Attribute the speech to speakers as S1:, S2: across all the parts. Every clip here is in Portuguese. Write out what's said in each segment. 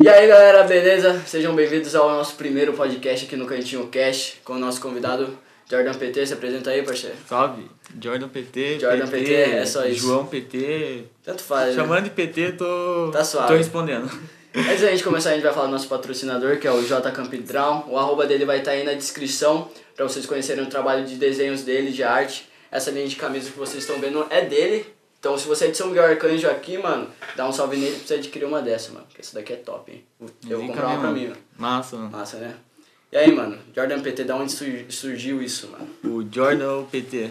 S1: E aí galera, beleza? Sejam bem-vindos ao nosso primeiro podcast aqui no Cantinho Cash com o nosso convidado Jordan PT. Se apresenta aí, parceiro.
S2: Salve, Jordan PT,
S1: Jordan PT, é só isso.
S2: João PT.
S1: Tanto faz, né?
S2: Chamando de PT, tô,
S1: Tá suave.
S2: tô respondendo.
S1: Antes da gente começar, a gente vai falar do nosso patrocinador, que é o J Campidrão. O arroba dele vai estar aí na descrição para vocês conhecerem o trabalho de desenhos dele, de arte. Essa linha de camisa que vocês estão vendo é dele. Então, se você é de São Miguel Arcanjo aqui, mano, dá um salve nele pra você adquirir uma dessa, mano. Porque essa daqui é top, hein? Eu vou
S2: Zica
S1: comprar uma pra mim,
S2: mesmo.
S1: mano.
S2: Massa, mano.
S1: Massa, né? E aí, mano, Jordan PT, da onde sur- surgiu isso, mano?
S2: O Jordan ou PT?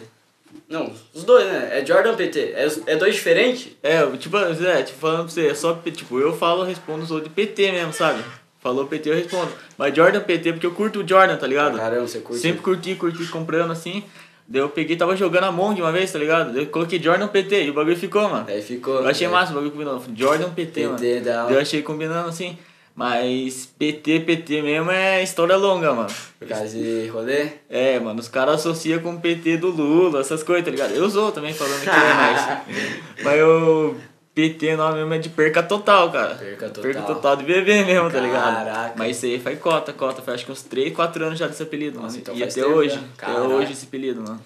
S1: Não, os dois, né? É Jordan PT. É, os- é dois diferentes?
S2: É, eu, tipo, é, tipo, falando pra você, é só, P- tipo, eu falo, respondo, sou de PT mesmo, sabe? Falou PT, eu respondo. Mas Jordan PT, porque eu curto o Jordan, tá ligado?
S1: Caramba, você curte.
S2: Sempre curti, curti comprando assim. Daí eu peguei, tava jogando a Mong uma vez, tá ligado? Daí eu coloquei Jordan PT e o bagulho ficou, mano.
S1: Aí ficou.
S2: Eu achei
S1: né?
S2: massa o bagulho combinando. Jordan PT, mano.
S1: PT, da hora.
S2: Eu achei combinando assim. Mas PT, PT mesmo é história longa, mano.
S1: Por causa de rolê.
S2: É, mano, os caras associam com o PT do Lula, essas coisas, tá ligado? Eu sou também falando que é mas. Mas o PT nome mesmo é de perca total, cara.
S1: Perca total.
S2: Perca total de bebê mesmo, tá ligado?
S1: Caraca.
S2: Mas isso aí faz cota, cota. Faz acho que uns 3, 4 anos já desse apelido,
S1: Nossa,
S2: mano.
S1: então
S2: e
S1: faz
S2: até
S1: tempo,
S2: hoje.
S1: né?
S2: Até
S1: Caraca.
S2: hoje esse apelido, mano.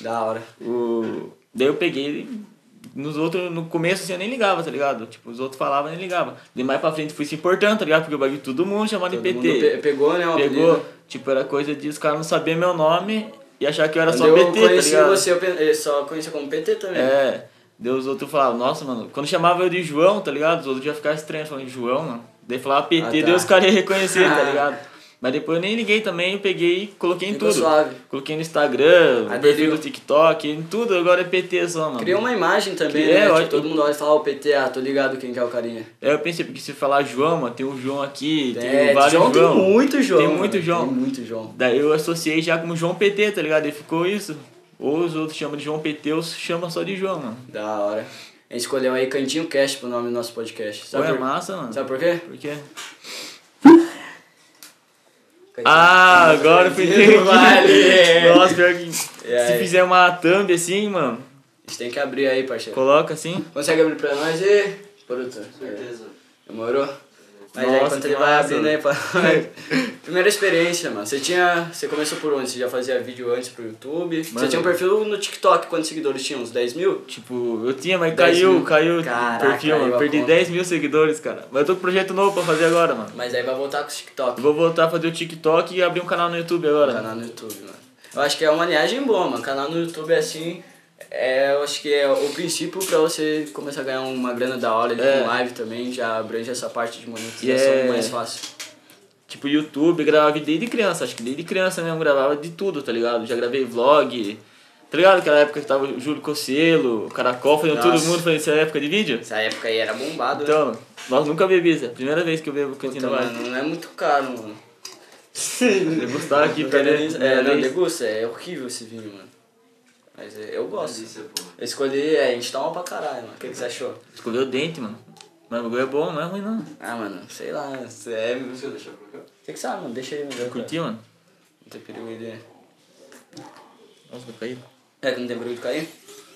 S1: Da hora.
S2: O... Daí eu peguei. Nos outros, no começo assim, eu nem ligava, tá ligado? Tipo, os outros falavam, eu nem ligava. Daí mais pra frente fui se importando, tá ligado? Porque o bagulho todo mundo chamava
S1: Todo
S2: de
S1: mundo pe-
S2: PT.
S1: pegou, né? o
S2: Pegou,
S1: apelido.
S2: tipo, era coisa de os caras não sabiam meu nome e achar que eu era
S1: Quando
S2: só
S1: eu
S2: PT, tá
S1: conheci
S2: ligado?
S1: você, eu pe- eu só conheci como PT também.
S2: É. Daí os outros falavam, nossa, mano, quando chamava eu de João, tá ligado? Os outros já ficavam estranhos, falando João, mano. Daí falava PT,
S1: Ah, tá.
S2: daí os caras iam reconhecer,
S1: Ah.
S2: tá ligado? Mas depois eu nem liguei também, eu peguei e coloquei em
S1: Ficou
S2: tudo.
S1: suave.
S2: Coloquei no Instagram, no
S1: Aderiu.
S2: perfil do TikTok, em tudo, agora é PT só, mano.
S1: Criou um uma imagem também,
S2: Criei,
S1: né?
S2: eu
S1: Tipo,
S2: acho-
S1: todo mundo olha e fala, ah, o PT, ah, tô ligado quem que é o carinha.
S2: Aí eu pensei, porque se falar João, mano, tem o João aqui,
S1: É,
S2: tem vários
S1: João
S2: João.
S1: tem muito João.
S2: Tem
S1: mano.
S2: muito João.
S1: Tem muito João.
S2: Daí eu associei já como João PT, tá ligado? E ficou isso. Ou os outros chamam de João PT, ou chamam só de João, mano.
S1: Da hora. A gente escolheu aí Cantinho Cast pro nome do nosso podcast.
S2: Ou
S1: Sabe,
S2: é
S1: por...
S2: massa, mano.
S1: Sabe por quê?
S2: Por quê?
S1: Cantinho-
S2: Ah,
S1: Cantinho
S2: agora eu fui
S1: Cast do Vale.
S2: Nossa, pior que.
S1: E aí?
S2: Se fizer uma thumb assim, mano,
S1: A gente tem que abrir aí, parceiro.
S2: coloca assim.
S1: Consegue abrir pra nós e... Produtor. Certeza. Demorou? Mas aí
S2: Nossa,
S1: quando
S2: que
S1: ele vai
S2: massa,
S1: abrindo aí pra nós. Primeira experiência, mano. Você tinha... Você começou por onde? Você já fazia vídeo antes pro YouTube? Você
S2: Mano.
S1: tinha um perfil no TikTok, quantos seguidores tinha? Uns 10 mil?
S2: Tipo, eu tinha, mas
S1: 10
S2: caiu,
S1: mil.
S2: caiu
S1: Caraca,
S2: o perfil,
S1: caiu
S2: mano.
S1: a
S2: Perdi
S1: conta.
S2: 10 mil seguidores, cara. Mas eu tô com um projeto novo pra fazer agora, mano.
S1: Mas aí vai voltar com os
S2: Eu
S1: TikTok.
S2: vou voltar a fazer o TikTok e abrir um canal no YouTube agora.
S1: Canal no YouTube, mano. Eu acho que é uma linhagem boa, mano. Canal no YouTube assim. É, eu acho que é o princípio pra você começar a ganhar uma grana da hora ali
S2: É.
S1: com live também, já abrange essa parte de monetização
S2: E é-
S1: mais fácil.
S2: Tipo, YouTube, eu gravava vídeo desde criança, acho que desde criança mesmo gravava de tudo, tá ligado? Já gravei vlog, tá ligado? Aquela época que tava o Júlio Cocelo, o Caracol, fazendo
S1: Nossa.
S2: todo mundo fazendo essa época de vídeo.
S1: Essa época aí era bombado, né?
S2: Então, nós nunca bebemos, é a primeira vez que eu bebo cantina
S1: Então,
S2: mais.
S1: mano, não é muito caro, mano.
S2: Degustar aqui,
S1: Não quero
S2: pera
S1: nem-
S2: aí.
S1: É, não degusta, é horrível esse vinho, mano. Mas é, eu gosto. Eu escolhi, é, a gente toma pra caralho, mano. O que, que você achou?
S2: Escoveu o dente, mano. Mas o bagulho é bom, não é ruim não.
S1: Ah, mano, sei lá. Você é... Você que sabe, mano. Deixa aí, meu Deus.
S2: Curtiu, mano?
S1: Não tem perigo ele.
S2: Nossa, vai cair.
S1: É que não tem perigo de cair?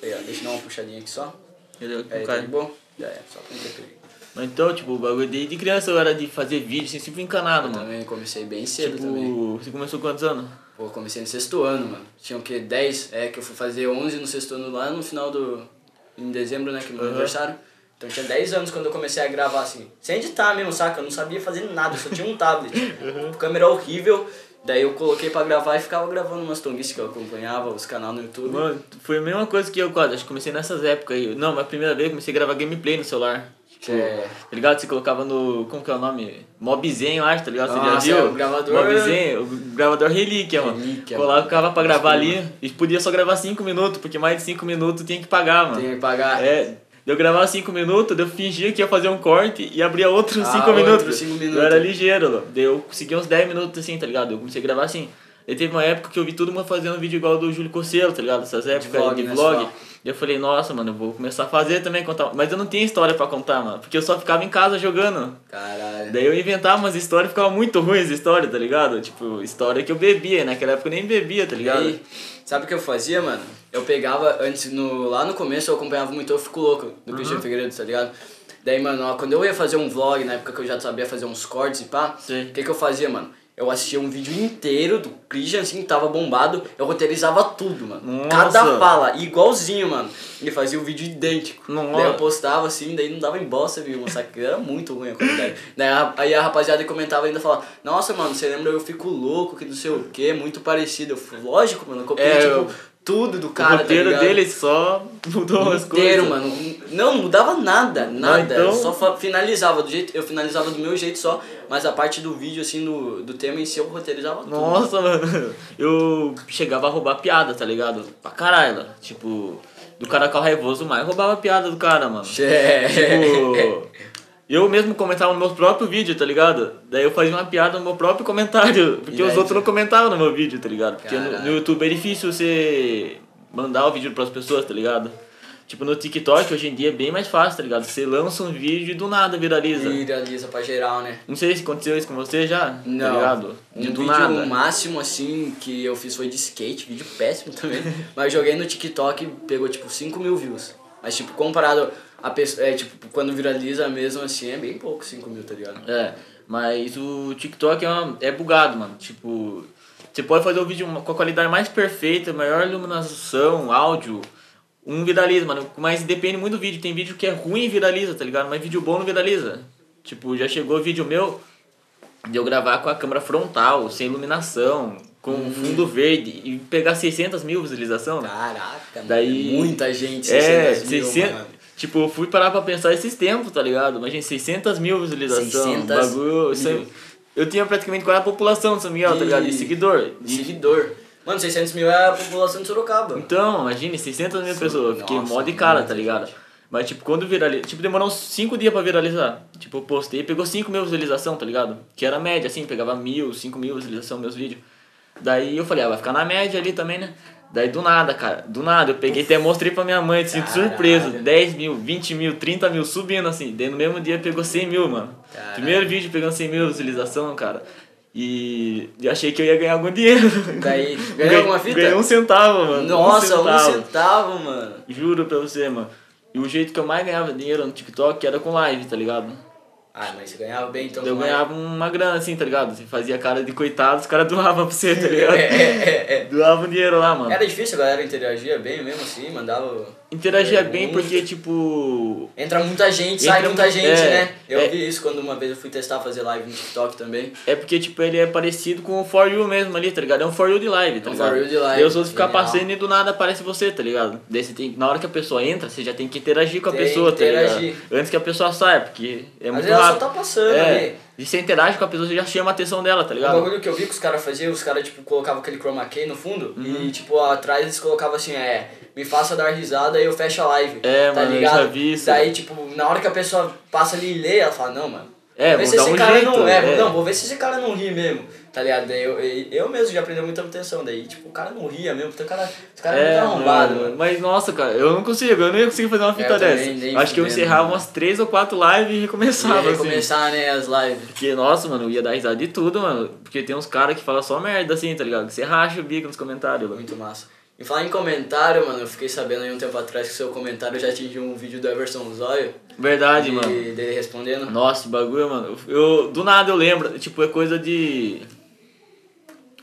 S1: Aí, ó, deixa eu dar uma puxadinha aqui só.
S2: Ele não
S1: Aí, tá de
S2: cai.
S1: boa? Já é, só pra não ter perigo.
S2: Mas então, tipo, o bagulho desde criança eu era de fazer vídeo, assim, sempre encanado, mano.
S1: Também comecei bem cedo É, também.
S2: Tipo, você começou quantos anos?
S1: Pô, comecei no sexto ano, mano. Tinha o quê? 10? É, que eu fui fazer 11 no sexto ano lá no final do... Em dezembro, né, que é meu
S2: Aham.
S1: aniversário. Então tinha 10 anos quando eu comecei a gravar, assim. Sem editar mesmo, saca? Eu não sabia fazer nada, eu só tinha um tablet.
S2: Uhum.
S1: Câmera horrível. Daí eu coloquei pra gravar e ficava gravando umas tonguices que eu acompanhava, os canal no YouTube.
S2: Mano, foi a mesma coisa que eu quase, acho que comecei nessas épocas aí. Não, mas a primeira vez eu comecei a gravar gameplay no celular. Tipo,
S1: É.
S2: tá ligado? Você colocava no. Como que é o nome? Mobzinho, eu acho, tá ligado? Você
S1: Nossa,
S2: já
S1: é,
S2: viu?
S1: o gravador-
S2: Mobzinho, o gravador relíquia, mano.
S1: Relíquia,
S2: colocava pra gravar
S1: Mas,
S2: ali e podia só gravar 5 minutos, porque mais de 5 minutos tinha que pagar, mano.
S1: Tinha que pagar.
S2: É. Eu gravava 5 minutos, daí eu fingia que ia fazer um corte e abria outros
S1: Ah,
S2: 5
S1: outro
S2: minutos.
S1: cinco
S2: Eu
S1: minutos.
S2: era ligeiro, mano. daí eu consegui uns 10 minutos assim, tá ligado? Eu comecei a gravar assim. Daí teve uma época que eu vi todo mundo fazendo um vídeo igual do Júlio Cosselo, tá ligado? Essas épocas de
S1: vlog,
S2: vlog.
S1: né, só.
S2: E eu falei, nossa, mano, eu vou começar a fazer também, contar. Mas eu não tinha história pra contar, mano, porque eu só ficava em casa jogando.
S1: Caralho.
S2: Daí eu inventava umas histórias, ficava muito ruim as histórias, tá ligado? Tipo, história que eu bebia, naquela época eu nem bebia, tá
S1: E
S2: ligado?
S1: aí, sabe o que eu fazia, mano?
S2: Uhum.
S1: Eu pegava antes, no, lá no começo eu acompanhava muito Eu Fico Louco, do Cristiano Figueiredo, tá ligado? Daí, mano, ó, quando eu ia fazer um vlog, na época que eu já sabia fazer uns cortes e pá,
S2: Sei.
S1: o que que eu fazia, mano? Eu assistia um vídeo inteiro do Christian, assim, que tava bombado, eu roteirizava tudo, mano.
S2: Nossa.
S1: Cada fala, igualzinho, mano. Ele fazia um vídeo idêntico.
S2: Nossa.
S1: Daí eu postava assim, daí não dava em bosta, viu? Mas Saca, era muito ruim a qualidade. daí a, aí a rapaziada comentava ainda falava, nossa, mano, você lembra eu fico louco, que não sei o que, muito parecido. Eu falei, lógico, mano, eu copiei,
S2: É,
S1: tipo,
S2: eu-
S1: tudo do cara.
S2: o roteiro
S1: tá ligado?
S2: dele só mudou as coisas.
S1: inteiro, mano. Não, não mudava nada, nada.
S2: então-
S1: Eu Só fa- finalizava do jeito, eu finalizava do meu jeito só, mas a parte do vídeo, assim, do, do tema em si, eu roteirizava tudo.
S2: Nossa, mano. Eu chegava a roubar piada, tá ligado? Pra caralho. Tipo, do cara com raivoso, mas eu roubava a piada do cara, mano.
S1: É.
S2: Tipo, eu mesmo comentava no meu próprio vídeo, tá ligado? Daí eu fazia uma piada no meu próprio comentário, porque
S1: E daí,
S2: os outros não comentavam no meu vídeo, tá ligado? Porque no,
S1: Caralho.
S2: no YouTube é difícil você mandar o vídeo pras pessoas, tá ligado? Tipo, no TikTok hoje em dia é bem mais fácil, tá ligado? Você lança um vídeo e do nada viraliza.
S1: Viraliza pra geral, né?
S2: Não sei se aconteceu isso com você já,
S1: Não.
S2: tá ligado?
S1: Um
S2: De do
S1: vídeo
S2: nada.
S1: máximo, assim, que eu fiz foi de skate, vídeo péssimo também. mas joguei no TikTok e pegou, tipo, 5 mil views. Mas, tipo, comparado a pessoa. É, tipo, quando viraliza mesmo, assim, é bem pouco 5 mil, tá ligado?
S2: É, mas o TikTok é, uma- é bugado, mano. Tipo, você pode fazer o vídeo com a qualidade mais perfeita, maior iluminação, áudio, um viraliza, mano. Mas depende muito do vídeo. Tem vídeo que é ruim e viraliza, tá ligado? Mas vídeo bom não viraliza. Tipo, já chegou vídeo meu de eu gravar com a câmera frontal, sem iluminação, com fundo verde e pegar 600 mil visualização, né?
S1: Caraca, mano.
S2: Daí-
S1: é Muita gente, 600
S2: É,
S1: mil,
S2: 600.
S1: mano.
S2: Tipo, eu fui parar pra pensar esses tempos, tá ligado? Imagina, 600 mil visualizações.
S1: 600
S2: bagulho. isso aí-
S1: mil.
S2: eu tinha praticamente quase a população de São Miguel, tá
S1: De-
S2: ligado? De seguidor. De-
S1: Seguidor. Mano, 600 mil é a população de Sorocaba.
S2: Então, imagine, 600 mil pessoas. Eu Fiquei
S1: Nossa,
S2: mó de cara,
S1: muita
S2: tá ligado? Mas, tipo, quando viraliza. Tipo, demorou uns 5 dias pra viralizar. Tipo, eu postei e pegou 5 mil visualizações, tá ligado? Que era a média, assim, pegava mil, 5 mil visualizações meus vídeos. Daí eu falei, ah, vai ficar na média ali também, né? Daí do nada, cara, do nada, eu peguei até mostrei pra minha mãe, assim, de
S1: Caralho.
S2: surpresa. 10 mil, 20 mil, 30 mil, subindo assim. Daí no mesmo dia pegou 100 mil, mano.
S1: Caralho.
S2: Primeiro vídeo pegando 100 mil visualização, cara. E eu achei que eu ia ganhar algum dinheiro.
S1: Daí, ganhou
S2: Ganhei-
S1: alguma fita?
S2: Ganhei um centavo, mano.
S1: Nossa, um centavo, mano.
S2: Juro pra você, mano. E o jeito que eu mais ganhava dinheiro no TikTok era com live, tá ligado?
S1: Ah, mas você ganhava bem então.
S2: Eu
S1: não é?
S2: ganhava uma grana assim, tá ligado? Você fazia cara de coitado, os caras doavam pra você, tá ligado?
S1: É, é, é.
S2: Doavam dinheiro lá, mano.
S1: Era difícil, a galera interagia bem mesmo assim, mandava.
S2: Interagia bem
S1: Pergunta.
S2: porque, tipo.
S1: Entra muita gente, sai
S2: Entra
S1: muita
S2: muito-
S1: gente,
S2: é,
S1: né? Eu
S2: é.
S1: vi isso quando uma vez eu fui testar fazer live no TikTok também.
S2: É porque, tipo, ele é parecido com o For You mesmo ali, tá ligado? É um For You de live, tá
S1: É um
S2: ligado?
S1: For You de live,
S2: Daí os outros ficam
S1: genial.
S2: passando e do nada aparece você, tá ligado? Daí você tem. Na hora que a pessoa entra, você já tem que interagir com a
S1: Tem que
S2: pessoa, tá ligado?
S1: interagir.
S2: Antes que a pessoa saia, porque é
S1: Às
S2: muito
S1: vezes ela só
S2: rápido.
S1: tá passando
S2: é.
S1: ali.
S2: E você interage com a pessoa, você já chama a atenção dela, tá
S1: O
S2: ligado?
S1: Um bagulho que eu vi que os caras faziam, os caras, tipo, colocavam aquele chroma key no fundo
S2: Uhum.
S1: e, tipo, atrás eles colocavam assim, é, me faça dar risada e eu fecho a live.
S2: É,
S1: tá
S2: mano, eu
S1: ligado?
S2: já vi isso.
S1: Daí, tipo, na hora que a pessoa passa ali e lê, ela fala, não, mano.
S2: É,
S1: vê
S2: vou
S1: se
S2: dar
S1: esse
S2: um
S1: cara
S2: jeito,
S1: não é,
S2: é.
S1: Não, vou ver se esse cara não ri mesmo. Tá ligado? Daí eu, eu, eu mesmo já aprendi muita atenção. Daí, tipo, o cara não ria mesmo, porque o cara, o cara é
S2: É,
S1: muito arrombado,
S2: mano,
S1: mano. É,
S2: Mas nossa, cara, eu não consigo, eu não ia conseguir fazer uma fita
S1: eu também,
S2: dessa.
S1: nem
S2: Acho que eu
S1: fudendo,
S2: encerrava
S1: mano.
S2: umas três ou quatro lives e recomeçava,
S1: E aí
S2: assim.
S1: começar, né, as lives.
S2: Porque, nossa, mano, eu ia dar risada de tudo, mano. Porque tem uns caras que falam só merda, assim, tá ligado? Que você racha o bico nos comentários, mano.
S1: Muito massa. E falar em comentário, mano, eu fiquei sabendo aí um tempo atrás que seu comentário já atingiu um vídeo do Everson Zóio.
S2: Verdade,
S1: E
S2: mano.
S1: dele respondendo.
S2: Nossa, o bagulho, mano. Eu, do nada eu lembro, tipo, é coisa de.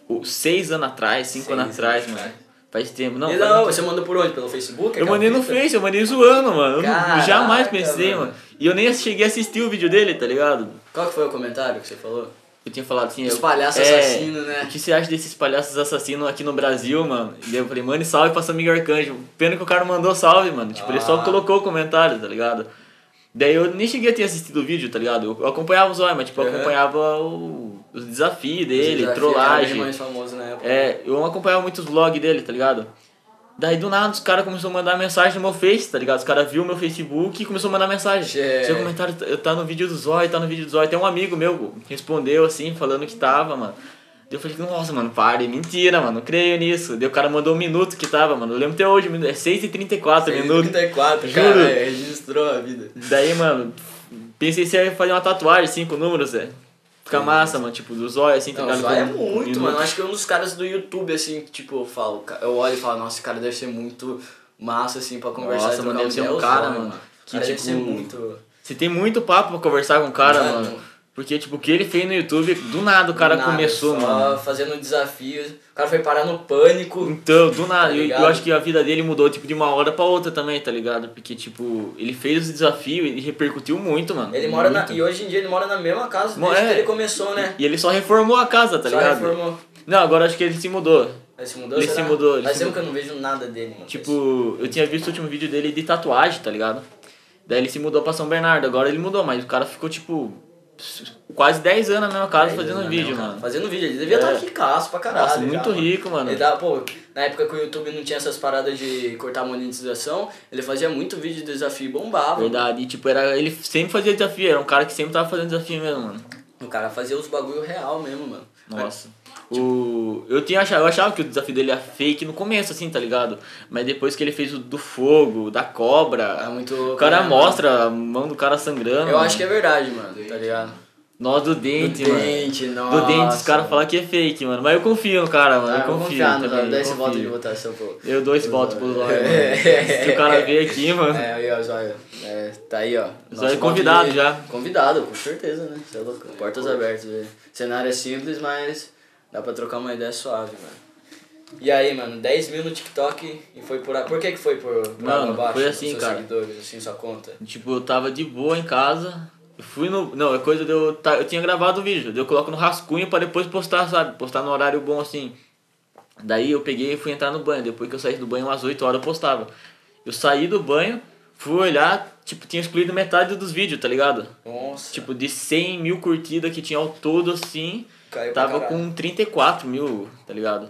S2: oh, Seis anos atrás, cinco
S1: Seis
S2: anos atrás,
S1: anos
S2: mano.
S1: atrás.
S2: Faz tempo, não.
S1: E
S2: faz
S1: não,
S2: muito
S1: você mandou por onde? Pelo Facebook?
S2: Eu
S1: aquela
S2: mandei no
S1: fita?
S2: Face, eu mandei zoando, mano. Eu não-
S1: Caraca,
S2: jamais pensei,
S1: mano.
S2: mano. E eu nem cheguei a assistir o vídeo dele, tá ligado?
S1: Qual que foi o comentário que você falou?
S2: Eu tinha falado assim.
S1: Os
S2: eu-
S1: palhaços
S2: é,
S1: assassinos, né?
S2: O que você acha desses palhaços assassinos aqui no Brasil, mano? E daí eu falei, mano, salve pra São Miguel Arcanjo. Pena que o cara não mandou salve, mano. Tipo, ele só
S1: Ah.
S2: colocou o comentário, tá ligado? Daí eu nem cheguei a ter assistido o vídeo, tá ligado? Eu acompanhava os olhos, mas tipo, eu
S1: Uhum.
S2: acompanhava o, os desafios
S1: Ele
S2: dele, trollagem.
S1: mais famoso na época.
S2: É, eu acompanhava muitos vlogs dele, tá ligado? Daí do nada os caras começaram a mandar mensagem no meu Face, tá ligado? Os caras viu meu Facebook e começou a mandar mensagem.
S1: Che-
S2: Seu comentário tá- tá no vídeo do Zóio, tá no vídeo do Zóio. Tem um amigo meu que respondeu assim, falando que tava, mano. Daí eu falei, nossa, mano, pare, mentira, mano, não creio nisso. Daí o cara mandou um minuto que tava, mano. Eu lembro até hoje, é 6h34
S1: é
S2: minutos.
S1: 34,
S2: Juro.
S1: cara, é, registrou a vida.
S2: Daí, mano, pensei se ia fazer uma tatuagem, cinco números, é. Fica massa, mano, tipo, do Zóio, assim, tá
S1: Não, o
S2: ligado?
S1: Zóio é
S2: Com-
S1: muito,
S2: com-
S1: mano. Acho que é um dos caras do YouTube, assim, que, tipo, eu falo, ca- eu olho e falo, nossa, esse cara deve ser muito massa, assim, pra conversar e
S2: Nossa, mano,
S1: trocar
S2: deve ser
S1: ideia,
S2: um
S1: o
S2: cara,
S1: Zóio,
S2: mano,
S1: O
S2: que,
S1: cara deve
S2: tipo,
S1: ser muito.
S2: Você tem muito papo pra conversar com o cara,
S1: Mano.
S2: mano. Porque, tipo, o que ele fez no YouTube, do nada o cara
S1: Nada,
S2: começou,
S1: só
S2: mano.
S1: fazendo desafios. O cara foi parar no pânico.
S2: Então, do nada,
S1: Tá
S2: eu,
S1: ligado?
S2: eu acho que a vida dele mudou, tipo, de uma hora pra outra também, tá ligado? Porque, tipo, ele fez o desafio e repercutiu muito, mano.
S1: Ele mora na,
S2: muito.
S1: e hoje em dia ele mora na mesma casa
S2: Mo-
S1: desde que
S2: é.
S1: ele começou, né?
S2: E ele só reformou a casa, tá
S1: Só
S2: ligado?
S1: reformou.
S2: Não, agora acho que ele se mudou.
S1: Ele se mudou,
S2: Ele
S1: será?
S2: se mudou, ele
S1: Faz
S2: se
S1: tempo que
S2: mudou.
S1: eu não vejo nada dele, mano.
S2: Tipo, eu tinha visto o último vídeo dele de tatuagem, tá ligado? Daí ele se mudou pra São Bernardo, agora ele mudou, mas o cara ficou, tipo, quase 10 anos na mesma casa fazendo
S1: Fazendo
S2: vídeo,
S1: cara.
S2: mano.
S1: Fazendo vídeo, ele devia
S2: É.
S1: estar ricaço pra caralho.
S2: Nossa,
S1: já,
S2: muito rico, mano.
S1: Ele dava, pô, na época que o YouTube não tinha essas paradas de cortar monetização, ele fazia muito vídeo de desafio e bombava.
S2: Verdade, e, tipo, era, ele sempre fazia desafio, era um cara que sempre tava fazendo desafio mesmo, mano.
S1: O cara fazia os bagulho real mesmo, mano.
S2: Nossa.
S1: É.
S2: O... Eu, tinha achado, eu achava que o desafio dele era fake no começo, assim, tá ligado? Mas depois que ele fez o do fogo, da
S1: É
S2: cobra,
S1: muito
S2: o cara
S1: né,
S2: mostra a mão do cara sangrando.
S1: mano? Eu acho que é verdade, mano, tá ligado?
S2: Nós do
S1: Do
S2: dente, mano.
S1: dente, nossa.
S2: Do dente, os caras falam que é fake, mano. Mas eu confio no cara, mano.
S1: Ah,
S2: eu
S1: vou
S2: confio.
S1: confiar no
S2: também,
S1: cara,
S2: eu
S1: dá esse
S2: confio.
S1: voto de votação, pô.
S2: Eu dou esse voto pro Zóio,
S1: É.
S2: mano. Se o cara vir aqui, mano.
S1: É, aí, ó, Zóio. É, tá aí, ó.
S2: Zóio
S1: Nosso
S2: convidado
S1: voto
S2: já.
S1: Convidado, com certeza, né? Você é louco. Portas abertas. velho. Cenário é simples, mas dá pra trocar uma ideia suave, mano. E aí, mano, 10 mil no TikTok e foi por... a- Por que que foi por, por água
S2: Mano,
S1: abaixo?
S2: foi assim,
S1: seus
S2: cara.
S1: seguidores, assim, sua conta?
S2: Tipo, eu tava de boa em casa. Eu fui no. Não, é coisa de eu. tá- eu tinha gravado o vídeo. daí Eu coloco no rascunho pra depois postar, sabe? Postar no horário bom assim. Daí eu peguei e fui entrar no banho. Depois que eu saí do banho, umas 8 horas eu postava. Eu saí do banho, fui olhar, tipo, tinha excluído metade dos vídeos, tá ligado?
S1: Nossa,
S2: Tipo, de 100 mil curtidas que tinha ao todo assim.
S1: caiu pra
S2: Tava
S1: caralho.
S2: com 34 mil, tá ligado?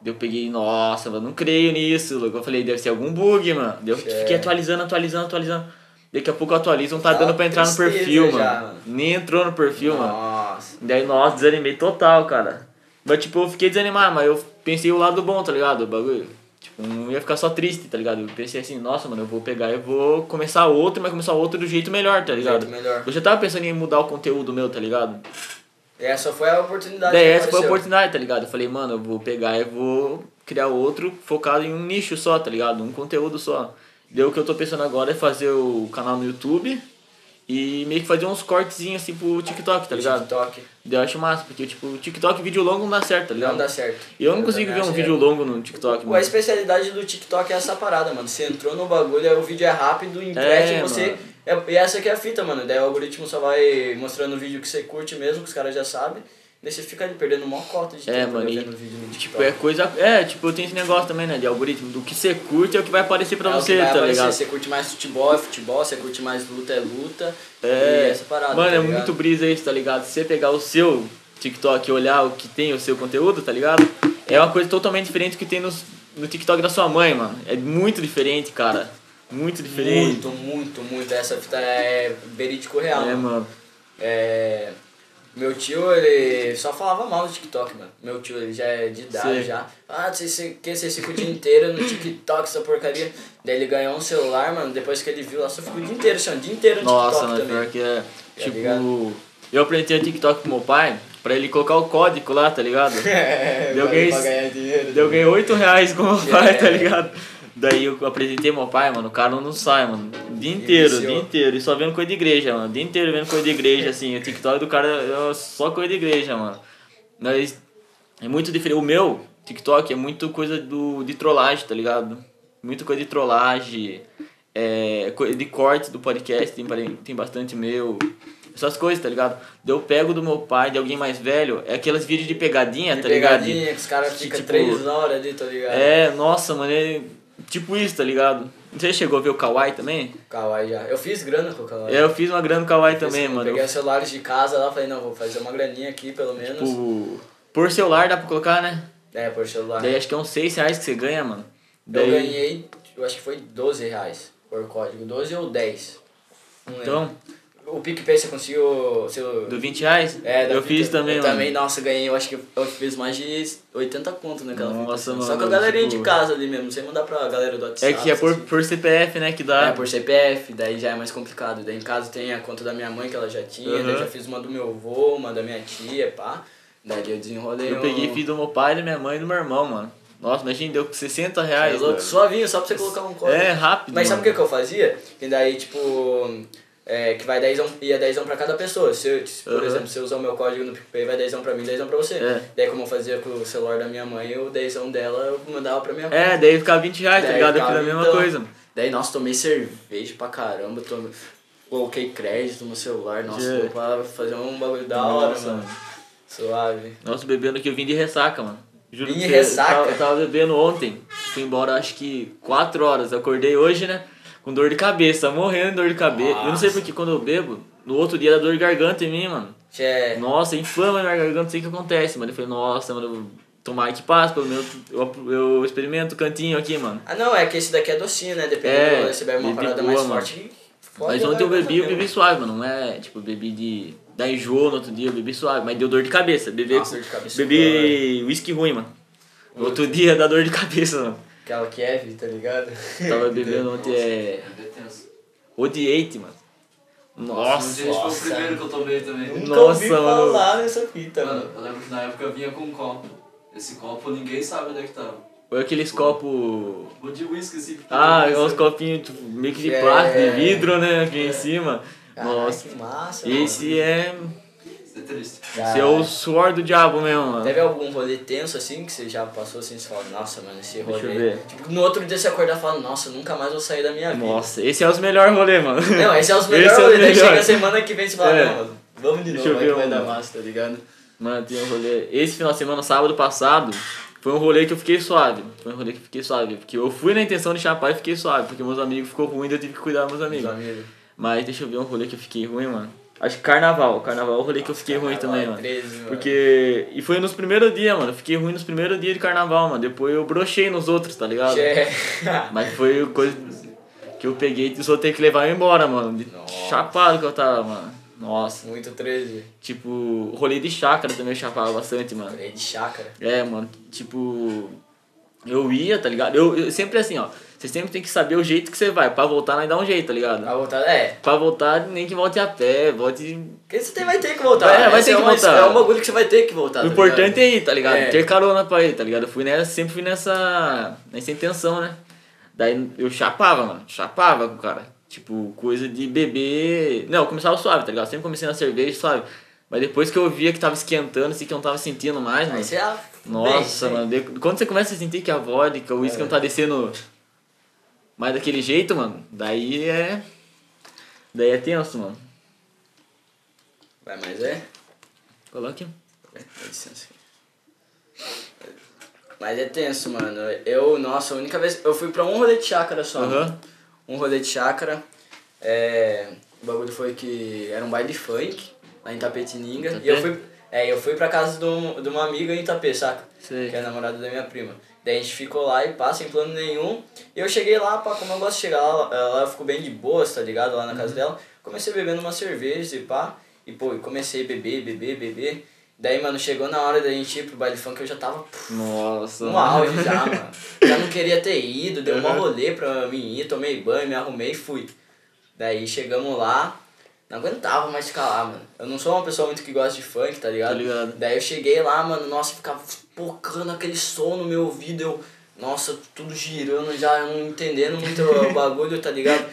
S2: Daí eu peguei, nossa, mano, não creio nisso. louco. Eu falei, deve ser algum bug, mano. Daí eu
S1: É.
S2: fiquei atualizando, atualizando, atualizando. Daqui a pouco eu atualizo, não tá
S1: Dá
S2: dando
S1: uma
S2: pra entrar no
S1: tristeza
S2: perfil, mano.
S1: já, mano.
S2: Nem entrou no perfil, mano.
S1: Nossa.
S2: Daí, nossa, desanimei total, cara. Mas, tipo, eu fiquei desanimado, mas eu pensei o lado bom, tá ligado? O bagulho. Tipo, não ia ficar só triste, tá ligado? Eu pensei assim, nossa, mano, eu vou pegar e vou começar outro, mas começar outro do jeito melhor, tá ligado?
S1: Jeito melhor.
S2: Eu já tava pensando em mudar o conteúdo meu, tá ligado?
S1: E essa foi a oportunidade
S2: Daí
S1: que
S2: essa foi a
S1: Tá, apareceu.
S2: oportunidade, tá ligado? Eu falei, mano, eu vou pegar e vou criar outro focado em um nicho só, tá ligado? Um conteúdo só. Daí o que eu tô pensando agora é fazer o canal no YouTube e meio que fazer uns cortezinhos assim pro TikTok, tá ligado?
S1: TikTok.
S2: Daí eu acho massa, porque tipo, o TikTok vídeo longo não dá certo, tá ligado?
S1: Não dá certo.
S2: Eu não consigo
S1: também
S2: ver um
S1: acho,
S2: vídeo
S1: é.
S2: longo no TikTok,
S1: Pô, a
S2: mano.
S1: especialidade do TikTok é essa parada, mano. Você entrou no bagulho, aí o vídeo é rápido, entrete
S2: É,
S1: você.
S2: mano.
S1: É, e essa que é a fita, mano. Daí o algoritmo só vai mostrando o vídeo que você curte mesmo, que os caras já sabem. Daí você fica ali perdendo uma cota de
S2: É,
S1: tempo
S2: mano,
S1: ali
S2: e,
S1: vendo vídeo no
S2: Tipo,
S1: TikTok.
S2: é coisa. É, tipo, tem esse negócio também, né? De algoritmo. Do que você curte é o que vai aparecer pra
S1: É o que
S2: você,
S1: vai
S2: tá
S1: aparecer.
S2: ligado?
S1: Você curte mais futebol, é futebol. Você curte mais luta, é luta.
S2: É,
S1: E essa parada,
S2: mano,
S1: tá
S2: é
S1: ligado?
S2: muito brisa isso, tá ligado? Se você pegar o seu TikTok e olhar o que tem o seu conteúdo, tá ligado? É uma coisa totalmente diferente do que tem no, no TikTok da sua mãe, mano. É muito diferente, cara. Muito diferente.
S1: Muito, muito, muito. Essa fita é verídico real.
S2: É,
S1: mano.
S2: mano.
S1: É, meu tio, ele só falava mal do TikTok, mano. Meu tio, ele já é de idade,
S2: Sei.
S1: já. Ah, você, você, que você fica o dia inteiro no TikTok, essa porcaria. Daí ele ganhou um celular, mano, depois que ele viu lá, só ficou o dia inteiro, assim, o dia inteiro no
S2: Nossa,
S1: TikTok
S2: mano,
S1: também. Tá
S2: pior que é. Tipo,
S1: ligado?
S2: eu aprendi o TikTok com meu pai pra ele colocar o código lá, tá ligado?
S1: É,
S2: Deu
S1: valeu
S2: ganhei-
S1: dinheiro.
S2: Daí eu ganhei 8 reais com meu pai,
S1: É.
S2: tá ligado? Daí eu apresentei meu pai, mano, o cara não sai, mano. O dia inteiro, o
S1: viciou.
S2: dia inteiro. E só vendo coisa de igreja, mano. O dia inteiro vendo coisa de igreja, assim. O TikTok do cara é só coisa de igreja, mano. Mas é muito diferente. O meu TikTok é muito coisa do, de trollagem, tá ligado? Muita coisa de trollagem. É, co- de corte do podcast, tem, pare- tem bastante meu. Essas coisas, tá ligado? Daí Eu pego do meu pai, de alguém mais velho, é aqueles vídeos de pegadinha,
S1: De
S2: tá ligado?
S1: pegadinha, que os caras
S2: Que,
S1: ficam
S2: tipo,
S1: três horas ali, tá ligado?
S2: É, nossa, mano, é tipo isso, tá ligado? Você chegou a ver o Kawaii também?
S1: Kawaii já. Eu fiz grana com o Kawaii.
S2: É, eu fiz uma grana no Kawaii
S1: Fiz-
S2: também, mano.
S1: Peguei
S2: Eu,
S1: os celulares de casa lá, falei, não, vou fazer uma graninha aqui, pelo menos.
S2: tipo, por celular dá pra colocar, né?
S1: É, por celular.
S2: Daí acho que é uns 6 reais que você ganha, mano. Daí,
S1: Eu ganhei, eu acho que foi 12 reais por código. 12 ou 10. Não lembro.
S2: Então,
S1: O PicPay você conseguiu. Seu...
S2: do 20 reais?
S1: É, da
S2: eu
S1: fita.
S2: fiz também,
S1: eu
S2: mano.
S1: Também, nossa, eu ganhei, eu acho que eu fiz mais de 80 conto naquela
S2: Nossa,
S1: fita. assim.
S2: mano,
S1: Só com a galerinha
S2: tipo-
S1: de casa ali mesmo, sem mandar pra galera do WhatsApp.
S2: É que é por,
S1: assim.
S2: por CPF, né, que dá.
S1: É, por CPF, daí já é mais complicado. Daí em casa tem a conta da minha mãe que ela já tinha, daí eu
S2: Aham.
S1: já fiz uma do meu avô, uma da minha tia, pá. Daí eu desenrolei.
S2: eu
S1: um-
S2: peguei e fiz do meu pai, da minha mãe e do meu irmão, mano. Nossa, imagina, deu 60 reais.
S1: é Louco,
S2: mano.
S1: suavinho, só pra você colocar um código.
S2: É, rápido.
S1: Mas sabe o
S2: mano.
S1: que, que eu fazia? Que daí, tipo, É, que vai 10 e é 10 pra cada pessoa. Se, eu- se, por
S2: Aham.
S1: exemplo, se eu usar o meu código no PicPay, vai 10 pra mim, 10 pra você.
S2: É.
S1: Daí, como eu fazia com o celular da minha mãe, o 10 dela eu mandava pra minha
S2: É, daí ficava 20 reais, tá
S1: Daí
S2: ligado? Eu fiz
S1: ficava
S2: a mesma
S1: então.
S2: coisa, mano.
S1: Daí, nossa, tomei cerveja pra caramba, tomei... coloquei crédito no celular, nossa,
S2: Yeah.
S1: deu pra fazer um bagulho da hora,
S2: Nossa,
S1: mano. Suave.
S2: Nossa, bebendo aqui, eu vim de ressaca, mano. Juro
S1: Vim
S2: pra
S1: de
S2: você,
S1: ressaca?
S2: Eu tava, eu tava bebendo ontem. Fui embora acho que 4 horas. Acordei hoje, né? Com dor de cabeça, morrendo de dor de cabeça. Eu não sei
S1: Nossa.
S2: porque quando eu bebo, no outro dia dá dor de garganta em mim, mano.
S1: Tchê.
S2: Nossa, inflama minha garganta, não sei o que acontece, mano. Eu falei, nossa, mano, eu vou tomar que passa, pelo menos eu, eu experimento o cantinho aqui, mano.
S1: Ah, não, é que esse daqui é docinho, né?
S2: É,
S1: Dependendo, se você bebe uma
S2: ele
S1: parada
S2: boa,
S1: mais
S2: mano.
S1: forte. né?
S2: Mas
S1: fode,
S2: ontem eu
S1: vai,
S2: bebi, eu
S1: vai,
S2: bebi suave, mano. Não é tipo, bebi de. Da enjoo no outro dia, eu bebi suave, mas deu dor de cabeça. Bebi,
S1: Nossa, dor de cabeça é né?
S2: bebi whisky ruim, mano. No outro dia dá dor de cabeça, mano.
S1: Aquela Kiev, tá ligado?
S2: Tava bebendo ontem é. Odiate, mano. Nossa.
S3: Nossa, gente, foi o
S1: nossa.
S3: primeiro que eu tomei também.
S1: Nunca
S2: Nossa,
S1: ouvi
S2: mano.
S1: falar nessa fita,
S3: Mano,
S1: mano.
S3: eu lembro que na época eu vinha com um copo. Esse copo ninguém sabe onde é que tava.
S2: Foi aqueles copos.
S3: Um de whisky assim. pequeno,
S2: Ah,
S3: assim.
S2: uns copinhos tipo, meio que de
S1: É.
S2: plástico, de vidro, né? Aqui em cima.
S1: Caraca,
S2: Nossa.
S1: que massa, mano.
S2: Esse é.
S3: Isso é triste.
S2: Esse é o suor do diabo mesmo, mano.
S1: Teve algum rolê tenso assim que você já passou assim, você fala, nossa, mano, esse rolê.
S2: Deixa eu ver.
S1: Tipo, no outro dia você acordar e fala, nossa, nunca mais vou sair da minha vida.
S2: Nossa, esse é os melhores rolês, mano.
S1: Não, esse é os
S2: Esse
S1: melhores
S2: é os
S1: rolês. Daí chega a
S2: melhores.
S1: semana que vem e você fala,
S2: É.
S1: não, mano, vamos de
S2: Deixa
S1: novo,
S2: eu
S1: aí que
S2: ver
S1: vai
S2: um,
S1: dar
S2: mano.
S1: massa, tá ligado?
S2: Mano, tem um rolê. Esse final de semana, sábado passado, foi um rolê que eu fiquei suave. Foi um rolê que eu fiquei suave. Porque eu fui na intenção de chapar e fiquei suave. Porque meus amigos ficou ruim e eu tive que cuidar dos meus
S1: Os
S2: amigos.
S1: amigos.
S2: Mas deixa eu ver um rolê que eu fiquei ruim, mano. Acho que carnaval. Carnaval é o rolê que eu fiquei ruim também, mano.
S1: 13, é mano.
S2: Porque. E foi nos primeiros dias, mano. Eu fiquei ruim nos primeiros dias de carnaval, mano. Depois eu brochei nos outros, tá ligado?
S1: Che-
S2: Mas foi coisa que eu peguei e só teve que levar eu embora, mano. De
S1: Nossa.
S2: chapado que eu tava, mano. Nossa.
S1: Muito 13.
S2: Tipo, rolê de chácara também eu chapava bastante, mano.
S1: Rolê de chácara.
S2: É, mano, tipo. Eu ia, tá ligado? Eu, eu sempre assim, ó. Você sempre tem que saber o jeito que você vai. Pra voltar, nós dá um jeito, tá ligado?
S1: Vai voltar, é.
S2: Pra voltar, nem que volte a pé, volte.
S1: Porque você tem- vai ter que voltar.
S2: É,
S1: né?
S2: vai
S1: Esse
S2: ter que
S1: é um-
S2: voltar.
S1: É um bagulho que você vai ter que voltar.
S2: o
S1: tá
S2: importante
S1: ligado?
S2: é ir, tá ligado?
S1: É.
S2: Ter carona pra ir, tá ligado? Eu fui nessa, sempre fui nessa. nessa intenção, né? Daí eu chapava, mano. Chapava com o cara. Tipo, coisa de beber. Não, eu começava suave, tá ligado? Sempre comecei na cerveja, suave. Mas depois que eu via que tava esquentando, assim, que eu não tava sentindo mais, mano.
S1: Aí você ah,
S2: Nossa,
S1: bem, É.
S2: mano. de- Quando você começa a sentir que a vodka, o uísque não tá descendo mais daquele jeito, mano, daí é. Daí é tenso, mano.
S1: Vai, mas é.
S2: Coloque.
S1: É, dá licença. Mas é tenso, mano. Eu, nossa, a única vez. Eu fui pra um rolê de chácara só.
S2: Aham.
S1: Um rolê de chácara. É, o bagulho foi que era um baile funk lá em Tapetininga.
S2: Tapete?
S1: E eu fui. É, eu fui pra casa de, um, de uma amiga em Itapê, saca?
S2: Sei.
S1: Que é a namorada da minha prima. Daí a gente ficou lá e passa sem plano nenhum. E eu cheguei lá, pá, como eu gosto de chegar lá, ela ela ficou bem de boas, tá ligado? Lá na casa dela. Comecei bebendo uma cerveja e pá. E pô, eu comecei a beber, beber, beber. Daí, mano, chegou na hora da gente ir pro baile funk, eu já tava pff,
S2: Nossa.
S1: no
S2: mano.
S1: Um auge já, mano. Já não queria ter ido, deu um rolê pra mim ir, tomei banho, me arrumei e fui. Daí chegamos lá, não aguentava mais ficar lá, mano. Eu não sou uma pessoa muito que gosta de funk, tá ligado?
S2: Tá ligado.
S1: Daí eu cheguei lá, mano, nossa, ficava pocando aquele som no meu ouvido, eu, nossa, tudo girando já, eu não entendendo muito o bagulho, tá ligado?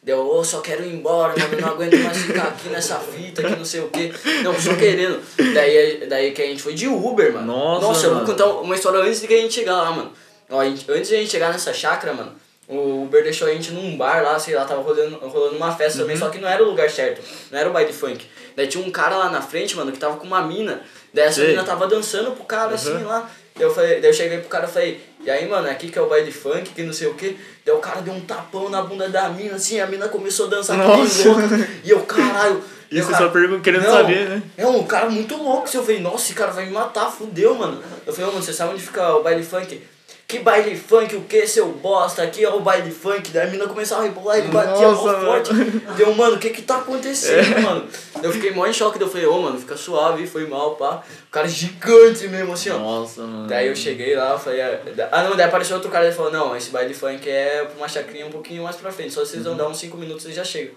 S1: Deu, ô, só quero ir embora, mano, não aguento mais ficar aqui nessa fita, que não sei o quê. Não, só querendo. Daí, daí que a gente foi de Uber, mano.
S2: Nossa,
S1: eu vou
S2: mano.
S1: contar Então, uma história antes de que a gente chegar lá, mano. Ó, a gente- antes de a gente chegar nessa chácara, mano, o Uber deixou a gente num bar lá, sei lá, tava rolando, rolando uma festa
S2: Uhum.
S1: também, só que não era o lugar certo, não era o baile funk. Daí tinha um cara lá na frente, mano, que tava com uma mina. Daí essa
S2: Sei. Uhum.
S1: mina tava dançando pro cara assim lá. Daí eu, falei, daí eu cheguei pro cara e falei, e aí, mano, é aqui que é o baile funk, que não sei o que. Daí o cara deu um tapão na bunda da mina, assim, a mina começou a dançar que nem
S2: Nossa.
S1: louca. E eu, caralho. E
S2: Isso é
S1: o cara,
S2: só pergun- querendo saber, né?
S1: é um cara muito louco. assim, Eu falei, nossa, esse cara vai me matar, fudeu, mano. Eu falei, ô, mano, você sabe onde fica o baile funk? Que baile funk, o que, seu bosta? Aqui é o baile funk. Daí a mina começava a rebolar, ele batia
S2: Nossa,
S1: mó forte. Deu, mano, o que que tá acontecendo, mano? Eu fiquei mó em choque. Daí eu falei, ô, mano, fica suave, foi mal, pá. O cara é gigante mesmo, assim, ó.
S2: Nossa, mano.
S1: Daí eu cheguei lá, eu falei, ah, da- ah não, daí apareceu outro cara e falou, não, esse baile funk é pra uma chacrinha um pouquinho mais pra frente, só vocês
S2: Uhum.
S1: vão dar uns 5 minutos e já chega.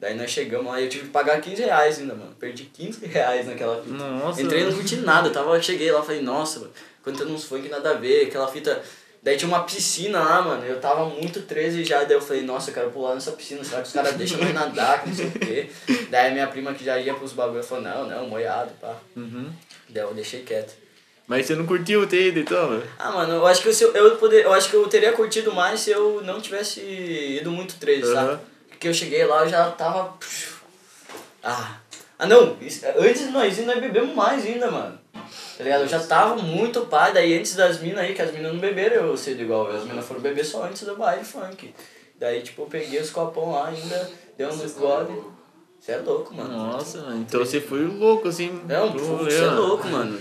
S1: Daí nós chegamos lá e eu tive que pagar 15 reais ainda, mano. Perdi 15 reais naquela fita.
S2: Nossa.
S1: Entrei e não curti nada, eu tava, eu cheguei lá, falei, nossa, mano, cantando uns funk nada a ver, aquela fita Daí tinha uma piscina lá, mano. Eu tava muito 13 já. Daí eu falei, nossa, eu quero pular nessa piscina. Será que os caras deixam eu nadar? que Não sei o quê. Daí minha prima que já ia pros bagulho falou, não, não, moiado, pá.
S2: Uhum.
S1: Daí eu deixei quieto.
S2: Mas você não curtiu ter ido então, mano?
S1: Ah, mano, eu acho que eu, eu, poder, eu acho que eu teria curtido mais se eu não tivesse ido muito 13,
S2: Aham.
S1: sabe? Porque eu cheguei lá, eu já tava. Ah. Ah não, isso- antes de nós ir, nós bebemos mais ainda, mano. Tá ligado? Eu já tava muito pá, daí antes das minas aí, que as minas não beberam, eu cedo igual, as minas foram beber só antes do baile funk. Daí, tipo, eu peguei os copão lá ainda, dei uns gole. Você é louco, mano.
S2: Nossa, mano. Então você foi louco, assim.
S1: Não,
S2: pro
S1: você
S2: rolê,
S1: é
S2: mano.
S1: louco, mano.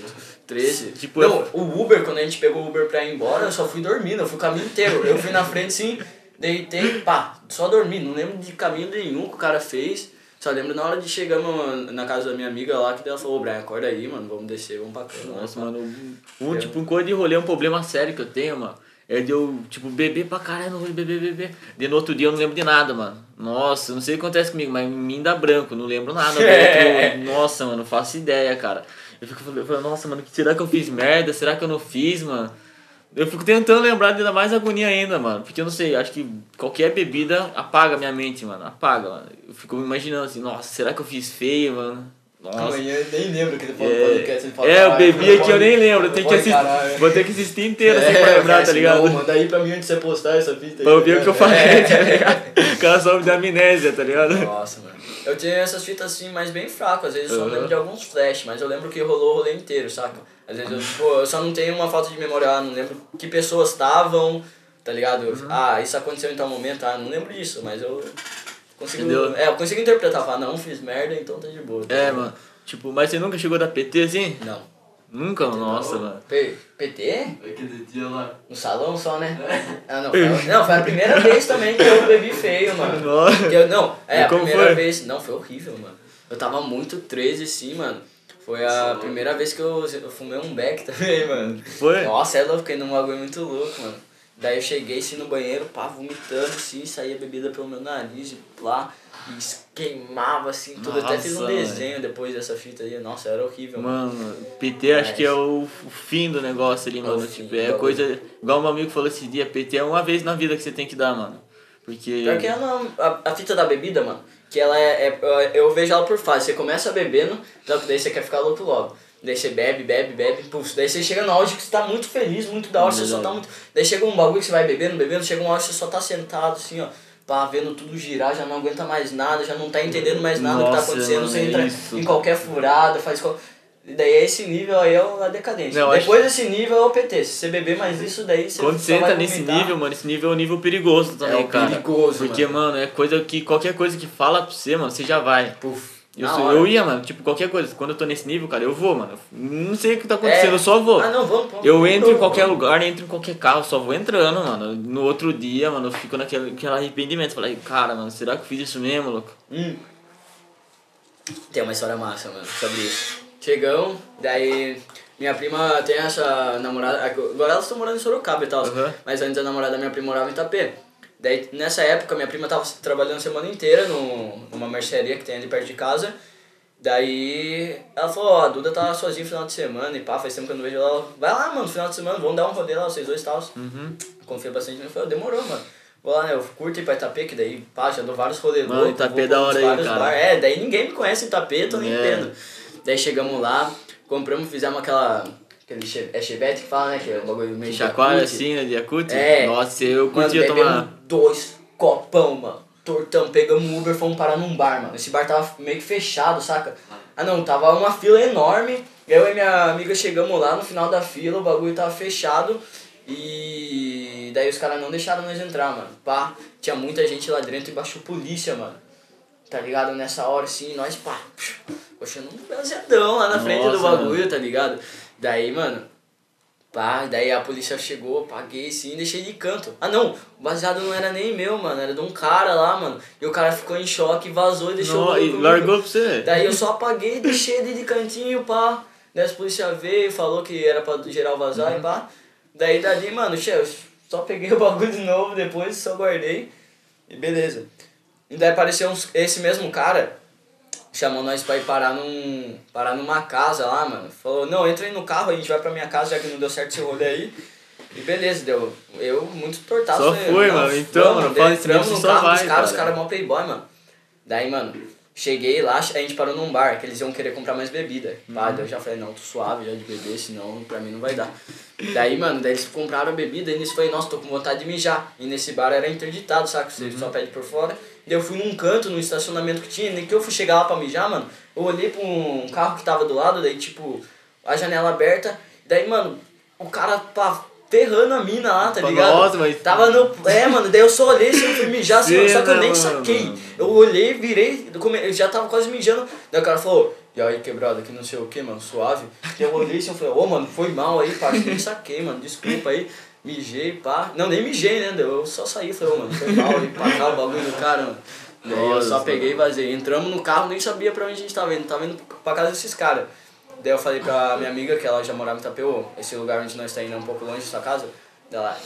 S1: 13.
S2: Tipo,
S1: não, o Uber, quando a gente pegou o Uber pra ir embora, eu só fui dormindo, eu fui o caminho inteiro. Eu fui na frente assim, deitei, pá, só dormi. Não lembro de caminho nenhum que o cara fez. Só lembro na hora de chegar mano, na casa da minha amiga lá, que daí ela falou, ô Brian, acorda aí, mano, vamos descer, vamos pra cama.
S2: Nossa, mano, um- um, tipo, um coisa de rolê é um problema sério que eu tenho, mano. É de eu, tipo, beber pra caralho, não vou beber, beber. De no outro dia eu não lembro de nada, mano. Nossa, não sei o que acontece comigo, mas em mim dá branco, não lembro nada. do
S1: É.
S2: outro. Nossa, mano, não faço ideia, cara. Eu fico falando, eu falo, nossa, mano, que- será que eu fiz merda? Será que eu não fiz, mano? Eu fico tentando lembrar de dar mais agonia ainda, mano. Porque eu não sei, acho que qualquer bebida apaga minha mente, mano. Apaga, mano. Eu fico imaginando assim, nossa, será que eu fiz feio, mano? Nossa.
S1: Amanhã eu nem lembro que ele falou no podcast.
S2: É,
S1: Ele falou,
S2: é, eu
S1: "Caralho,
S2: bebi aqui, eu nem
S1: pode-
S2: lembro. Eu tenho
S1: pode,
S2: que assistir.
S1: caralho."
S2: Vou ter que assistir inteiro assim
S1: É,
S2: pra lembrar, tá
S1: assim,
S2: ligado?
S1: Não, manda aí pra mim antes de você postar essa fita aí.
S2: Pra ouvir o
S1: tá
S2: que eu
S1: ligado?
S2: falei,
S1: É.
S2: tá ligado? O cara soube da amnésia, tá ligado?
S1: Nossa, mano. Eu tinha essas fitas assim, mas bem fraco. Às vezes eu só
S2: Aham.
S1: lembro de alguns flash, mas eu lembro que rolou o rolê inteiro, saca? Às vezes eu, tipo, eu só não tenho uma falta de memória, ah, não lembro que pessoas estavam, tá ligado? Ah, isso aconteceu em tal momento, ah, não lembro disso, mas eu consigo.
S2: Entendeu?
S1: É, eu consigo interpretar, falar, não, fiz merda, então tá de boa. tá
S2: É,
S1: ligado?
S2: mano. Tipo, mas você nunca chegou da PT assim?
S1: Não.
S2: Nunca? Nossa,
S3: não.
S2: mano.
S1: P- PT?
S3: Aquele dia lá.
S1: No salão só, né?
S2: É.
S1: Ah, não. foi- Não, foi a primeira vez também que eu bebi feio, mano.
S2: Nossa.
S1: Porque eu- não, é
S2: E
S1: a
S2: como
S1: primeira
S2: foi?
S1: vez. Não, foi horrível, mano. Eu tava muito 13 sim, mano. Foi a
S3: Nossa,
S1: primeira vez que eu, eu fumei um beck também, mano.
S2: Foi?
S1: Nossa, é louco, fiquei num bagulho muito louco, mano. Daí eu cheguei assim no banheiro, pá, vomitando assim, saía bebida pelo meu nariz e lá, e es- queimava assim tudo. Eu Até fiz um
S2: Nossa, velho.
S1: desenho depois dessa fita aí. Nossa, era horrível, mano.
S2: Mano, PT acho que é o o fim do negócio ali, mano.
S1: o
S2: Tipo,
S1: fim,
S2: é
S1: bagulho.
S2: coisa. Igual meu amigo falou esse dia, PT é uma vez na vida que você tem que dar, mano. Porque.
S1: Pior que ela, a, a fita da bebida, mano, que ela é, é- Eu vejo ela por fase. Você começa bebendo, só que daí você quer ficar louco logo. Daí você bebe, bebe, bebe, pulso. Daí você chega no auge que você tá muito feliz, muito da hora, você só tá
S2: Verdade.
S1: muito. Daí chega um bagulho que você vai bebendo, bebendo, chega uma hora que você só tá sentado assim, ó. Pá, vendo tudo girar, já não aguenta mais nada, já não tá entendendo mais nada que tá
S2: Nossa,
S1: acontecendo,
S2: mano,
S1: você
S2: é
S1: entra
S2: isso.
S1: em qualquer furada, faz qual... E Daí é esse nível aí é o- a decadência.
S2: Não, eu
S1: Depois desse nível é o PT. Se você beber mais isso, daí você
S2: Quando
S1: só
S2: você entra
S1: vai
S2: nesse
S1: vomitar.
S2: nível, mano, esse nível é um nível perigoso também,
S1: É,
S2: cara.
S1: perigoso,
S2: Porque,
S1: mano.
S2: mano. é coisa que qualquer coisa que fala pra você, mano, você já vai.
S1: Puf,
S2: Eu,
S1: na
S2: sou-
S1: hora.
S2: eu ia, mano, tipo, qualquer coisa. Quando eu tô nesse nível, cara, eu vou, mano. Eu Não sei o que tá acontecendo,
S1: É.
S2: eu só vou.
S1: Ah, não, vamos, vamos.
S2: Eu entro em
S1: Vamos,
S2: qualquer
S1: vamos.
S2: lugar, entro em qualquer carro, só vou entrando, mano. No outro dia, mano, eu fico naquele aquele arrependimento. Falei, cara, mano, será que eu fiz isso mesmo, louco?
S1: Hum. Tem uma história massa, mano, sobre isso. Chegamos, daí minha prima tem essa namorada. Agora elas estão morando em Sorocaba e tal.
S2: Aham.
S1: Mas antes a namorada da minha prima morava em Itapê. Daí nessa época minha prima tava trabalhando a semana inteira no, numa mercearia que tem ali perto de casa. Daí ela falou, ó, a Duda tá sozinha no final de semana e pá, faz tempo que eu não vejo ela. Ela, Vai lá, mano, no final de semana, vamos dar um rolê lá, vocês dois e tal. Confia bastante em mim. Eu falei, demorou, mano. Vou lá, né, eu curto ir pra Itapê, que daí, pá, já dou vários rolês
S2: Mano,
S1: loucos. vou
S2: Itapê é da
S1: pra uns
S2: hora aí,
S1: vários
S2: cara.
S1: bar- É, daí ninguém me conhece em Itapê, tô nem
S2: É.
S1: entendo. Daí chegamos lá, compramos, fizemos aquela... Aquele che- é chevette que fala, né, que é um bagulho meio
S2: Chacoalha
S1: jacuzzi.
S2: assim, né, de Yakut?
S1: É.
S2: Nossa, eu
S1: Mano, um
S2: curtia
S1: bebemos
S2: tomar.
S1: dois copão, mano. Tortão, pegamos um Uber, fomos parar num bar, mano. Esse bar tava meio que fechado, saca? Ah não, tava uma fila enorme. Eu e minha amiga chegamos lá no final da fila, o bagulho tava fechado. E daí os caras não deixaram nós entrar, mano. Pá, tinha muita gente lá dentro e baixou polícia, mano. Tá ligado? Nessa hora assim, nós, pá, coxando um bronzeadão lá na frente do
S2: Nossa,
S1: bagulho,
S2: mano.
S1: tá ligado? Daí, mano, Pá, daí a polícia chegou, paguei sim, deixei de canto. Ah não, o baseado não era nem meu, mano, era de um cara lá, mano. E o cara ficou em choque, vazou e deixou
S2: Não,
S1: o
S2: e
S1: maluco-
S2: largou pra você.
S1: Daí eu só apaguei e deixei ele de cantinho, pá. Daí a polícia veio, falou que era pra geral vazar
S2: Uhum.
S1: e pá. Daí dali, mano, che- eu só peguei o bagulho de novo depois, só guardei. E beleza. E daí apareceu uns, esse mesmo cara, chamou nós pra ir parar, num, parar numa casa lá, mano. Falou, não, entra aí no carro, a gente vai pra minha casa, já que não deu certo esse rolê aí. E beleza, deu. Eu muito tortado.
S2: Só
S1: falei,
S2: fui,
S1: não,
S2: mano. Então,
S1: não,
S2: mano,
S1: daí
S2: fala esse
S1: entramos
S2: negócio,
S1: no
S2: só
S1: carro
S2: vai,
S1: dos caras, os
S2: cara.
S1: caras mó playboy, mano. Daí, mano, cheguei lá, a gente parou num bar, que eles iam querer comprar mais bebida.
S2: Uhum.
S1: Pá, daí eu já falei, não, tô suave já de beber, senão pra mim não vai dar. Daí, mano, daí eles compraram a bebida e nisso eu falei, nossa, tô com vontade de mijar. E nesse bar era interditado, saca? Você
S2: Uhum.
S1: só pede por fora. Daí eu fui num canto, num estacionamento que tinha, nem que eu fui chegar lá pra mijar, mano. Eu olhei pra um carro que tava do lado, daí, tipo, a janela aberta. Daí, mano, o cara pá, ferrando a mina lá, tá
S2: Nossa,
S1: ligado?
S2: mas-
S1: Tava no. É, mano, daí eu só olhei assim, eu fui mijar, assim,
S2: Cena,
S1: só que eu nem
S2: mano.
S1: saquei. Eu olhei, virei, eu come- eu já tava quase mijando. Daí o cara falou, e aí, quebrado, que não sei o que, mano, suave. Daí eu olhei assim, eu falei, ô, mano, foi mal aí, parça, nem saquei, mano, desculpa aí. Mijei, pá. Não, nem mijei, né? daí Eu só saí, falei, ô, mano, foi mal aí, pá, tá, o bagulho do cara, mano. Daí eu só
S2: Nossa,
S1: peguei e vazei. Entramos no carro, nem sabia pra onde a gente tava indo. Tava indo pra casa desses caras. Daí eu falei pra minha amiga, que ela já morava em Itapeu, esse lugar onde nós tá indo é um pouco longe da sua casa. Daí Ela,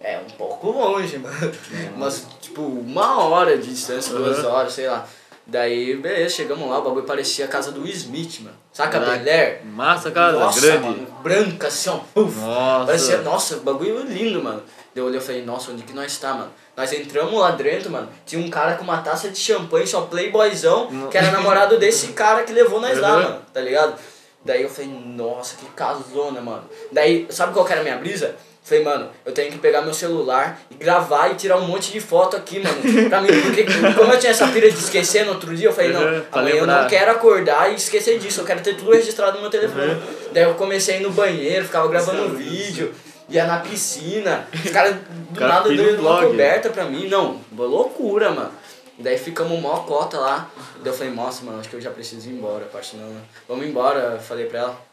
S1: é um pouco longe, mano.
S2: Uhum.
S1: Mas, tipo, uma hora de distância, duas
S2: Aham.
S1: horas, sei lá. Daí, beleza, chegamos lá, o bagulho parecia a casa do Smith, mano. Saca,
S2: Caraca.
S1: Bel Air?
S2: Massa, casa,
S1: Nossa,
S2: grande.
S1: mano, branca assim, ó. Uf.
S2: Nossa.
S1: Parecia, nossa, bagulho lindo, mano. Daí eu olhei e falei, nossa, onde que nós tá, mano? Nós entramos lá dentro, mano. Tinha um cara com uma taça de champanhe, só playboyzão, que era namorado desse cara que levou nós lá,
S2: Uhum.
S1: mano. Tá ligado? Daí eu falei, nossa, que casona, mano. Daí, sabe qual que era a minha brisa? Falei, mano, eu tenho que pegar meu celular e gravar e tirar um monte de foto aqui, mano. Pra mim, porque como eu tinha essa pira de esquecer no outro dia, eu falei, não,
S2: Uhum, pra
S1: amanhã eu
S2: lembrar.
S1: não quero quero acordar e esquecer disso, eu quero ter tudo registrado no meu telefone.
S2: Uhum.
S1: Daí eu comecei a ir no banheiro, ficava gravando um vídeo, ia na piscina, os caras do
S2: Cara,
S1: nada
S2: filho
S1: deu uma
S2: blog.
S1: coberta pra mim, não, uma loucura, mano. Daí ficamos mó cota lá, daí eu falei, nossa, mano, acho que eu já preciso ir embora, parte não, né? vamos embora, falei pra ela.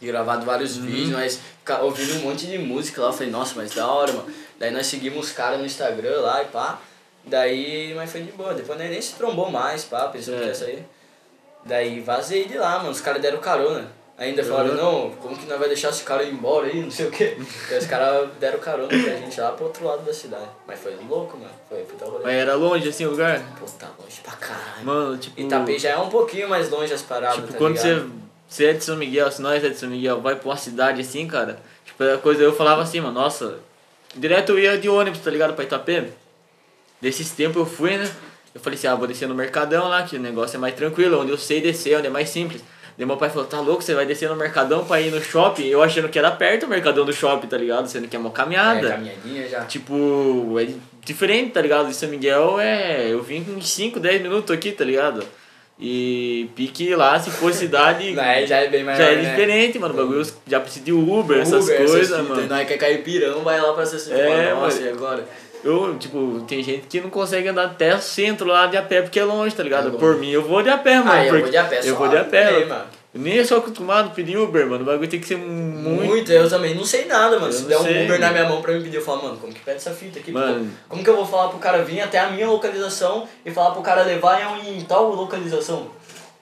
S1: E gravado vários
S2: Uhum.
S1: vídeos, nós fica- ouvindo um monte de música lá, eu falei, nossa, mas da hora, mano. Daí nós seguimos os caras no Instagram lá e pá. Daí, mas foi de boa, depois nós nem se trombou mais, pá, pensando que
S2: É.
S1: ia sair. Daí vazei de lá, mano. Os caras deram carona.
S2: Uhum.
S1: Ainda falaram, não, como que nós vai deixar esse cara ir embora aí, não sei o quê. Daí os caras deram carona pra gente lá pro outro lado da cidade. Mas foi um louco, mano. Foi puta rolê.
S2: Mas era longe assim o lugar?
S1: Pô, tá longe pra caralho.
S2: Mano, tipo.
S1: Itapê já é um pouquinho mais longe as paradas,
S2: Tipo,
S1: tá
S2: quando
S1: ligado?
S2: você, você é de São Miguel, se nós é de São Miguel, vai pra uma cidade assim, cara, tipo, a coisa eu falava assim, mano, nossa, direto eu ia de ônibus, tá ligado, pra Itapê. Desses tempos eu fui, né? Eu falei assim, ah, vou descer no Mercadão lá, que o negócio é mais tranquilo, onde eu sei descer, onde é mais simples. Daí meu pai falou, tá louco, você vai descer no Mercadão pra ir no shopping? Eu achando que era perto o Mercadão do shopping, tá ligado? Sendo que é uma
S1: É,
S2: caminhada.
S1: caminhadinha já.
S2: Tipo, é diferente, tá ligado? De São Miguel é. Eu vim em 5, 10 minutos aqui, tá ligado? E pique lá, se for cidade.
S1: Não, é, já é bem maior,
S2: já é
S1: né?
S2: diferente, mano. O bagulho já precisa de Uber, essas
S1: Uber,
S2: coisas,
S1: fitas,
S2: mano.
S1: Nós que é caipirão, vai lá pra ser
S2: É,
S1: nossa,
S2: mano.
S1: e agora?
S2: Eu, tipo, tem gente que não consegue andar até o centro lá de a pé porque é longe, tá ligado?
S1: É longe.
S2: Por mim, eu vou de a pé, mano.
S1: Ah, eu
S2: porque
S1: vou de a pé,
S2: Eu
S1: só
S2: vou de a pé,
S1: também,
S2: mano.
S1: mano.
S2: Eu Nem sou acostumado a pedir Uber, mano. O bagulho tem que ser muito.
S1: Muito. eu também não sei nada, mano.
S2: Eu
S1: Se
S2: não
S1: der um
S2: sei,
S1: Uber na
S2: mano.
S1: minha mão pra me pedir, eu falo, mano, como que pede essa fita aqui?
S2: Mano.
S1: Tipo, como que eu vou falar pro cara vir até a minha localização e falar pro cara levar em, em tal localização?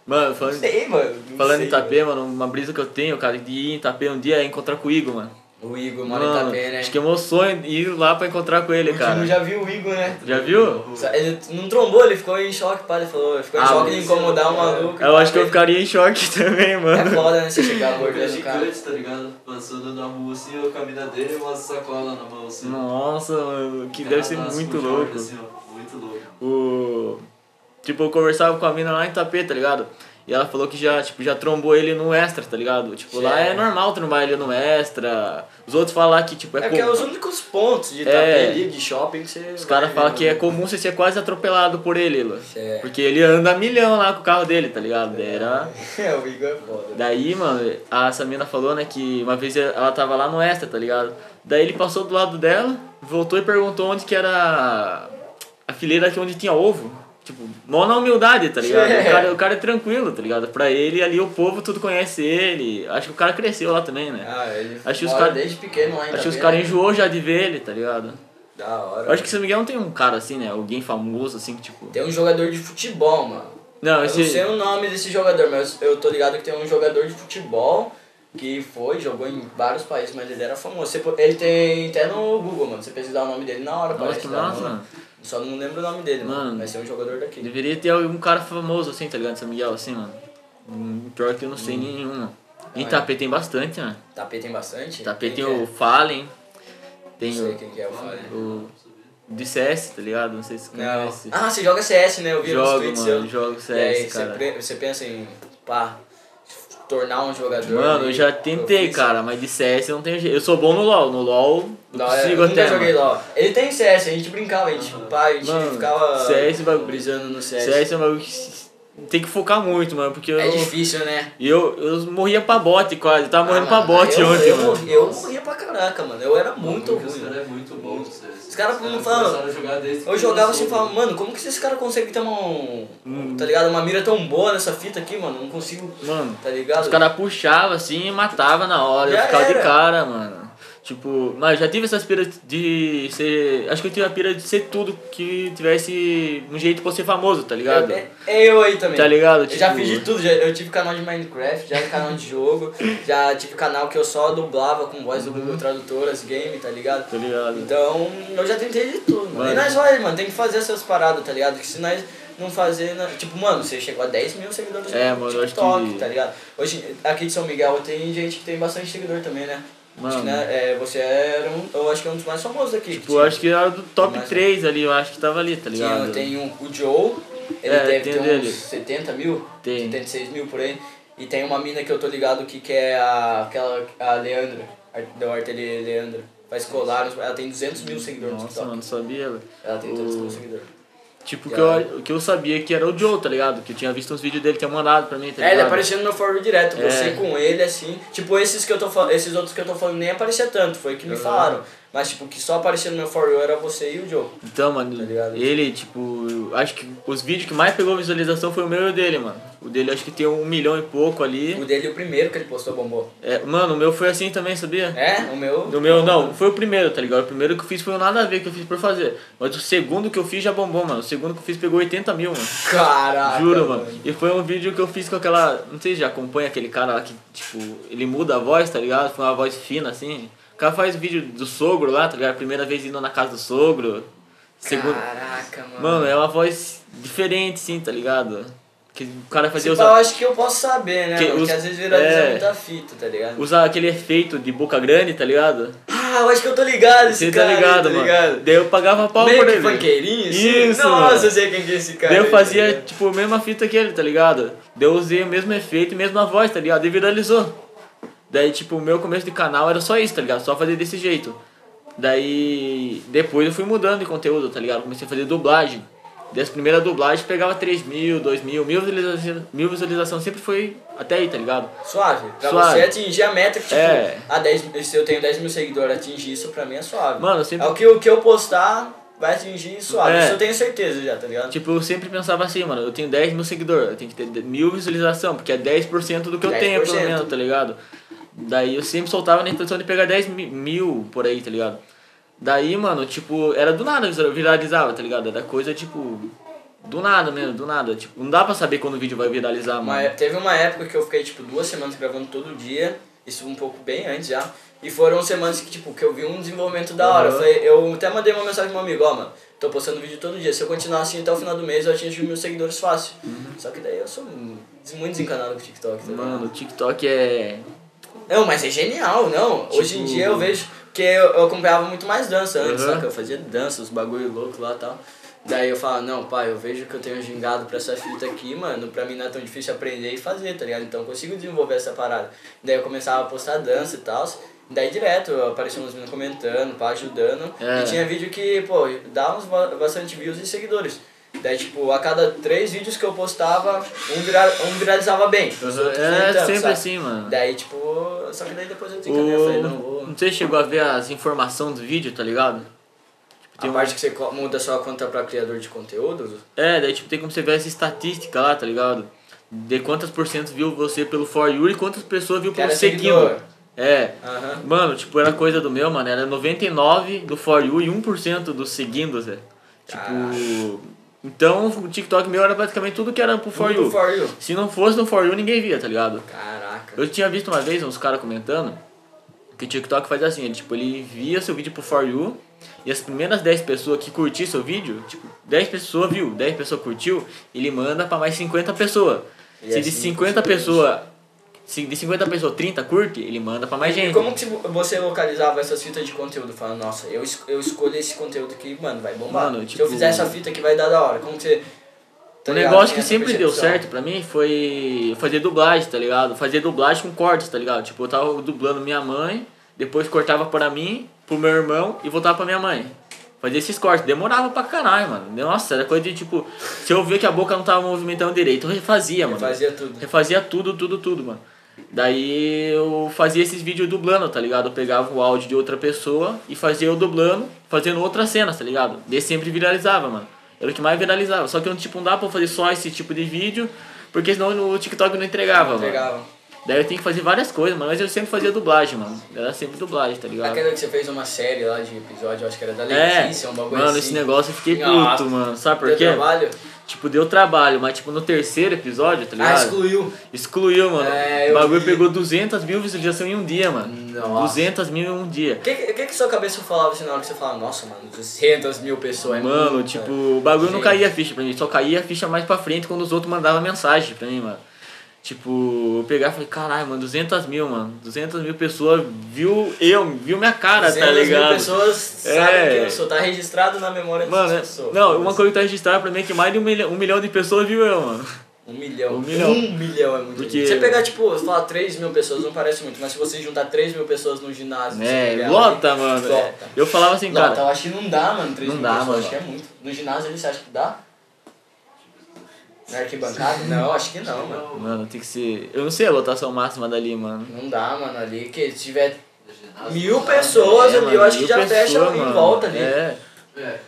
S2: Mano,
S1: Não
S2: falando,
S1: sei, mano. não
S2: falando
S1: sei,
S2: em Itapê, mano, uma brisa que eu tenho, cara, de ir em Itapê um dia é encontrar com o Igor, mano.
S1: mano. O Igor mora em
S2: Mano,
S1: Itapê, né?
S2: acho que é meu sonho ir lá pra encontrar com ele,
S1: o
S2: cara.
S1: Timo já viu o Igor, né?
S2: Já viu?
S1: Ele não trombou, ele ficou em choque, pá, ele falou, ele ficou em
S2: Ah,
S1: choque de
S2: mas-
S1: incomodar o maluco.
S2: Eu acho que eu
S1: Ele-
S2: ficaria em choque também,
S1: É
S2: mano.
S1: foda, né? Você chegar
S3: O Uber é
S1: mordendo o cara.
S3: gigante, tá ligado? Passando na rua assim, eu caminho dele e uma sacola na mão assim.
S2: Nossa, mano, que
S3: Cara,
S2: deve ser
S3: nossa,
S2: muito
S3: com
S2: louco.
S3: Jordan, assim, ó, muito louco.
S2: O. Tipo, eu conversava com a mina lá em Itapê, tá ligado? E ela falou que já, tipo, já trombou ele no extra, tá ligado? Tipo, lá é
S1: Sério?
S2: normal trombar ele no extra. Os outros falam lá que, tipo, é,
S1: É porque é
S2: comum.
S1: os únicos pontos de
S2: É.
S1: Itapê ali, de shopping, que você. né?
S2: Os caras falam que é comum você ser quase atropelado por ele, Lula.
S1: Certo.
S2: Porque ele anda milhão lá com o carro dele, tá ligado? Era.
S1: É, o Igor é foda.
S2: Daí, mano, a Samina falou, né, que uma vez ela tava lá no extra, tá ligado? Daí ele passou do lado dela, voltou e perguntou onde que era a fileira que onde tinha ovo. Tipo, mó na humildade, tá ligado? O cara, o cara é tranquilo, tá ligado? Pra ele ali o povo tudo conhece ele. Acho que o cara cresceu lá também, né?
S1: Ah, ele
S2: Achei os
S1: mora
S2: cara-
S1: desde pequeno lá em
S2: Acho que os
S1: Itapê,
S2: caras
S1: né?
S2: enjoou já de ver ele, tá ligado?
S1: Da hora.
S2: Eu acho que São Miguel não tem um cara assim, né? Alguém famoso assim que tipo.
S1: Tem um jogador de futebol, mano.
S2: Não,
S1: Eu não sei
S2: esse.
S1: o nome desse jogador, mas eu tô ligado que tem um jogador de futebol que foi, jogou em vários países, mas ele era famoso. Você po- Ele tem até no Google, mano. Você pesquisar o nome dele na hora,
S2: Nossa,
S1: parece.
S2: que
S1: tá?
S2: massa,
S1: Não-
S2: mano.
S1: Só não lembro o nome dele, mano.
S2: Mano.
S1: Mas é um jogador daqui.
S2: Deveria ter algum cara famoso assim, tá ligado? São Miguel, assim, mano. Hum, Pior que eu não sei nenhum, não.
S1: Ah, é.
S2: Em Itapê tem bastante, né?
S1: Itapê tem bastante?
S2: Itapê
S1: Quem
S2: tem
S1: que é?
S2: o Fallen. Tem
S1: Não sei
S2: o-
S1: quem que é o Fallen.
S2: O de CS, tá ligado? Não sei se você
S1: Não.
S2: conhece.
S1: Ah, você joga CS, né? Eu vi nos
S2: Jogo,
S1: tweets
S2: mano,
S1: seu.
S2: jogo
S1: E aí,
S2: CS,
S1: você
S2: cara.
S1: pre- Você pensa em, pá, tornar um jogador...
S2: Mano, eu
S1: ali,
S2: já tentei,
S1: profissa?
S2: cara, mas de CS eu não tenho jeito. Eu sou bom no LoL, no LoL eu
S1: Da hora,
S2: consigo
S1: eu nunca
S2: até.
S1: joguei
S2: mano.
S1: LOL. Ele tem CS, a gente brincava, a gente,
S3: Aham.
S1: pá, a gente
S2: Mano,
S1: ficava
S2: CS bagulho.
S1: brisando no CS.
S2: CS é um bagulho que se- tem que focar muito, mano, porque eu.
S1: É difícil, né?
S2: E eu, eu morria pra bot quase, eu tava morrendo
S1: Ah,
S2: pra
S1: mano,
S2: bot
S1: eu,
S2: ontem,
S1: eu,
S2: mano.
S1: morri- eu morria pra caraca, mano. Eu era muito
S3: Porque
S1: ruim.
S3: Os caras é muito bom, Os
S1: caras não falam-
S3: começaram a jogar desde que
S1: Eu jogava
S3: lançou,
S1: assim e falava, mano, como que esses caras conseguem ter uma, um- tá ligado? uma mira tão boa nessa fita aqui, mano? Não consigo,
S2: Hum. Mano,
S1: tá ligado?
S2: os caras puxavam assim e matava na hora, eu
S1: Já
S2: ficava
S1: era.
S2: de cara, mano. Tipo, mas eu já tive essas piras de ser. Acho que eu tive a pira de ser tudo que tivesse um jeito pra eu ser famoso, tá ligado?
S1: Eu- é, é eu aí também.
S2: Tá ligado?
S1: Eu já
S2: Tipo-
S1: fiz de tudo, já, eu tive canal de Minecraft, já tive canal de jogo, já tive canal que eu só dublava com voz do
S2: Uhum.
S1: Google Tradutoras, game, tá ligado?
S2: Tá ligado?
S1: Então, eu já tentei de tudo, mano.
S2: Mano.
S1: E nós olha, mano, tem que fazer essas paradas, tá ligado? Que se nós não fazer. nós- Tipo, mano, você chegou a 10 mil seguidores
S2: É,
S1: no
S2: mano, eu acho
S1: TikTok,
S2: que-
S1: tá ligado? Hoje, aqui de São Miguel tem gente que tem bastante seguidor também, né? Acho que,
S2: Mano.
S1: né, é, você era um. Eu acho que é um dos mais famosos aqui.
S2: Tipo, eu acho que era do top
S1: Mas-
S2: 3 ali, eu acho que tava ali, tá
S1: tinha,
S2: ligado?
S1: tem um, o Joe, ele
S2: É,
S1: deve
S2: tem
S1: ter
S2: o
S1: uns
S2: dele.
S1: 70 mil,
S2: Tem.
S1: 76 mil por aí. E tem uma mina que eu tô ligado que, que é a, aquela, a Leandra, a- do Artelier Leandra. Faz colar, ela tem 200 mil seguidores no
S2: Nossa,
S1: TikTok.
S2: mano, não sabia, velho.
S1: Ela tem 200 mil
S2: O-
S1: seguidores.
S2: Tipo, o que eu, o que eu sabia que era o Joe, tá ligado? Que eu tinha visto uns vídeos dele que tinha mandado pra mim, tá
S1: É, ele
S2: ligado?
S1: aparecia no meu For Real direto,
S2: É.
S1: você com ele, assim. Tipo, esses que eu tô falando, esses outros que eu tô falando nem aparecia tanto, foi que me
S2: Uhum.
S1: falaram. Mas, tipo, que só aparecia no meu For Real era você e o Joe.
S2: Então, mano,
S1: Tá ligado?
S2: ele, tipo, eu acho que os vídeos que mais pegou visualização foi o meu e o dele, mano. O dele acho que tem um milhão e pouco
S1: O
S2: ali.
S1: dele, o primeiro que ele postou bombou.
S2: É, mano, o meu foi assim também, sabia?
S1: É? O meu.
S2: O meu, né? não, foi o primeiro, tá ligado? O primeiro que eu fiz foi um nada a ver que eu fiz por fazer. Mas o segundo que eu fiz já bombou, mano. O segundo que eu fiz pegou 80 mil, mano.
S1: Caraca.
S2: Juro, mano. E foi um vídeo que eu fiz com aquela. Não sei se já acompanha aquele cara lá que, tipo, ele muda a voz, tá ligado? Foi uma voz fina assim. O cara faz vídeo do sogro lá, tá ligado? Primeira vez indo na casa do sogro. Segunda.
S1: Caraca, mano.
S2: Mano, é uma voz diferente, sim, tá ligado? Que o cara
S1: Se
S2: fazia
S1: pá, Tipo, eu
S2: usar,
S1: acho que eu posso saber, né?
S2: Que
S1: Porque
S2: os-
S1: às vezes viraliza
S2: é.
S1: muita fita, tá ligado?
S2: usar aquele efeito de boca grande, tá ligado?
S1: Ah, eu acho que eu tô ligado esse
S2: Você tá
S1: cara, aí,
S2: ligado,
S1: tá
S2: mano?
S1: ligado?
S2: Daí eu pagava pau
S1: Meio
S2: por
S1: que
S2: ele.
S1: funkeirinho, assim?
S2: Isso,
S1: Nossa,
S2: mano.
S1: eu sei quem que é esse cara.
S2: Daí eu
S1: aí, tá
S2: fazia,
S1: ligado?
S2: tipo, a mesma fita que ele, tá ligado? Daí eu usei o mesmo efeito e mesma voz, tá ligado? E viralizou. Daí, tipo, o meu começo de canal era só isso, tá ligado? Só fazer desse jeito. Daí, depois eu fui mudando de conteúdo, tá ligado? Comecei a fazer dublagem. Daí as primeiras dublagens pegava 3 mil, 2 mil, mil visualizações, mil visualizações, sempre foi até aí, tá ligado?
S1: Suave. Pra
S2: Suave.
S1: você atingir a meta que, tipo,
S2: É.
S1: a 10, se eu tenho 10 mil seguidores, atingir isso pra mim é suave.
S2: Mano, eu sempre-
S1: É o que, o que eu postar vai atingir suave.
S2: É.
S1: Isso eu tenho certeza já, tá ligado?
S2: Tipo, eu sempre pensava assim, mano, eu tenho 10 mil seguidores, eu tenho que ter de- mil visualização, porque é 10% do que eu tenho, pelo
S1: 10%.
S2: menos, tá ligado? Daí eu sempre soltava na intenção de pegar 10 mi- mil por aí, tá ligado? Daí, mano, tipo, era do nada, vira- viralizava, tá ligado? Era coisa, tipo, do nada mesmo, do nada. Tipo, não dá pra saber quando o vídeo vai viralizar, mano.
S1: Uma- teve uma época que eu fiquei, tipo, duas semanas gravando todo dia, isso um pouco bem antes já. E foram semanas que, tipo, que eu vi um desenvolvimento da hora. Eu,
S2: Aham.
S1: falei- eu até mandei uma mensagem pro meu amigo, ó, mano, tô postando vídeo todo dia. Se eu continuar assim até o final do mês, eu atingo meus seguidores fácil. Só que daí eu sou um muito desencanado com o TikTok, tá ligado?
S2: Mano, o TikTok é...
S1: Não, mas é genial, não. Hoje em dia eu vejo que eu, eu acompanhava muito mais dança antes,
S2: Tipo, Aham.
S1: saca? Eu fazia dança, os bagulho louco lá e tal. Daí eu falava, não, pai, eu vejo que eu tenho gingado pra essa fita aqui, mano. Pra mim não é tão difícil aprender e fazer, tá ligado? Então eu consigo desenvolver essa parada. Daí eu começava a postar dança e tal. Daí direto, apareciam uns meninos comentando, pá, ajudando.
S2: É.
S1: E tinha vídeo que, pô, dava uns ba- bastante views e seguidores. Daí, tipo, a cada três vídeos que eu postava, um, vira, um viralizava bem. Então, os outros nem
S2: É
S1: tanto,
S2: sempre
S1: saca?
S2: assim, mano.
S1: Daí, tipo, só que daí depois eu desencanei, eu falei, assim, não
S2: O...
S1: vou.
S2: Não sei se chegou a ver as informações do vídeo, tá ligado? Tipo,
S1: A parte que você co- muda sua conta pra criador de conteúdo,
S2: É, daí tipo, tem como você ver essa estatística lá, tá ligado? De quantas por cento viu você pelo For You e quantas pessoas viu
S1: Que era
S2: pelo Seguindo.
S1: seguidor.
S2: É.
S1: Aham.
S2: Mano, tipo, era coisa do meu, mano. Era 99 do For You e 1% do Seguindo, Zé. Tipo.
S1: Ah.
S2: Então o TikTok meu era praticamente tudo que era pro For
S1: Tudo
S2: You.
S1: For You.
S2: Se não fosse no For You, ninguém via, tá ligado?
S1: Caraca.
S2: Eu tinha visto uma vez uns caras comentando que o TikTok faz assim, ele, tipo, ele envia seu vídeo pro For You e as primeiras 10 pessoas que curtir seu vídeo, tipo, 10 pessoas viu, 10 pessoas curtiu, ele manda pra mais 50 pessoas.
S1: E
S2: Se
S1: assim,
S2: de 50 pessoas Se de 50 pessoas, 30 curte, ele manda pra mais
S1: e
S2: gente.
S1: como que você localizava essas fitas de conteúdo? Falando, nossa, eu, es- eu escolho esse conteúdo que, mano, vai bombar.
S2: Mano,
S1: Se eu
S2: tipo-
S1: fizer essa fita aqui, vai dar da hora. Como que você... tá
S2: O
S1: ligado?
S2: Um negócio
S1: Tem
S2: que
S1: essa
S2: sempre deu
S1: percepção.
S2: certo pra mim foi fazer dublagem, tá ligado? Fazer dublagem com cortes, tá ligado? Tipo, eu tava dublando minha mãe, depois cortava pra mim, pro meu irmão e voltava pra minha mãe. Fazia esses cortes, demorava pra caralho, mano. Nossa, era coisa de tipo, se eu via que a boca não tava movimentando direito, eu refazia,
S1: Eu
S2: mano.
S1: fazia tudo.
S2: Refazia tudo, tudo, tudo, mano. Daí eu fazia esses vídeos dublando, tá ligado? Eu pegava o áudio de outra pessoa e fazia eu dublando, fazendo outras cenas, tá ligado? Daí sempre viralizava, mano. Era o que mais viralizava. Só que eu, tipo, não dá pra eu fazer só esse tipo de vídeo, porque senão no TikTok não entregava, mano.
S1: Pegava.
S2: Daí eu tinha que fazer várias coisas, mano. Mas eu sempre fazia dublagem, mano. Era sempre dublagem, tá ligado?
S1: Aquela que você fez uma série lá de episódio, acho que era da
S2: É,
S1: Letícia, um bagulho
S2: mano,
S1: assim.
S2: esse negócio eu fiquei
S1: Nossa.
S2: puto, mano. Sabe por
S1: Deu
S2: quê?
S1: trabalho?
S2: Tipo, deu trabalho, mas tipo, no terceiro episódio, tá
S1: Ah,
S2: ligado?
S1: excluiu.
S2: Excluiu, mano.
S1: É, eu
S2: o bagulho
S1: vi.
S2: pegou 200 mil visualizações em um dia, mano.
S1: Nossa.
S2: 200 mil em um dia.
S1: O que, que que sua cabeça falava assim na hora que você falava, nossa, mano, 200 mil pessoas. é
S2: Mano,
S1: muita."
S2: tipo, o bagulho não
S1: Gente.
S2: caía a ficha pra mim. Só caía a ficha mais pra frente quando os outros mandavam mensagem pra mim, mano. Tipo, eu pegava e falei, caralho, mano, 200 mil, mano. 200 mil pessoas viu eu, viu minha cara, tá
S1: 200 mil
S2: ligado?
S1: pessoas
S2: É.
S1: sabem quem eu sou, tá registrado na memória
S2: Mano,
S1: dessas
S2: é-
S1: pessoas.
S2: não, uma coisa que tá registrada pra mim é que mais de um milhão, um milhão de pessoas viu eu, mano.
S1: Um milhão.
S2: Um milhão.
S1: Um milhão é muito.
S2: Porque-
S1: Porque... Você pegar, tipo, você falar 3 mil pessoas, não parece muito, mas se você juntar 3 mil pessoas no ginásio. você
S2: É,
S1: pegar
S2: lota,
S1: ali,
S2: mano.
S1: Lota.
S2: Eu falava assim,
S1: Lota,
S2: cara,
S1: eu acho que não tá. dá, mano, 3
S2: Não
S1: mil
S2: dá,
S1: pessoas,
S2: mano.
S1: acho que é muito. No ginásio ali, você acha que dá? Na arquibancada? Não, acho que não, mano.
S2: mano, tem que ser. Eu não sei a lotação máxima dali, mano.
S1: Não dá, mano, ali, que se tiver
S3: Ginásio,
S1: mil
S3: tá?
S1: pessoas ali, eu
S2: É, né, mano,
S1: acho que
S2: mil
S1: já
S2: pessoas,
S1: fecha em
S2: mano.
S1: volta ali.
S2: É.
S3: É.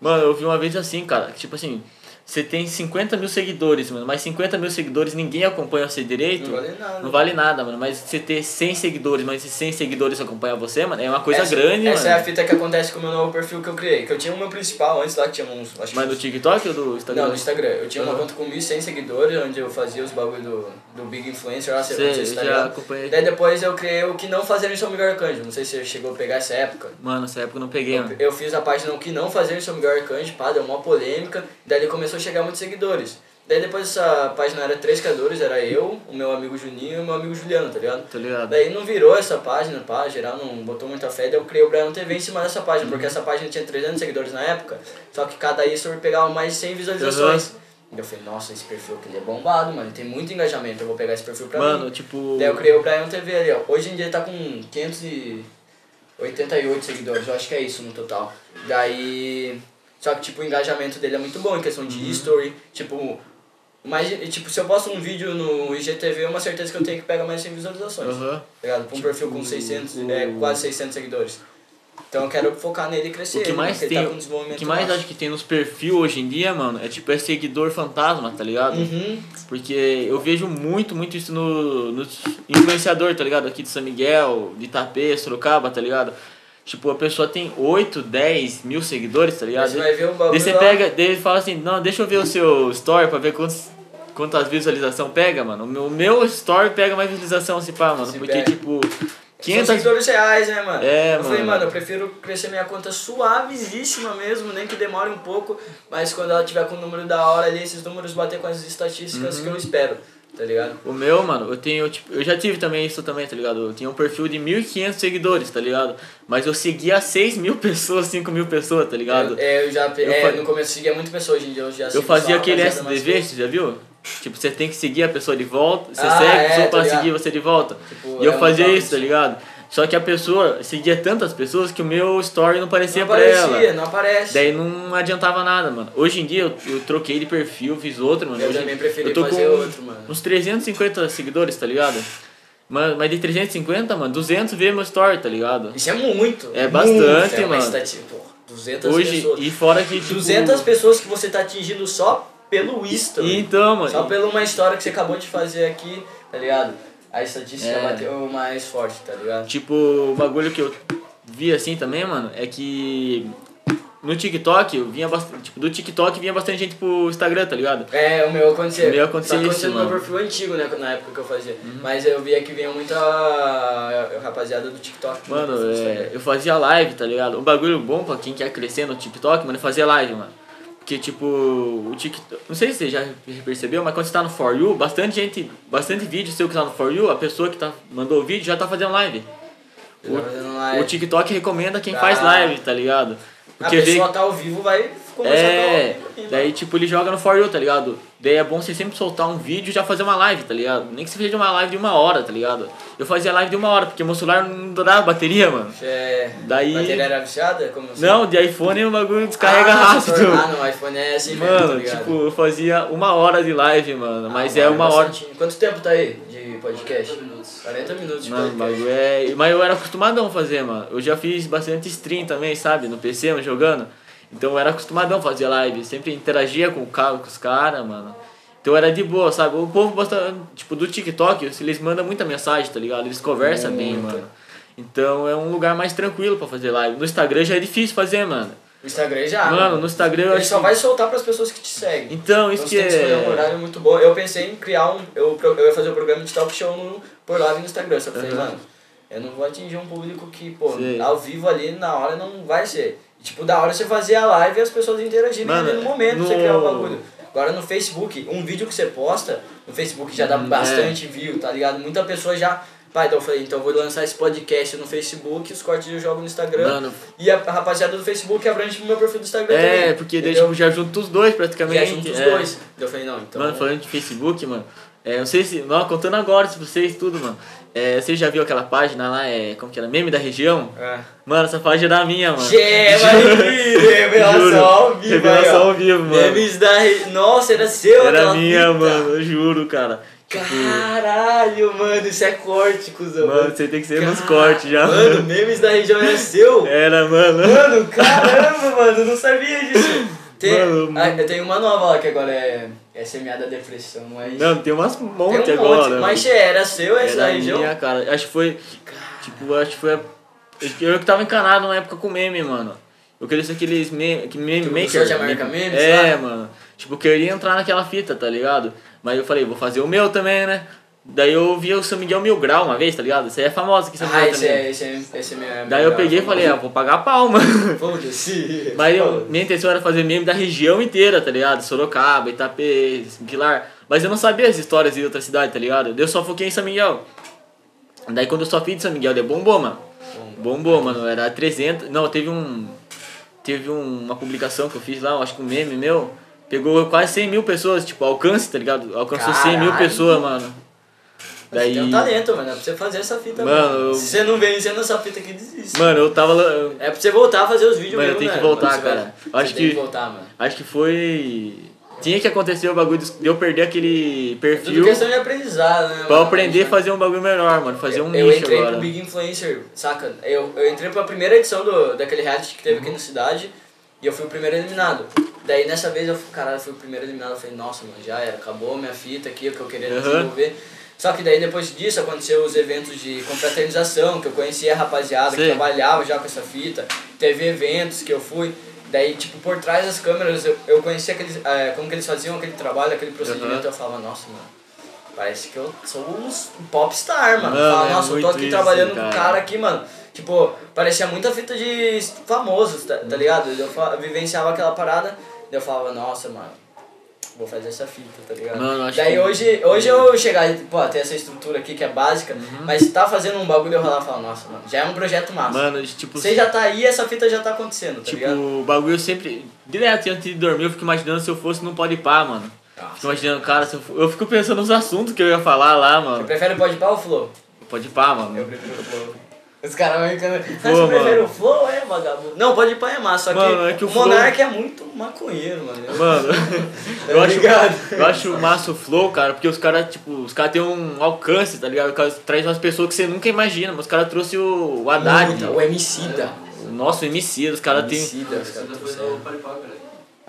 S2: Mano, eu vi uma vez assim, cara, que tipo assim, você tem 50 mil seguidores, mano, mas 50 mil seguidores ninguém acompanha você direito.
S1: Não vale nada.
S2: Não vale nada, mano. Mas você ter 100 seguidores, mas se 100 seguidores acompanham você, mano, é uma coisa
S1: Essa-
S2: grande,
S1: Essa é a
S2: mano.
S1: fita que acontece com o meu novo perfil que eu criei. Que eu tinha o meu principal antes lá, que tinha uns. Acho que
S2: Mas no
S1: uns-
S2: TikTok ou do tá Instagram?
S1: Não, no Instagram. Eu tinha uma
S2: Uhum.
S1: conta com 1.100 seguidores, onde eu fazia os bagulho do, do Big Influencer lá, você
S2: Sei,
S1: não sei se tá
S2: já
S1: ligado.
S2: acompanhei.
S1: Daí depois eu criei o Que Não Fazer em São Miguel Arcanjo. Não sei se você chegou a pegar essa época.
S2: Mano, nessa época eu não peguei, mano.
S1: Eu fiz a página O Que Não Fazer em São Miguel Arcanjo, pá, deu uma polêmica. Daí ele começou a chegar muitos seguidores. Daí depois essa página era três criadores, era eu, o meu amigo Juninho e o meu amigo Juliano, tá ligado?
S2: Tá ligado?
S1: Daí não virou essa página, pá, geral não botou muita fé, daí eu criei o Brian TV em cima dessa página, porque essa página tinha 300 seguidores na época, só que cada isso eu pegava mais de 100 visualizações. E eu falei, nossa, esse perfil aqui ele é bombado, mano, tem muito engajamento, eu vou pegar esse perfil pra
S2: Mano,
S1: mim.
S2: tipo.
S1: Daí eu criei o Brian TV ali, ó. Hoje em dia ele tá com 588 seguidores, eu acho que é isso no total. Daí. Só que, tipo, o engajamento dele é muito bom em questão de history, tipo. Mas, tipo, se eu posto um vídeo no IGTV, é uma certeza que eu tenho que pegar mais de 100 visualizações
S2: Aham.
S1: tá ligado?
S2: Tipo,
S1: Pra um perfil com 600, é, quase 600 seguidores. Então eu quero focar nele e crescer.
S2: O que
S1: ele,
S2: mais
S1: porque ele
S2: tem,
S1: tá com um
S2: o
S1: desenvolvimento
S2: que mais
S1: massa.
S2: acho que tem nos perfis hoje em dia, mano, é tipo, é seguidor fantasma, tá ligado?
S1: Uhum.
S2: Porque eu vejo muito, muito isso no, no influenciador, tá ligado? Aqui de São Miguel, de Itapê, Sorocaba, tá ligado? Tipo, a pessoa tem 8, 10 mil seguidores, tá ligado?
S1: Você vai ver o
S2: Daí
S1: bagulho
S2: você
S1: lá.
S2: pega, daí ele fala assim, não, deixa eu ver o seu story pra ver quantos, quantas visualizações pega, mano. O meu, o meu story pega mais visualização, se pá, mano.
S1: Se
S2: Porque,
S1: pega.
S2: tipo,
S1: São
S2: 500...
S1: seguidores reais, né, mano?
S2: É,
S1: eu falei,
S2: mano.
S1: mano, eu prefiro crescer minha conta suavezíssima mesmo, nem que demore um pouco, mas quando ela tiver com o número da hora ali, esses números bater com as estatísticas que eu
S2: Uhum.
S1: espero, tá ligado?
S2: O meu, mano, eu tenho, tipo, eu já tive também isso também, tá ligado? Eu tinha um perfil de 1.500 seguidores, tá ligado? Mas eu seguia 6 mil pessoas, 5 mil pessoas, tá ligado?
S1: É, eu já. é,
S2: fa-
S1: no começo eu seguia muito pessoa, hoje em dia eu já
S2: Eu
S1: sigo
S2: fazia
S1: só,
S2: aquele
S1: rapaziada, mas-
S2: SDV, você já viu? Tipo, você tem que seguir a pessoa de volta, você
S1: Ah,
S2: segue a
S1: é,
S2: pessoa
S1: tô
S2: pra
S1: ligado.
S2: seguir você de volta.
S1: Tipo,
S2: e
S1: é
S2: eu
S1: um
S2: fazia
S1: tal
S2: isso, tá
S1: de-
S2: ligado? Só que a pessoa seguia tantas pessoas que o meu story não parecia
S1: Não
S2: pra
S1: aparecia,
S2: ela.
S1: não aparece.
S2: Daí não adiantava nada, mano. Hoje em dia eu, eu troquei de perfil, fiz outro, mano.
S1: Eu
S2: Hoje
S1: também preferi
S2: eu tô
S1: fazer
S2: com
S1: outro, mano.
S2: Uns 350 seguidores, tá ligado? Mas, mas de 350, mano, 200 vê meu story, tá ligado?
S1: Isso é muito.
S2: É bastante,
S1: é uma
S2: mano.
S1: estatística, pô, 200
S2: Hoje,
S1: pessoas.
S2: e fora que tipo,
S1: 200 pessoas que você tá atingindo só pelo Insta.
S2: E
S1: velho.
S2: então, mano.
S1: Só pela uma história que você acabou de fazer aqui, tá ligado? A estatística
S2: É.
S1: bateu mais forte, tá ligado?
S2: Tipo, o bagulho que eu vi assim também, mano, é que no TikTok, eu vinha bastante, tipo, do TikTok vinha bastante gente pro Instagram, tá ligado?
S1: É, o meu aconteceu.
S2: O meu aconteceu
S1: Só
S2: isso,
S1: aconteceu no meu
S2: mano. Uhum.
S1: perfil antigo, né, na época que eu fazia. Mas eu via que vinha muita ah, rapaziada do TikTok. tipo,
S2: Mano,
S1: do Instagram.
S2: é, eu fazia é live, tá ligado? Um bagulho bom pra quem quer crescer no TikTok, mano, é fazer live, mano. Que tipo, o TikTok. Não sei se você já percebeu, mas quando você tá no For You, bastante gente. Bastante vídeo seu que tá no For You, a pessoa que tá, mandou o vídeo já tá fazendo live.
S1: Ele tá fazendo
S4: Ah,
S1: live.
S2: O TikTok recomenda quem
S1: Tá.
S2: faz live, tá ligado?
S4: é. A
S2: vê-
S4: pessoa tá ao vivo, vai conversar
S2: é,
S4: com alguém,
S2: daí tipo ele joga no For You, tá ligado? Daí é bom você sempre soltar um vídeo e já fazer uma live, tá ligado? Nem que seja uma live de uma hora, tá ligado? Eu fazia live de uma hora, porque meu celular não durava bateria, mano.
S1: É,
S2: Daí-
S1: Bateria era viciada? Como assim?
S2: Não, de iPhone o bagulho descarrega
S1: Ah,
S2: rápido.
S1: sensor- Ah, não, iPhone é assim mesmo, tá
S2: Mano,
S1: ligado? Ah,
S2: tipo, eu fazia uma hora de live, mano. Mas é uma hora.
S1: bastante. Quanto tempo tá aí de podcast?
S3: 40 minutos.
S1: 40 minutos tipo, de
S2: Mano, o
S1: podcast.
S2: bagulho é. Mas eu era acostumadão a fazer, mano. Eu já fiz bastante stream também, sabe? No PC, mas jogando. Então eu era acostumadão a fazer live. Sempre interagia com, o cara, com os caras, mano. Então era de boa, sabe? O povo gosta, tipo, do TikTok, eles mandam muita mensagem, tá ligado? Eles conversam bem, mano. Então é um lugar mais tranquilo pra fazer live. No Instagram já é difícil fazer, mano.
S1: O Instagram já.
S2: Mano, no Instagram eu
S1: Ah, Ele
S2: acho
S1: só
S2: que-
S1: vai soltar pras pessoas que te seguem.
S2: Então, isso
S1: Então, você tem
S2: que
S1: que escolher um
S2: é.
S1: horário muito bom. Eu pensei em criar um. Eu, pro- eu ia fazer um programa de talk show no, por live no Instagram, só que eu falei,
S2: Aham.
S1: mano, eu não vou atingir um público que, pô,
S2: Sei.
S1: ao vivo ali na hora não vai ser. E, Tipo, da hora você fazer a live e as pessoas interagirem
S2: Mano,
S1: ali no momento
S2: no-
S1: você criar o bagulho. Agora no Facebook, um vídeo que você posta, no Facebook já dá
S2: Hum,
S1: bastante view, tá ligado? Muita pessoa já. Pai, então eu falei, então eu vou lançar esse podcast no Facebook, os cortes eu jogo no Instagram.
S2: Mano.
S1: E a rapaziada do Facebook abrange o meu perfil do Instagram também.
S2: É, porque daí
S1: entendeu?
S2: tipo, já junta os dois praticamente.
S1: Já junto os
S2: é.
S1: dois. Eu falei, não, então.
S2: Mano, falando de Facebook, mano. É, não sei se. Não, contando agora pra vocês tudo, mano. É, você já viu aquela página lá, é. Como que era? Meme da região?
S1: É.
S2: Mano, essa página era minha, mano.
S1: Gema revelação
S2: Juro.
S1: ao vivo,
S2: Revelação
S1: aí, ó.
S2: ao vivo, mano.
S1: Memes da. re- Nossa, era seu,
S2: Era
S1: aquela
S2: minha,
S1: fita.
S2: mano, eu juro, cara.
S1: Caralho, mano, isso é corte, cuzão.
S2: Tipo, Mano, você tem que ser nos
S1: Cara-
S2: cortes já.
S1: Mano, memes da região era seu?
S2: Era, mano.
S1: Mano, caramba, mano, eu não sabia disso. Tem,
S2: Mano,
S1: ah, eu tenho uma nova lá que agora é, é semeada da depressão, mas.
S2: Não, tem umas
S1: tem um
S2: monte
S1: monte,
S2: agora. mano.
S1: mas era seu essa da
S2: Era
S1: região?
S2: É minha, cara. Acho que foi. Tipo, acho que foi. a- Eu que tava encanado na época com meme, mano. Eu queria ser aqueles meme, que meme
S1: Tipo,
S2: maker.
S1: Social America Memes,
S2: É,
S1: lá?
S2: mano. Tipo, eu queria entrar naquela fita, tá ligado? Mas eu falei, vou fazer o meu também, né? Daí eu vi o São Miguel Mil Grau uma vez, tá ligado? Isso aí é famoso aqui em São
S1: Ah,
S2: Miguel
S1: esse
S2: também.
S1: é, esse é, esse é meu.
S2: Daí eu peguei e falei, ah, vou pagar pau, mano.
S1: Foda-se.
S2: Mas eu, minha intenção era fazer meme da região inteira, tá ligado? Sorocaba, Itapê, Pilar. Mas eu não sabia as histórias de outra cidade, tá ligado? Daí Eu só foquei em São Miguel. Daí quando eu só fiz de São Miguel, daí bombou, mano. Bombou, mano. Era 300... Não, teve um... Teve um- uma publicação que eu fiz lá, eu acho que um meme meu. Pegou quase 100 mil pessoas, tipo, alcance, tá ligado? Alcançou 100 mil
S1: Caralho.
S2: pessoas, mano. Daí...
S1: Tem um talento, mano. É pra você fazer essa fita,
S2: Mano,
S1: mano.
S2: eu-
S1: Se você não vem sendo essa fita aqui, desiste.
S2: Mano, eu tava... lá-
S1: É pra você voltar a fazer os vídeos
S2: Mano, eu
S1: mesmo,
S2: tenho
S1: né?
S2: que voltar,
S1: Você vai-
S2: cara.
S1: Você
S2: Acho
S1: tem que
S2: que-
S1: voltar, mano.
S2: Acho que foi. Tinha que acontecer o bagulho de eu perder aquele
S1: Tudo
S2: perfil
S1: questão de aprendizado, né?
S2: pra eu
S1: mano?
S2: aprender a fazer um bagulho melhor, mano. Fazer um
S1: eu, eu
S2: nicho
S1: entrei
S2: agora.
S1: pro Big Influencer, saca? Eu, eu entrei pra primeira edição do, daquele reality que teve
S2: Uhum.
S1: aqui na cidade e eu fui o primeiro eliminado. Daí nessa vez eu fui, caralho, eu fui o primeiro eliminado. Eu falei, nossa, mano, já era, acabou minha fita aqui, o que eu queria
S2: Aham.
S1: desenvolver. Só que daí depois disso aconteceu os eventos de confraternização, que eu conhecia a rapaziada que
S2: Sei.
S1: trabalhava já com essa fita. Teve eventos que eu fui. Daí, tipo, por trás das câmeras eu, eu conhecia aqueles, eh, como que eles faziam aquele trabalho, aquele procedimento.
S2: Uhum.
S1: Eu falava, nossa, mano, Parece que eu sou um popstar, mano.
S2: Mano,
S1: Fala,
S2: é
S1: nossa, eu tô
S2: muito
S1: aqui
S2: isso,
S1: trabalhando com um
S2: cara.
S1: cara aqui, mano. Tipo, parecia muita fita de famosos, tá,
S2: Uhum.
S1: tá ligado? Eu fa- vivenciava aquela parada, daí eu falava, nossa, mano, vou fazer essa fita, tá ligado?
S2: Mano, eu Uhum. acho
S1: daí
S2: que-
S1: hoje, hoje eu chegar, e, pô, tem essa estrutura aqui que é básica,
S2: Uhum.
S1: mas tá fazendo um bagulho eu rolar e falar, nossa, mano, já é um projeto massa.
S2: Mano, tipo,
S1: Você já tá aí, essa fita já tá acontecendo, tá
S2: tipo,
S1: ligado?
S2: o bagulho eu sempre. Direto antes de dormir, eu fico imaginando se eu fosse não pode pá, mano.
S1: Tá,
S2: Fico imaginando, cara, se eu, for- eu fico pensando nos assuntos que eu ia falar lá,
S1: Eu
S2: mano.
S1: prefere o pode pau ou o flow?
S2: Pode pá,
S1: Eu
S2: mano.
S1: prefiro o Flow. Os caras vão encanando.
S2: Flow,
S1: Você prefere
S2: mano.
S1: o Flow, é, vagabundo? Não, pode ir pra é massa, só
S2: Mano,
S1: que,
S2: é que
S1: o
S2: o Flow-
S1: Monark é muito maconheiro, mano.
S2: Mano,
S1: Tá
S2: eu acho,
S1: ligado?
S2: eu acho massa o flow, cara, porque os caras, tipo, os caras têm um alcance, tá ligado? Os caras trazem umas pessoas que você nunca imagina, mas os caras trouxeram o, o Haddad, É,
S1: Muita, o MC da.
S2: o nosso MC, os caras têm.
S1: MC da, os
S3: Isso
S1: caras
S3: ainda
S1: tão
S3: foi
S1: certo.
S3: no Paripá, cara.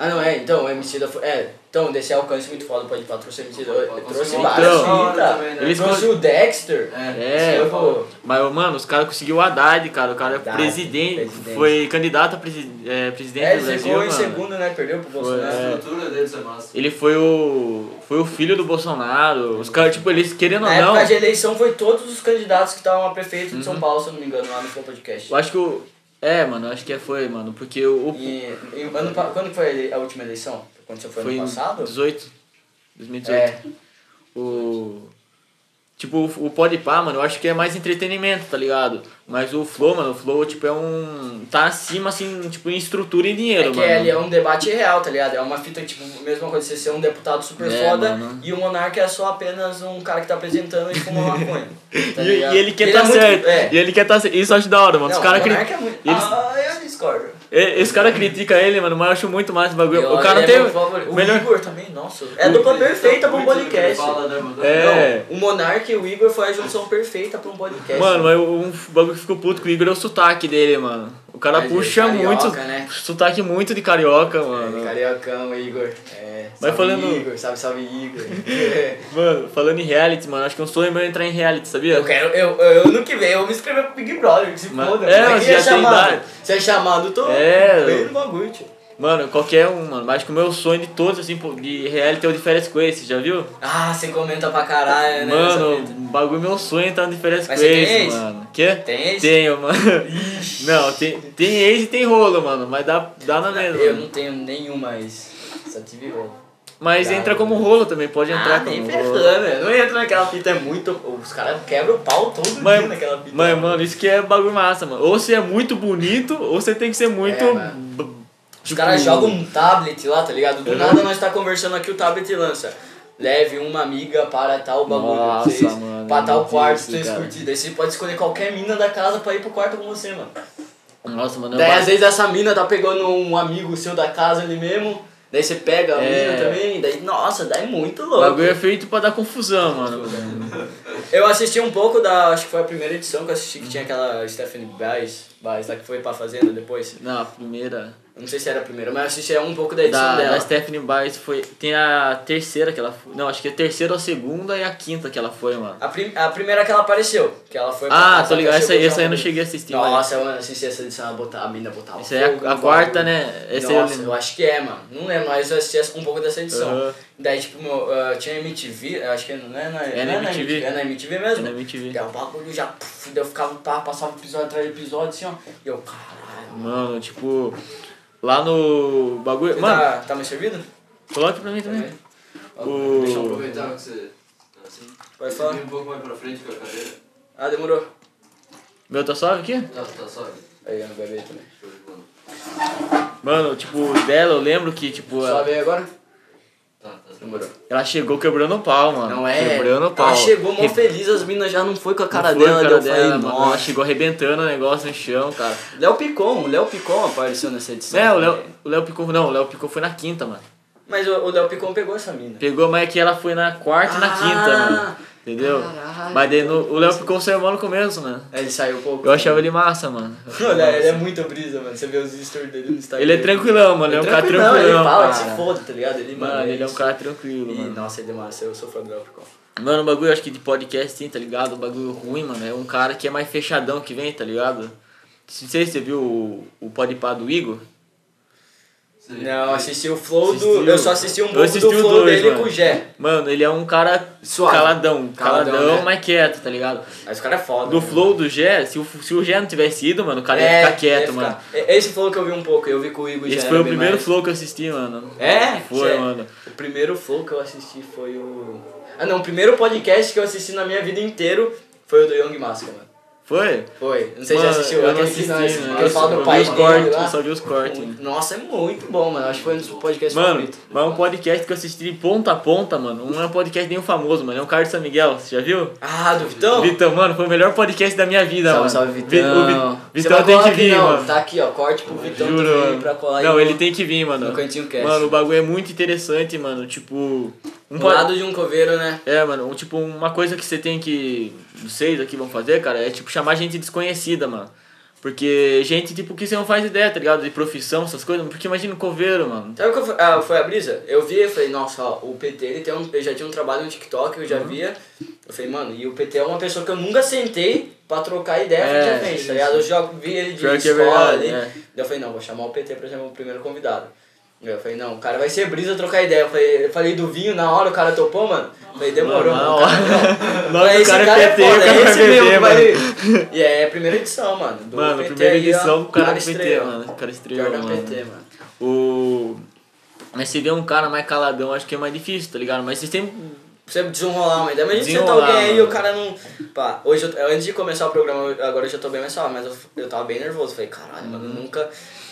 S1: Ah, não, é, então, o MC da foi. É, então, desse alcance muito foda, pode ir pra trouxe o MC da. eu- eu Trouxe
S3: Então,
S1: várias
S3: também, né?
S1: fitas.
S2: eles
S1: Trouxe o Dexter.
S2: É,
S1: eu vou-
S2: Mas, mano, os caras conseguiu o Haddad, cara. O cara é
S1: Haddad,
S2: presidente,
S1: presidente.
S2: foi candidato a presi é, presidente
S1: É,
S2: do
S1: ele
S2: Brasil,
S1: ficou em
S2: mano.
S1: segundo, né? Perdeu pro
S3: A
S1: Bolsonaro.
S3: estrutura deles é massa.
S2: Ele foi o foi o filho do Bolsonaro. Os caras, tipo, eles querendo ou
S1: Na época
S2: não... Uhum.
S1: de eleição foi todos os candidatos que estavam a prefeito de São Paulo, se eu não me engano, lá no seu podcast.
S2: Eu acho que o, É, mano, eu acho que é- foi, mano, porque o. o-
S1: E, e ano pa- quando foi a ele- a última eleição? Aconteceu foi,
S2: foi
S1: ano passado?
S2: em 18. 2018.
S1: É,
S2: O. Tipo, o o Podpah, mano, eu acho que é mais entretenimento, tá ligado? Mas o Flow, mano, o Flow, tipo, é um. Tá acima, assim, tipo, em estrutura e dinheiro,
S1: é que
S2: mano.
S1: ele é um debate real, tá ligado? É uma fita, tipo, a mesma coisa, você ser um deputado super
S2: É,
S1: foda
S2: mano.
S1: e o monarca é só apenas um cara que tá apresentando e fuma maconha. tá
S2: E-
S1: ligado?
S2: e, ele quer
S1: é
S2: tá
S1: muito-
S2: certo.
S1: é.
S2: E ele quer tá certo. Isso eu acho da hora, mano.
S1: Não,
S2: Os cara
S1: o
S2: cri-
S1: monarca é muito...
S2: eles-
S1: Ah, eu discordo.
S2: e- Esse cara critica ele, mano, mas eu acho muito mais o bagulho.
S1: Eu-
S2: o cara
S1: ele
S2: tem.
S1: É meu favorito. o
S2: melhor-
S1: Igor também, nossa. É a
S3: Então,
S1: dupla perfeita pra um podcast.
S3: Fala, né, mano?
S2: É.
S1: Não, o Monark e o Igor foi a junção perfeita pra um podcast.
S2: Mano, mas eu- um bagulho que ficou puto com o Igor é o sotaque dele, mano. O cara
S1: Mas ele é
S2: puxa
S1: carioca,
S2: muito.
S1: né?
S2: Sotaque muito de carioca, mano.
S1: É, Cariocão, Igor. É,
S2: Vai
S1: salve
S2: falando-
S1: Igor, salve, salve Igor.
S2: Mano, falando em reality, mano, acho que é um sonho meu entrar em reality, sabia?
S1: eu quero, eu, eu ano que vem eu vou me inscrever pro Big Brother, que se
S2: Mas-
S1: foda.
S2: é,
S1: mano.
S2: mas
S1: Quem
S2: já tem idade.
S1: chamado. Se é chamado, eu tô
S2: É.
S1: bem no bagulho, tio.
S2: Mano, qualquer um, mano. Mas acho que o meu sonho de todos, assim, pô, de reality é o de férias com esse, já viu?
S1: Ah, você comenta pra caralho, né?
S2: mano,
S1: essa fita.
S2: o bagulho meu sonho é entrar no de férias com
S1: Mas você tem
S2: esse,
S1: ex?
S2: mano. Quê?
S1: Tem ex?
S2: Tenho, mano. Não, tem, tem ex e tem rolo, mano. Mas dá, dá na mesma.
S1: Eu
S2: mano.
S1: não tenho nenhum mais. Só tive rolo.
S2: Mas
S1: Cara,
S2: entra como rolo também, pode entrar
S1: ah,
S2: como
S1: nem
S2: rolo.
S1: ferrando, velho. Não entra naquela fita, é muito. Os caras quebram o pau todo
S2: Mas,
S1: dia naquela fita.
S2: mas, mano, isso que é bagulho massa, mano. Ou você é muito bonito, ou você tem que ser muito.
S1: mano.
S2: b-
S1: Os
S2: tipo,
S1: caras jogam um tablet lá, tá ligado? Do
S2: Uhum.
S1: nada nós tá conversando aqui, o tablet lança. Leve uma amiga para tal bagulho
S2: Nossa,
S1: pra vocês,
S2: mano,
S1: pra
S2: eu
S1: tal
S2: vi
S1: quarto,
S2: isso,
S1: vocês
S2: cara.
S1: curtidas. Aí você pode escolher qualquer mina da casa pra ir pro quarto com você, mano.
S2: Nossa, mano, é um
S1: Daí
S2: bagulho-
S1: às vezes essa mina tá pegando um amigo seu da casa ali mesmo, daí você pega a
S2: É.
S1: mina também, daí, nossa, daí é muito
S2: O
S1: louco.
S2: bagulho é feito pra dar confusão, mano.
S1: Eu assisti um pouco da, acho que foi a primeira edição que eu assisti, que tinha aquela Stephanie Baez, Baez lá que foi pra Fazenda depois.
S2: Não, a primeira.
S1: Eu Não sei se era a primeira, mas eu assisti um pouco da edição
S2: Da,
S1: dela.
S2: da Stephanie Biles foi. Tem a terceira que ela foi. Não, acho que é a terceira ou a segunda e a quinta que ela foi, mano.
S1: A, prim- a primeira que ela apareceu, que ela foi pra
S2: Ah,
S1: casa,
S2: tô ligado.
S1: ela
S2: Essa aí,
S1: chegou
S2: essa aí eu
S1: já-
S2: não cheguei a assistir, mano.
S1: Nossa, mano, assim, se essa edição ela botar, a mina botava
S2: Essa aí é a-
S1: fogo
S2: a
S1: no
S2: quarta,
S1: bagulho.
S2: né? Essa aí eu
S1: Nossa, eu,
S2: lembro.
S1: acho que é, mano. Não lembro, mas eu assisti essa- um pouco dessa edição.
S2: Aham.
S1: Daí, tipo, meu, ah, tinha MTV, eu acho que não é na,
S2: É
S1: não
S2: na MTV.
S1: É na MTV mesmo.
S2: É na MTV.
S1: Daí o bagulho já, puf, daí eu ficava, pá, passava episódio atrás de episódio, assim, ó. E eu, caralho.
S2: Mano, tipo. Lá no bagulho. Mano,
S1: Tá, tá É. me servindo?
S2: coloca pra mim também. O-
S1: Deixa eu aproveitar.
S3: Aproveitar Então, que você. Assim.
S1: Vai falar.
S3: Vem um pouco mais pra frente com a cadeira.
S1: Ah, demorou.
S2: Meu tá suave aqui?
S3: Tá, tá suave.
S1: Aí, eu não bebei também.
S3: Show de bola.
S2: Mano, tipo, dela, eu lembro que, tipo,
S1: Só
S2: ela,
S1: veio agora?
S3: Tá, tá suave.
S1: Demorou.
S2: ela chegou quebrando o pau, mano.
S1: Não é?
S2: Tá Quebrando o pau.
S1: Ela chegou mó
S2: Re-
S1: feliz, as minas já não foi com a cara
S2: Foi a
S1: dela,
S2: cara
S1: daí eu falei,
S2: dela, mano. Ela
S1: nossa.
S2: chegou arrebentando o negócio no chão, cara.
S1: Léo Picon, o Léo Picon apareceu nessa edição. né?
S2: É, o
S1: também.
S2: Léo, o Léo Picou. Não, o Léo Picou foi na quinta, mano.
S1: Mas o, o Léo Picon pegou essa mina.
S2: Pegou, mas é que ela foi na quarta e na
S1: Ah,
S2: quinta, mano. Entendeu?
S1: caralho.
S2: Mas daí no- o Léo ficou seu irmão no começo, mano.
S1: Aí É, Ele saiu pouco.
S2: Eu achava ele massa, mano.
S1: Olha, ele é muito brisa, mano. Você vê os stories dele no Instagram.
S2: Ele é tranquilão, mano. Ele é um cara tranquilão.
S1: Ele fala, ele
S2: cara.
S1: se foda, tá ligado? Ele,
S2: Mano, ele é um
S1: isso.
S2: cara tranquilo,
S1: E,
S2: mano.
S1: nossa, ele é massa. Eu sou fã do Léo Picon.
S2: Mano, o bagulho, acho que de podcast, sim, tá ligado? O bagulho ruim, mano, é um cara que é mais fechadão que vem, tá ligado? Não sei se você viu o, o podpá do Igor.
S3: Sei.
S1: Não, assisti o Flow
S2: Assistiu.
S1: do... Eu só assisti um
S2: Eu
S1: pouco
S2: assisti
S1: do
S2: o
S1: Flow
S2: dois,
S1: dele
S2: mano.
S1: com o Jé.
S2: Mano, ele é um cara
S1: Suave.
S2: caladão,
S1: Caladão,
S2: caladão,
S1: né?
S2: mas quieto, tá ligado?
S1: Mas o cara é foda.
S2: Do
S1: né?
S2: flow do Gé, se o, se o Gé não tivesse ido, mano, o cara
S1: É,
S2: ia ficar quieto,
S1: ia ficar-
S2: mano.
S1: É, Esse Flow que eu vi um pouco. Eu vi com o Igor e
S2: Esse
S1: Jé,
S2: foi o
S1: bem
S2: primeiro
S1: mais-
S2: flow que eu assisti, mano.
S1: É?
S2: Foi,
S1: Sério?
S2: mano.
S1: O primeiro flow que eu assisti foi o. Ah não, o primeiro podcast que eu assisti na minha vida inteiro foi o do Young Master, mano.
S2: Foi?
S1: Foi. Não sei se já
S2: Mano,
S1: assistiu,
S2: eu não
S1: aquele
S2: assisti,
S1: que, não, esse-
S2: mano.
S1: que
S2: Eu
S1: ele fala
S2: só
S1: do
S2: vi
S1: pai
S2: os
S1: dele
S2: cortes,
S1: lá.
S2: eu só vi os cortes.
S1: Muito- Nossa, é muito bom, mano. Acho que foi um dos podcasts
S2: Mano,
S1: favoritos.
S2: mas é um podcast que eu assisti de ponta a ponta, mano. Não é um podcast nenhum famoso, mano. É um cara de São Miguel, você já viu?
S1: Ah, do Vitão?
S2: Vitão, mano, foi o melhor podcast da minha vida,
S1: Salve,
S2: mano.
S1: salve,
S2: Vi-
S1: Vitão.
S2: o Vi-
S1: Você
S2: Vitão
S1: vai
S2: tem
S1: colar
S2: que
S1: aqui,
S2: vir,
S1: não.
S2: mano.
S1: Tá aqui, ó. Corte pro Vitão
S2: Juro,
S1: também
S2: mano.
S1: pra colar aí
S2: não,
S1: no-
S2: ele tem que vir, mano.
S1: no Cantinho Cast.
S2: Mano, o bagulho é muito interessante, mano. Tipo, um
S1: Um
S2: pod-
S1: lado de um coveiro, né?
S2: É, mano, um, tipo, uma coisa que você tem que. Vocês aqui vão fazer, cara, é tipo chamar gente desconhecida, mano. Porque gente, tipo, que você não faz ideia, tá ligado? De profissão, essas coisas. Porque imagina o coveiro, mano.
S1: Sabe qual foi, ah, foi a brisa? Eu vi e falei, nossa, ó, o PT ele tem um, ele já tinha um trabalho no TikTok, eu
S2: Uhum.
S1: já via. Eu falei, mano, e o PT é uma pessoa que eu nunca sentei pra trocar ideia
S2: É,
S1: frente a frente, tá ligado? Eu já vi ele de
S2: Pior que é
S1: escola
S2: verdade,
S1: ali.
S2: é.
S1: Daí eu falei, não, vou chamar o PT pra ser o primeiro convidado. Eu falei, não, o cara vai ser brisa trocar ideia. Eu falei, eu falei do vinho, na hora o cara topou, mano. Eu falei, demorou,
S2: Na
S1: mano. o
S2: hora.
S1: cara não.
S2: Logo
S1: Falei,
S2: o cara é PT,
S1: foda,
S2: o cara vai
S1: esse mesmo
S2: beber,
S1: que vai-
S2: mano.
S1: E é a primeira edição, mano. Do
S2: Mano,
S1: PT
S2: primeira
S1: aí, ó,
S2: edição o cara do PT,
S1: estreou. é
S2: mano. O cara estreou,
S1: Jordan
S2: mano.
S1: PT, mano.
S2: O... Mas se vê um cara mais caladão, acho que é mais difícil, tá ligado? Mas vocês têm...
S1: Você desenrolar uma ideia. Imagina você tá
S2: Desenrolar,
S1: alguém aí e
S2: mano.
S1: o cara não. Pá, hoje eu, antes de começar o programa, eu- agora eu já tô bem mais suave, mas eu, eu tava bem nervoso. Falei, caralho, mano, eu nunca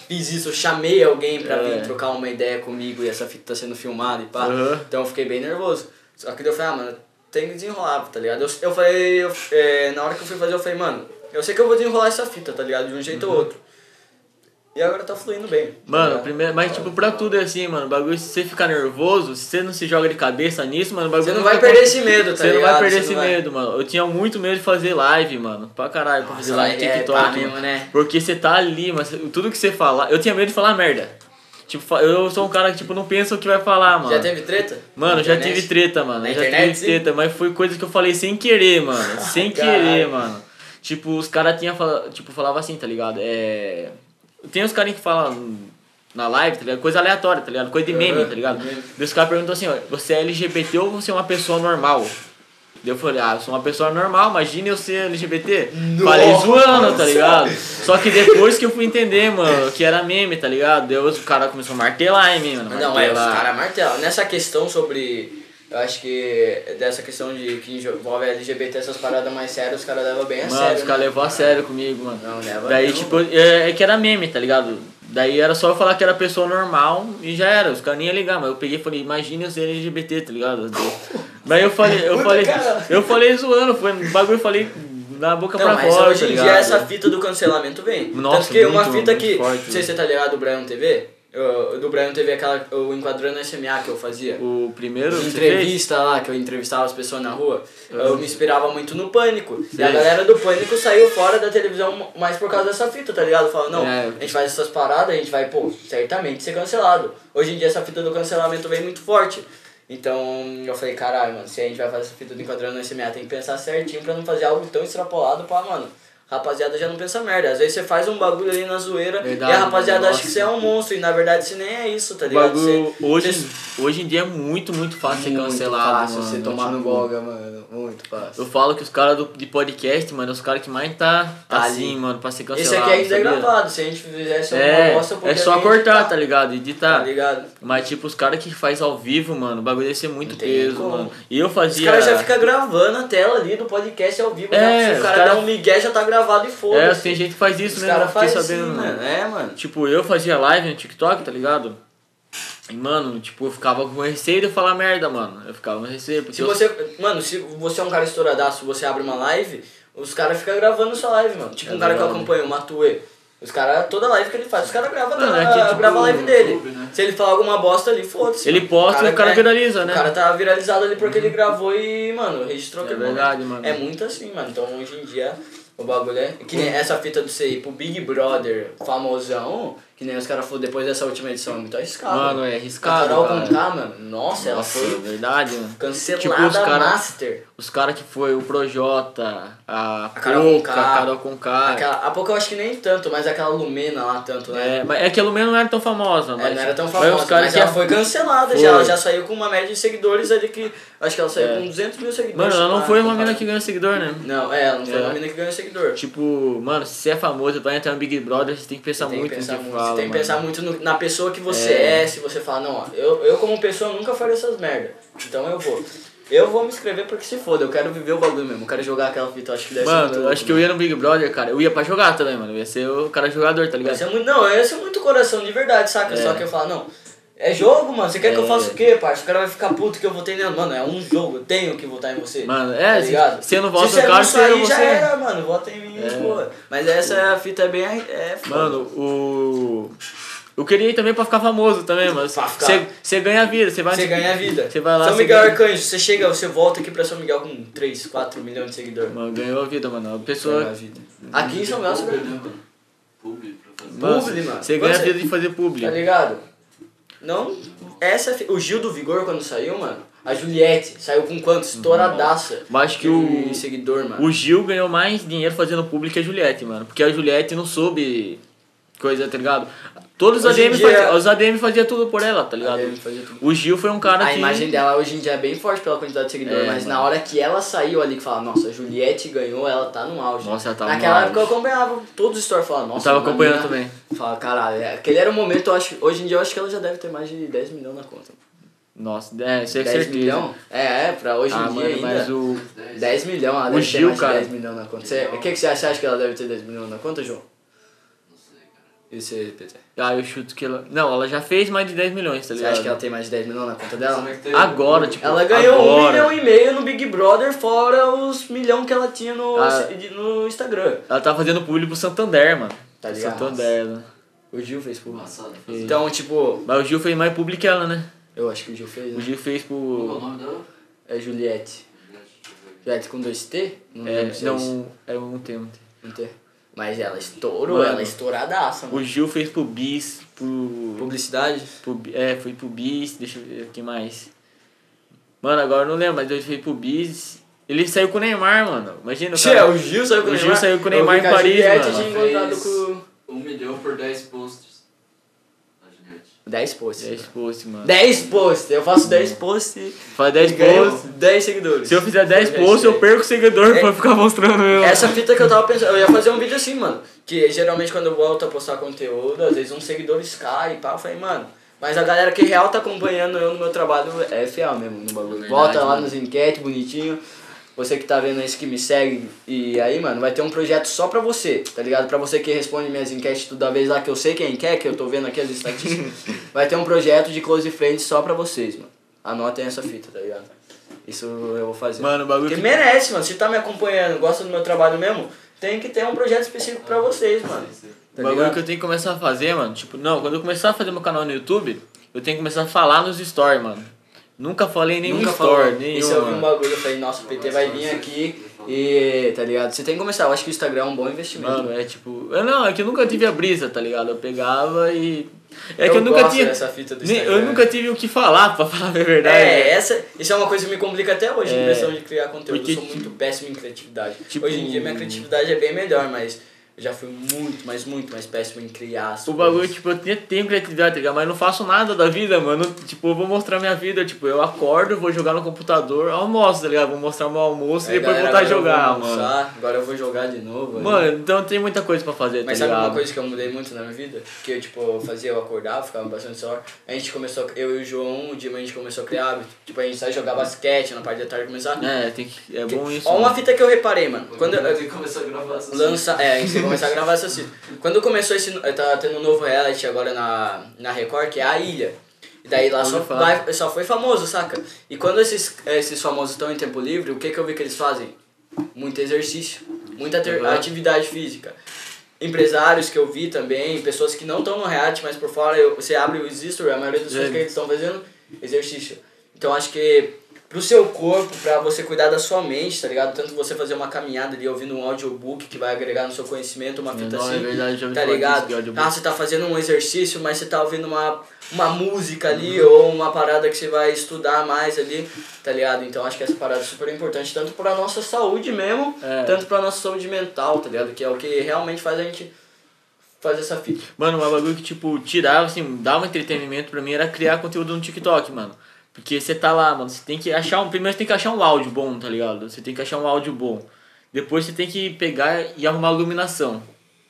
S1: fiz isso. Eu chamei alguém pra
S2: É.
S1: vir trocar uma ideia comigo e essa fita tá sendo filmada e pá.
S2: Aham.
S1: Então eu fiquei bem nervoso. Só que daí eu falei, ah, mano, tem que desenrolar, tá ligado? Eu, eu falei, eu- é, na hora que eu fui fazer, eu falei, mano, eu sei que eu vou desenrolar essa fita, tá ligado? De um jeito ou outro. E agora tá fluindo bem. tá
S2: Uhum. Mano,
S1: ligado?
S2: primeiro, mas tipo, pra tudo é assim, mano. O bagulho, se você ficar nervoso, se você não se joga de cabeça nisso, mano, o bagulho.
S1: Você não
S2: nunca
S1: vai perder
S2: acon-
S1: esse medo, tá
S2: Você não vai
S1: ligado?
S2: perder
S1: Você
S2: esse
S1: não vai-
S2: medo, mano. Eu tinha muito medo de fazer live, mano. Pra caralho, pra fazer
S1: Nossa,
S2: live
S1: é,
S2: no TikTok.
S1: pá mesmo,
S2: mano.
S1: né?
S2: Porque você tá ali, mas tudo que você falar. Eu tinha medo de falar merda. Tipo, fa- eu sou um cara que, tipo, não pensa o que vai falar, mano.
S1: Já teve treta?
S2: Mano,
S1: Na
S2: já
S1: internet?
S2: tive treta, mano.
S1: Na
S2: já
S1: internet,
S2: tive treta, mas foi coisa que eu falei sem querer, mano. sem
S1: Caralho.
S2: querer, mano. Tipo, os caras tinham fala... tipo, falava assim, tá ligado? É. Tem uns caras que falam na live, tá ligado? Coisa aleatória, tá ligado? Coisa de meme,
S1: Aham,
S2: tá ligado?
S1: meme.
S2: Daí os caras perguntam assim, ó, você é LGBT ou você é uma pessoa normal? Daí eu falei, ah, eu sou uma pessoa normal, imagina eu ser LGBT. Falei
S1: Nossa!
S2: zoando, tá ligado? Só que depois que eu fui entender, mano, que era meme, tá ligado? Daí os caras começaram a martelar em mim, mano.
S1: Não, é, os
S2: martelar.
S1: caras martelam. Nessa questão sobre. Eu acho que dessa questão de que envolve LGBT, essas paradas mais sérias, os caras levam bem a
S2: Mano,
S1: sério.
S2: os caras
S1: né?
S2: levou a sério comigo, mano.
S1: Não, leva
S2: Daí,
S1: não,
S2: tipo, é, é que era meme, tá ligado? Daí era só eu falar que era pessoa normal e já era. Os caras nem iam ligar, mas eu peguei e falei, imagina eu ser LGBT, tá ligado? Daí eu falei, eu
S1: Puta,
S2: falei,
S1: cara.
S2: eu falei zoando, foi um bagulho, eu falei na boca
S1: Não,
S2: pra
S1: mas
S2: fora,
S1: hoje
S2: tá
S1: em
S2: ligado?
S1: dia essa fita do cancelamento vem.
S2: Nossa,
S1: Tanto que uma
S2: muito,
S1: fita
S2: muito
S1: que.
S2: forte,
S1: não sei se você
S2: velho.
S1: tá ligado do Brian TV. eu- do Brian TV, aquela. O Enquadrando SMA que eu fazia.
S2: O primeiro que
S1: de
S2: você fez?
S1: entrevista lá, que eu entrevistava as pessoas na rua, eu me inspirava muito no Pânico. E a
S2: Sim.
S1: galera do Pânico saiu fora da televisão mais por causa dessa fita, tá ligado? Falando, não,
S2: É.
S1: a gente faz essas paradas, a gente vai, pô, certamente ser cancelado. Hoje em dia essa fita do cancelamento vem muito forte. Então eu falei, caralho, mano, se a gente vai fazer essa fita do enquadrando no SMA, tem que pensar certinho pra não fazer algo tão extrapolado pra, mano. Rapaziada já não pensa merda. Às vezes você faz um bagulho ali na zoeira
S2: Verdade,
S1: e a rapaziada
S2: mano,
S1: acha que
S2: nossa.
S1: você é um monstro. E na verdade você nem é isso, tá
S2: O
S1: ligado?
S2: bagulho,
S1: Você-
S2: hoje,
S1: você-
S2: hoje em dia é muito, muito fácil ser cancelado,
S1: fácil
S2: mano.
S1: você tomar no
S2: Tipo,
S1: goga, mano. Muito fácil.
S2: Eu falo que os caras do- de podcast, mano, é os caras que mais tá,
S1: Tá
S2: assim,
S1: ali.
S2: mano, pra ser cancelado.
S1: Esse aqui ainda é
S2: sabia?
S1: gravado. Se a gente fizesse uma
S2: É,
S1: bosta, eu
S2: é
S1: poderia
S2: só cortar, tá ligado?
S1: Tá
S2: Editar.
S1: ligado?
S2: Mas, tipo, os caras que faz ao vivo, mano, o bagulho deve ser muito
S1: Não tem
S2: peso,
S1: como.
S2: mano. E eu
S1: Os
S2: fazia.
S1: caras já ficam gravando a tela ali do podcast ao vivo.
S2: É,
S1: já, se o
S2: os
S1: cara,
S2: cara-
S1: dá um migué, já tá gravado e
S2: É,
S1: foda-se.
S2: tem gente que faz isso
S1: Os
S2: mesmo, eu
S1: caras
S2: fiquei
S1: fazem
S2: sabendo, né? mano.
S1: mano. É, mano.
S2: Tipo, eu fazia live no TikTok, tá ligado? E, mano, tipo, eu ficava com receio de eu falar merda, mano. Eu ficava com receio, porque
S1: Se
S2: eu-
S1: você, mano, se você é um cara estouradaço, você abre uma live, os caras ficam gravando sua live, mano. Tipo
S2: É
S1: um cara que eu
S2: verdade.
S1: acompanho, o Matue. Os caras, toda live que ele faz, os caras gravam
S2: Mano, é
S1: a-
S2: que, tipo,
S1: grava a live
S3: no
S1: dele.
S3: YouTube, né?
S1: Se ele falar alguma bosta ali, foda-se.
S2: Ele
S1: mano.
S2: posta e o cara
S1: é-
S2: viraliza, né?
S1: O cara tá viralizado ali porque ele gravou e, mano, registrou
S2: É
S1: aquele
S2: verdade,
S1: momento.
S2: mano.
S1: É muito assim, mano. Então hoje em dia o bagulho é. Que nem essa fita do CI pro Big Brother famosão, que nem os caras falaram depois dessa última edição, é muito arriscado.
S2: Mano, é arriscado,
S1: A Carol
S2: cara.
S1: Conká, mano, nossa, ela
S2: Nossa,
S1: foi
S2: verdade, mano.
S1: cancelada
S2: Tipo, os cara-
S1: master.
S2: Os caras que foi o Projota, a, a
S1: Carol
S2: Pouca,
S1: Conká.
S2: a Carol Conká.
S1: Aquela, a pouco eu acho que nem tanto, mas aquela Lumena lá tanto, né?
S2: É, mas é que a Lumena não era tão famosa,
S1: É,
S2: mas.
S1: não era tão
S2: mas
S1: famosa,
S2: os
S1: mas,
S2: caras que é um
S1: ela foi cancelada
S2: Foi.
S1: já. Ela já saiu com uma média de seguidores ali que... Acho que ela saiu
S2: É.
S1: com 200 mil seguidores.
S2: Mano, ela não
S1: pra-
S2: foi uma mina
S1: pra-
S2: que ganhou seguidor, né?
S1: Não, é, ela não foi
S2: É.
S1: uma mina que ganhou seguidor.
S2: Tipo, mano, se você é famoso, vai entrar no Big Brother, você tem que pensar
S1: Você tem
S2: muito
S1: que
S2: no que
S1: pensar muito,
S2: fala,
S1: você tem que
S2: mano.
S1: pensar muito no- na pessoa que você é.
S2: É.
S1: se você fala, não, ó, eu, eu como pessoa nunca faria essas merda, então eu vou. Eu vou me inscrever porque se foda, eu quero viver o bagulho mesmo, eu quero jogar aquela fita, eu acho que deve ser
S2: Mano,
S1: muito
S2: eu
S1: é louco,
S2: acho que eu ia no Big Brother, cara. Eu ia pra jogar também, mano. Eu ia ser o cara jogador,
S1: mano.
S2: tá ligado?
S1: Isso é muito, não, esse é muito coração de verdade, saca?
S2: É.
S1: Só que eu falo, não, é jogo, mano, você quer que eu
S2: É.
S1: faça o quê, parça? O cara vai ficar puto que eu votei nele. Mano, é um jogo, eu tenho que votar em você.
S2: Mano, é,
S1: tá
S2: se-
S1: ligado?
S2: se eu não voto
S1: se
S2: no cara,
S1: você.
S2: se eu
S1: é
S2: não
S1: ruim, já
S2: você.
S1: era, mano, vota em mim,
S2: É.
S1: pô. Mas essa fita é bem. É, foda.
S2: Mano, o. Eu queria ir também pra ficar famoso também, mano.
S1: Pra ficar.
S2: Você você ganha vida, você vai.
S1: Você ganha a vida.
S2: Você vai lá,
S1: São
S2: você
S1: Miguel
S2: ganha-
S1: Arcanjo, você chega, você volta aqui pra São Miguel com 3, 4 milhões de seguidores.
S2: Mano, ganhou a vida, mano. A
S1: Ganhou a
S2: pessoa.
S1: vida. Aqui em São Miguel você
S3: Publi, né,
S1: ganha.
S3: mano? Publi pra fazer.
S2: Mano,
S1: Publi, mano.
S2: Você ganha a
S1: Você-
S2: vida de fazer publi.
S1: Tá ligado? Não. Essa é fi- O Gil do Vigor quando saiu, mano. A Juliette saiu com quanto?
S2: Uhum.
S1: Estouradaça.
S2: Mas que o-
S1: de seguidor, mano.
S2: O Gil ganhou mais dinheiro fazendo público que a Juliette, mano. Porque a Juliette não soube coisa, tá ligado? Todos os
S1: Hoje em
S2: ADM,
S1: dia-
S2: faziam, os ADM fazia tudo por ela, tá ligado?
S1: ADM fazia tudo.
S2: O Gil foi um cara
S1: A
S2: que.
S1: imagem dela hoje em dia é bem forte pela quantidade de seguidores,
S2: É,
S1: mas
S2: mano.
S1: na hora que ela saiu ali, que fala, nossa, a Juliette ganhou, ela tá no auge.
S2: Nossa, ela tá no
S1: Naquela
S2: auge.
S1: época eu acompanhava todos os stories, falava, nossa.
S2: tava
S1: uma
S2: acompanhando
S1: mina- Falava, caralho, é, aquele era o momento, eu acho, hoje em dia eu acho que ela já deve ter mais de 10 milhões na conta.
S2: Nossa, é, isso é
S1: 10
S2: certeza.
S1: milhão? É, é, pra hoje
S2: Ah,
S1: em dia
S2: mano,
S1: ainda.
S2: mas o.
S1: 10 milhões, ela
S2: O
S1: deve ter
S2: Gil,
S1: mais de
S2: cara.
S1: 10 milhões na conta. Você- O que, que você acha? Você acha que ela deve ter 10 milhões na conta, João?
S3: Não sei, cara.
S1: E você, Peter?
S2: Ah, eu chuto que ela. Não, ela já fez mais de 10 milhões, tá
S1: Você
S2: ligado?
S1: acha que ela tem mais de 10 milhões na conta
S3: Será
S1: dela?
S3: é que teve-
S2: Agora, tipo.
S1: Ela ganhou um
S2: agora.
S1: milhão e meio no Big Brother, fora os milhão que ela tinha no,
S2: Ah.
S1: no Instagram.
S2: Ela tá fazendo público pro Santander, mano.
S1: Tá
S2: Pro
S1: ligado?
S2: Santander, né?
S1: O Gil fez por
S3: Passado. um Qual
S1: Então, tipo,
S2: Mas o Gil fez mais público que ela, né?
S1: eu acho que o Gil fez,
S2: O
S1: né?
S2: Gil fez
S3: é o
S2: pro.
S3: nome dela?
S1: É Juliette. Juliette com dois T? Não
S2: É,
S1: lembro se é isso.
S2: não, é um tempo.
S1: Um T. Mas ela estourou,
S2: Mano.
S1: ela é estouradaça, mano.
S2: O Gil fez pro Bis, pro.
S1: Publicidade?
S2: pro Bi- é, foi pro Bis, deixa eu ver quem mais. Mano, agora eu não lembro, mas ele foi pro Bis. Ele saiu com o Neymar, mano. Imagina o
S1: Tchê,
S2: cara.
S1: o Gil saiu com o
S2: O
S1: Neymar.
S2: Gil saiu com o
S1: Eu vi
S2: Neymar em
S1: que a
S2: Paris,
S1: Juliette
S2: mano.
S1: tinha encontrado
S3: Fez-
S1: com...
S3: 1 milhão por 10 posts. A Juliette.
S1: 10 posts.
S2: 10 posts, mano.
S1: 10 posts, eu faço 10 posts
S2: Faz 10
S1: e ganho
S2: posts.
S1: 10 seguidores.
S2: Se eu fizer 10
S1: Foi dez
S2: posts, eu
S1: seguidores.
S2: perco o seguidor
S1: É-
S2: pra ficar mostrando eu.
S1: Essa fita que eu tava pensando, eu ia fazer um vídeo assim, mano. Que geralmente quando eu volto a postar conteúdo, às vezes uns seguidores caem e pá, eu falei, mano. Mas a galera que real tá acompanhando eu no meu trabalho é fiel mesmo no bagulho.
S2: Verdade,
S1: Volta lá
S2: mano.
S1: nos enquete, bonitinho. Você que tá vendo isso que me segue. E aí, mano, vai ter um projeto só pra você, tá ligado? Pra você que responde minhas enquetes toda vez lá que eu sei quem quer, que eu tô vendo aqui as estatísticas. vai ter um projeto de close friends só pra vocês, mano. Anotem essa fita, tá ligado? Isso eu vou fazer.
S2: Mano, o bagulho
S1: Porque
S2: que-
S1: merece, mano. Se tá me acompanhando, gosta do meu trabalho mesmo, tem que ter um projeto específico pra vocês, mano.
S2: O
S1: Tá
S2: bagulho
S1: ligado?
S2: que eu tenho que começar a fazer, mano, tipo, não, quando eu começar a fazer meu canal no YouTube, eu tenho que começar a falar nos stories, mano. Nunca falei em nenhum
S1: Nunca
S2: story,
S1: falou.
S2: nenhum.
S1: Isso eu vi um
S2: mano.
S1: bagulho, eu falei, nossa, o PT vai vir aqui e, tá ligado? Você tem que começar, eu acho que o Instagram é um bom investimento.
S2: Mano, é tipo. Eu não, é que eu nunca tive a brisa, tá ligado? Eu pegava e. É
S1: Eu
S2: que eu nunca
S1: gosto
S2: tinha.
S1: dessa fita do
S2: nem- eu
S1: Instagram.
S2: nunca tive o que falar, pra falar a verdade. né?
S1: É, essa, isso é uma coisa que me complica até hoje,
S2: É.
S1: a questão de criar conteúdo.
S2: Porque,
S1: eu sou muito péssimo em criatividade.
S2: tipo-
S1: hoje em dia minha criatividade é bem melhor, mas eu já fui muito, mas muito mais péssimo em criar as
S2: O bagulho,
S1: coisas.
S2: tipo, eu tenho, tenho criatividade, tá ligado? Mas eu não faço nada da vida, mano. Tipo, eu vou mostrar minha vida. Tipo, eu acordo, vou jogar no computador, almoço, tá ligado? Vou mostrar meu almoço
S1: Aí,
S2: e depois
S1: É, galera,
S2: voltar
S1: agora
S2: a
S1: eu vou
S2: jogar, mano.
S1: almoçar, Agora eu vou jogar de novo. aí.
S2: Mano, então tem muita coisa pra fazer,
S1: Mas
S2: tá
S1: sabe
S2: ligado?
S1: uma coisa que eu mudei muito na minha vida? Que eu, tipo, eu fazia, eu acordava, ficava bastante só. A gente começou, a- eu e o João, o Dima, a gente começou a criar hábito. Tipo, a gente sai jogar basquete na parte da tarde começar.
S2: É, tem que, é bom isso.
S1: Ó, uma
S2: mano.
S1: fita que eu reparei, mano. Quando eu-
S3: tenho que começar a gravar essas
S1: lança, é, você começar a gravar essas fitas. Quando começou esse, tá tendo um novo reality agora na, na Record, que é a Ilha. E daí lá
S2: Ouvi
S1: só,
S2: falar.
S1: vai- só foi famoso, saca? E quando esses, esses famosos estão em tempo livre, o que que eu vi que eles fazem? Muito exercício, muita ter-
S2: Uhum.
S1: atividade física. Empresários que eu vi também, pessoas que não estão no reality, mas por fora, eu- você abre os stories, a maioria das coisas que eles estão fazendo, exercício. Então acho que pro seu corpo, pra você cuidar da sua mente, tá ligado? Tanto você fazer uma caminhada ali ouvindo um audiobook que vai agregar no seu conhecimento uma fita
S2: Não, é
S1: assim.
S2: verdade, já ouvi
S1: tá
S2: falar
S1: ligado?
S2: disso, é de audiobook.
S1: Ah, você tá fazendo um exercício, mas você tá ouvindo uma, uma música ali
S2: Uhum.
S1: ou uma parada que você vai estudar mais ali, tá ligado? Então acho que essa parada é super importante, tanto pra nossa saúde mesmo,
S2: É.
S1: tanto pra nossa saúde mental, tá ligado? Que é o que realmente faz a gente fazer essa fita.
S2: Mano, um bagulho que, tipo, tirava, assim, dava entretenimento pra mim era criar conteúdo no TikTok, mano. Porque você tá lá, mano, você tem que achar um. Primeiro você tem que achar um áudio bom, tá ligado? Você tem que achar um áudio bom. Depois você tem que pegar e arrumar a iluminação.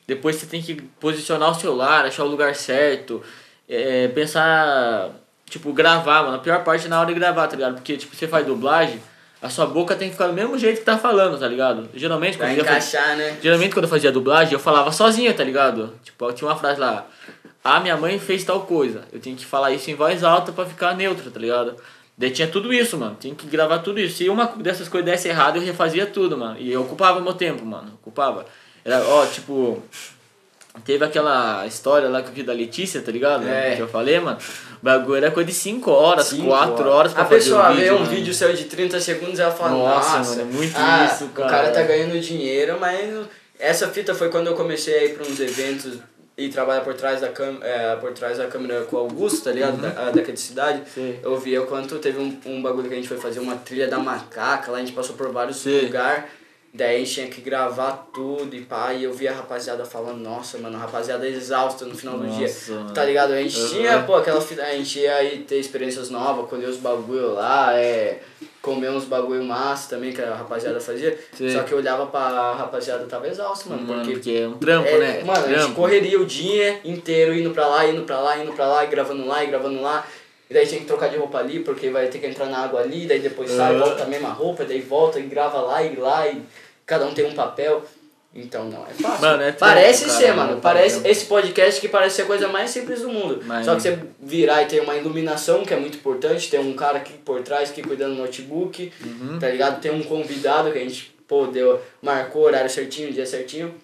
S2: Depois você tem que posicionar o celular, achar o lugar certo. É, pensar, tipo, gravar, mano. A pior parte é na hora de gravar, tá ligado? Porque, tipo, você faz dublagem, a sua boca tem que ficar do mesmo jeito que tá falando, tá ligado? Geralmente, quando
S1: Pra
S2: eu já fui-
S1: encaixar, né?
S2: Geralmente quando eu fazia dublagem, eu falava sozinho, tá ligado? Tipo, eu tinha uma frase lá, ah, minha mãe fez tal coisa. Eu tinha que falar isso em voz alta pra ficar neutro, tá ligado? Daí tinha tudo isso, mano. Tinha que gravar tudo isso. Se uma dessas coisas desse errado, eu refazia tudo, mano. E eu ocupava meu tempo, mano. Ocupava. Era, ó, tipo. Teve aquela história lá que eu vi da Letícia, tá ligado?
S1: É.
S2: Que eu falei, mano. O bagulho era coisa de 5 horas,
S1: Cinco
S2: 4 horas pra
S1: A
S2: fazer
S1: pessoa
S2: um vídeo.
S1: vê um
S2: mano.
S1: vídeo seu de 30 segundos e ela fala, nossa,
S2: Nossa, mano, é muito
S1: ah,
S2: isso,
S1: O
S2: cara."
S1: cara tá ganhando dinheiro, mas essa fita foi quando eu comecei a ir pra uns eventos e trabalhar por trás da câmera, por trás da câmera com o Augusto, tá
S2: Uhum.
S1: ligado? Da, a, daquela cidade.
S2: Sei.
S1: Eu via o quanto teve um, um bagulho que a gente foi fazer uma trilha da macaca, lá a gente passou por vários
S2: Sei.
S1: lugares. Daí a gente tinha que gravar tudo e pá, e eu via a rapaziada falando, nossa, mano, a rapaziada exausta no final do dia.
S2: Nossa, mano.
S1: Tá ligado? A gente
S2: Uhum.
S1: tinha, pô, aquela fi- A gente ia aí ter experiências novas, colher os bagulho lá, é. Comer uns bagulho massa também que a rapaziada fazia.
S2: Sim.
S1: Só que eu olhava pra rapaziada tava exausto, mano.
S2: Mano,
S1: porque,
S2: porque é um trampo,
S1: é,
S2: né?
S1: Mano, a gente
S2: trampo.
S1: correria o dia inteiro indo pra lá, indo pra lá, indo pra lá, e gravando lá, e gravando lá. E daí tinha que trocar de roupa ali, porque vai ter que entrar na água ali, daí depois sai,
S2: Aham.
S1: volta a mesma roupa, daí volta e grava lá e lá, e cada um tem um papel. Então não, é fácil.
S2: Mano, é
S1: parece
S2: trampo,
S1: ser,
S2: cara,
S1: mano.
S2: é
S1: Parece
S2: trampo.
S1: esse podcast que parece ser a coisa mais simples do mundo.
S2: Mas-
S1: Só que você virar e ter uma iluminação que é muito importante, tem um cara aqui por trás que cuidando do notebook,
S2: Uhum.
S1: tá ligado? Tem um convidado que a gente, pô, deu, marcou o horário certinho, o dia certinho.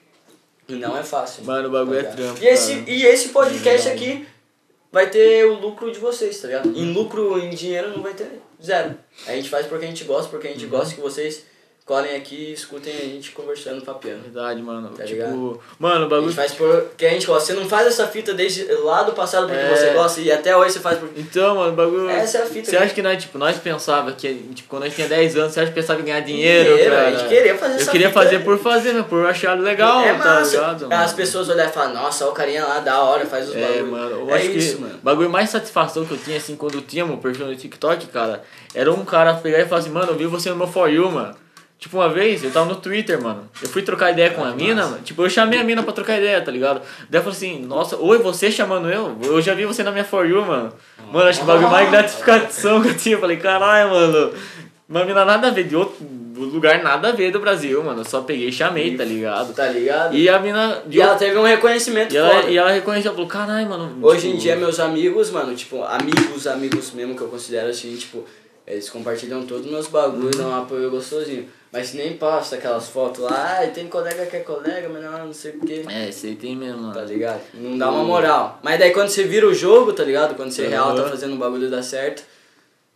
S1: E Não é fácil.
S2: Mano, o bagulho é
S1: Tá ligado?
S2: trampo,
S1: E esse,
S2: cara.
S1: e esse podcast aqui vai ter o lucro de vocês, tá ligado? Em lucro, em dinheiro, não vai ter zero. A gente faz porque a gente gosta, porque a
S2: Uhum.
S1: gente gosta que vocês colhem aqui e escutem a gente conversando, papiando.
S2: Verdade, mano.
S1: Tá
S2: tipo,
S1: ligado?
S2: mano, o
S1: A
S2: bagulho.
S1: gente faz porque a gente gosta. Você não faz essa fita desde lá do passado porque
S2: É.
S1: você gosta e até hoje você faz porque...
S2: Então, mano, o bagulho.
S1: Essa é a fita.
S2: Você
S1: né?
S2: acha que nós, tipo, nós pensava que, tipo, quando nós tinha 10 anos, você acha que pensava em ganhar dinheiro, cara?
S1: a gente queria fazer
S2: Eu
S1: essa
S2: queria
S1: fita.
S2: fazer por fazer, né? Por achar legal,
S1: é
S2: tá
S1: massa.
S2: ligado?
S1: As
S2: mano?
S1: pessoas olharem e falam, nossa, olha o carinha lá, da hora, faz os
S2: É,
S1: bagulho.
S2: mano, eu
S1: é
S2: acho
S1: isso,
S2: que
S1: mano.
S2: o bagulho mais satisfação que eu tinha, assim, quando eu tinha meu perfil no TikTok, cara, era um cara pegar e falar assim, mano, eu vi você no meu For You, mano. Tipo, uma vez, eu tava no Twitter, mano. Eu fui trocar ideia
S1: Ah,
S2: com a mina, mano. Tipo, eu chamei a mina pra trocar ideia, tá ligado? Daí eu falei assim, nossa, oi, você chamando eu? Eu já vi você na minha For You, mano. Mano, acho que o bagulho
S1: Ah.
S2: mais gratificação que eu tinha. Eu falei, caralho, mano. Uma mina nada a ver, de outro lugar nada a ver do Brasil, mano. Eu só peguei e chamei, tá ligado?
S1: Tá ligado? E,
S2: E a mina. de
S1: ela
S2: outro-
S1: teve um reconhecimento
S2: e ela, é-
S1: foda.
S2: e ela reconheceu, falou, caralho, mano.
S1: Hoje em
S2: tipo,
S1: dia, é meus amigos, mano, tipo, amigos, amigos mesmo que eu considero assim, tipo, eles compartilham todos os meus
S2: Uhum.
S1: bagulhos, dão um apoio gostosinho. Mas nem posta aquelas fotos lá, ai, tem colega que é colega, mas não, não sei o quê.
S2: É, esse aí tem mesmo, mano.
S1: Tá ligado? Não dá uma
S2: Uhum.
S1: moral. Mas daí quando você vira o jogo, tá ligado? Quando você
S2: Aham.
S1: real tá fazendo o bagulho dar certo,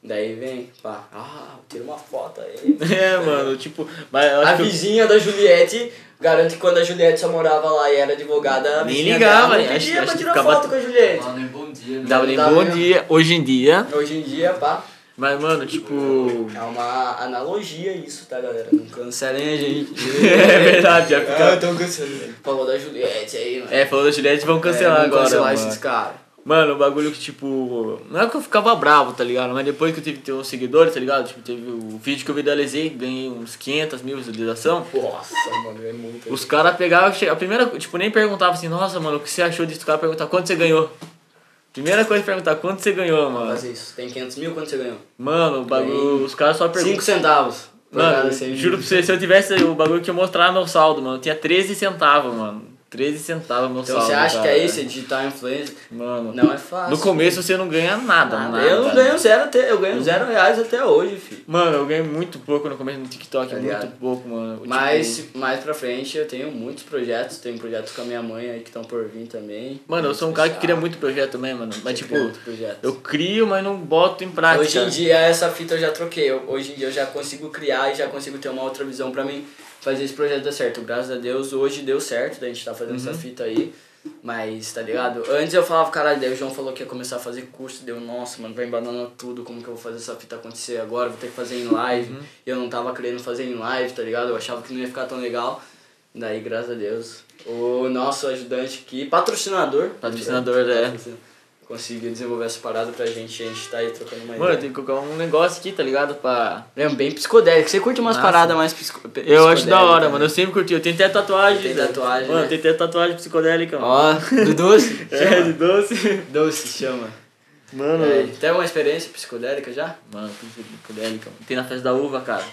S1: daí vem, pá, ah, tira uma foto aí.
S2: É, mano, tipo, mas eu
S1: A
S2: acho que eu
S1: vizinha da Juliette, garanto que quando a Juliette só morava lá e era advogada, a
S2: Nem
S1: vizinha
S2: ligava,
S1: dela
S2: né?
S1: não
S2: Acho-
S1: pedia
S2: acho
S1: pra
S2: que
S1: tirar
S2: ficava- Ah.
S1: foto com a Juliette.
S3: Lá nem bom dia, né?
S2: dava nem
S1: Dava
S2: bom
S1: mesmo.
S2: dia hoje em dia.
S1: Hoje em dia, pá,
S2: Mas, mano, tipo.
S1: é uma analogia isso, tá, galera? Não cancelem a gente.
S2: é verdade, já fica.
S1: tão cancelando. Falou da Juliette aí, mano.
S2: É, falou da Juliette, vão cancelar
S1: vamos
S2: agora.
S1: É, cancelar
S2: mano.
S1: esses caras.
S2: Mano, o bagulho que, tipo. Não é que eu ficava bravo, tá ligado? Mas depois que eu tive ter uns seguidores, tá ligado? Tipo, teve o vídeo que eu viralizei, ganhei uns 500 mil visualização.
S1: Nossa, mano, é muito.
S2: Os caras pegavam, che- a primeira co- tipo, nem perguntava assim, nossa, mano, o que você achou disso? O cara perguntava quanto você ganhou. Primeira coisa que perguntar, quanto você ganhou, mano?
S1: Fazer isso. Tem 500 mil, quanto você ganhou?
S2: Mano, o bagulho, os caras só
S1: 5
S2: perguntam.
S1: centavos. por
S2: Mano,
S1: cada cem
S2: juro pra
S1: mil.
S2: você, se eu tivesse o bagulho que eu mostrava meu saldo, mano, tinha 13 centavos, mano. 13 centavos meu
S1: Então
S2: saldo.
S1: você acha que
S2: cara.
S1: é esse digital influencer?
S2: Mano,
S1: Não é fácil.
S2: no começo você não ganha nada,
S1: Nada.
S2: nada.
S1: Eu não ganho zero até. Eu ganho zero reais até hoje, filho.
S2: Mano, eu ganhei muito pouco no começo no TikTok,
S1: Tá
S2: muito
S1: ligado?
S2: pouco, mano. Tipo,
S1: Mas mais pra frente eu tenho muitos projetos. Tenho projetos com a minha mãe aí que estão por vir também.
S2: Mano, eu sou um cara
S1: é
S2: que cria muito projeto também, mano. Mas, tipo,
S1: muito projeto.
S2: eu crio, mas não boto em prática.
S1: Hoje em dia essa fita eu já troquei. Eu- hoje em dia eu já consigo criar e já consigo ter uma outra visão pra mim fazer esse projeto dar certo. Graças a Deus hoje deu certo, da gente tá fazendo essa fita aí. Mas, tá ligado? Antes eu falava, caralho, daí o João falou que ia começar a fazer curso, deu, nossa, mano, vai embanando tudo, como que eu vou fazer essa fita acontecer agora? Vou ter que fazer em live. E eu não tava querendo fazer em live, tá ligado? Eu achava que não ia ficar tão legal. Daí, graças a Deus, o nosso ajudante aqui, patrocinador.
S2: Patrocinador, é.
S1: Conseguiu desenvolver essa parada pra gente, a gente tá aí trocando uma
S2: Mano, tem que colocar um negócio aqui, tá ligado? Pra...
S1: é bem psicodélico. Você curte umas
S2: Massa.
S1: paradas mais psico né?
S2: Eu acho da hora,
S1: psicodélicas,
S2: mano. Eu sempre curti. Eu tenho até tatuagem.
S1: Tem
S2: velho.
S1: tatuagem,
S2: Mano,
S1: né?
S2: tem até tatuagem psicodélica,
S1: né?
S2: mano.
S1: Ó, do doce?
S2: é, de
S1: Chama.
S2: doce.
S1: Doce, chama.
S2: Mano,
S1: É. Tem uma experiência psicodélica já?
S2: mano, tem psicodélica. Mano. Tem na festa da uva, cara.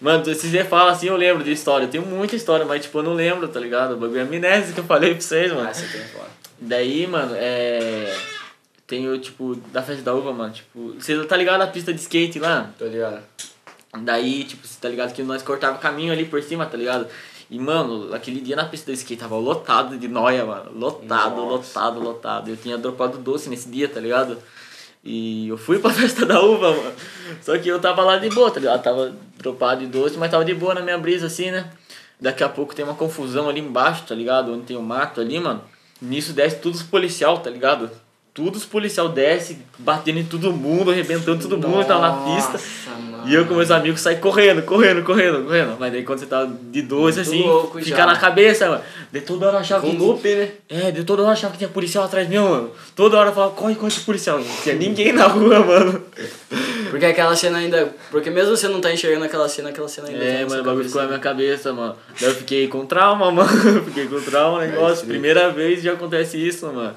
S2: Mano, se você fala assim, eu lembro de história. Eu tenho muita história, mas tipo, eu não lembro, tá ligado? O bagulho é amnésia que eu falei pra vocês, mano.
S1: Ah, você tem fora.
S2: Daí, mano, é. Tenho, tipo, da festa da uva, mano. Tipo, você tá ligado na pista de skate lá?
S1: Tô ligado.
S2: Daí, tipo, você tá ligado que nós cortava caminho ali por cima, tá ligado? E, mano, aquele dia na pista do skate tava lotado de noia, mano. Lotado,
S1: Nossa.
S2: lotado, lotado. Eu tinha dropado doce nesse dia, tá ligado? E eu fui pra festa da uva, mano. Só que eu tava lá de boa, tá ligado? Tava dropado de doce, mas tava de boa na minha brisa, assim, né? Daqui a pouco tem uma confusão ali embaixo, tá ligado? Onde tem o mato ali, mano. Nisso desce todos os policial, tá ligado? tudo, os policial desce, batendo em todo mundo, arrebentando todo mundo, que tava na pista.
S1: Nossa, mano.
S2: E eu com meus amigos saí correndo, correndo, correndo, correndo. Mas daí quando você tá de dois,
S1: Muito
S2: assim,
S1: louco
S2: fica
S1: já.
S2: na cabeça, mano. De toda hora eu achava
S1: Com
S2: que.
S1: loop, né?
S2: É, de toda hora eu achava que tinha policial atrás de mim, mano. Toda hora eu falava, corre, corre, policial. Não tinha ninguém na rua, mano.
S1: Porque aquela cena ainda. Porque mesmo você não tá enxergando aquela cena, aquela cena ainda. tá
S2: É,
S1: na sua
S2: mano, o bagulho
S1: cabeça.
S2: ficou na minha cabeça, mano. Daí eu fiquei com trauma, mano. Fiquei com trauma, um negócio. Primeira vez já acontece isso, mano.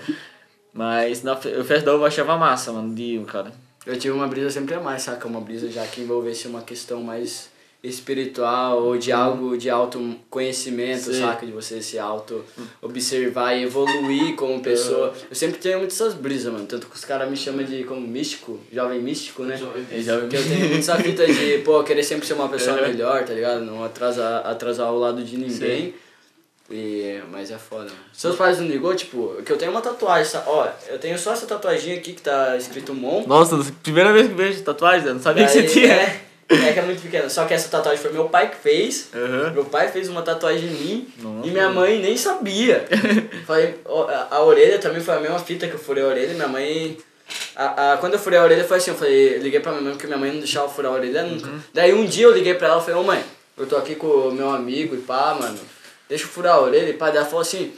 S2: Mas na fe- eu festa da uva eu achava massa, mano, de um cara.
S1: Eu tive uma brisa sempre a mais, saca? Uma brisa já que envolvesse uma questão mais espiritual ou de algo de alto conhecimento,
S2: Sim.
S1: saca? De você se auto observar e evoluir como pessoa. Eu sempre tenho muitas essas brisas, mano. Tanto que os caras me chamam de como místico, jovem místico, né?
S2: Ele já
S1: Porque eu tenho muito essa fita de, pô, querer sempre ser uma pessoa melhor, tá ligado? Não atrasar, atrasar o lado de ninguém. E, mas é foda, mano. Seus pais não ligou, tipo, que eu tenho uma tatuagem, sa- ó, eu tenho só essa tatuagem aqui que tá escrito Mon.
S2: Nossa, primeira vez que vejo tatuagem, eu não sabia que você
S1: Daí,
S2: tinha.
S1: É, é que é muito pequena. Só que essa tatuagem foi meu pai que fez.
S2: Aham. É um
S1: Meu pai fez uma tatuagem em mim
S2: Nossa.
S1: e minha mãe nem sabia. Falei, ó, a, a orelha também foi a mesma fita que eu furei a orelha. Minha mãe. A, a, quando eu furei a orelha foi assim, eu falei, eu liguei pra minha mãe porque minha mãe não deixava eu furar a orelha nunca.
S2: Uhum.
S1: Daí um dia eu liguei pra ela e falei, ô mãe, eu tô aqui com o meu amigo e pá, mano, deixa eu furar a orelha e pá. Daí ela falou assim,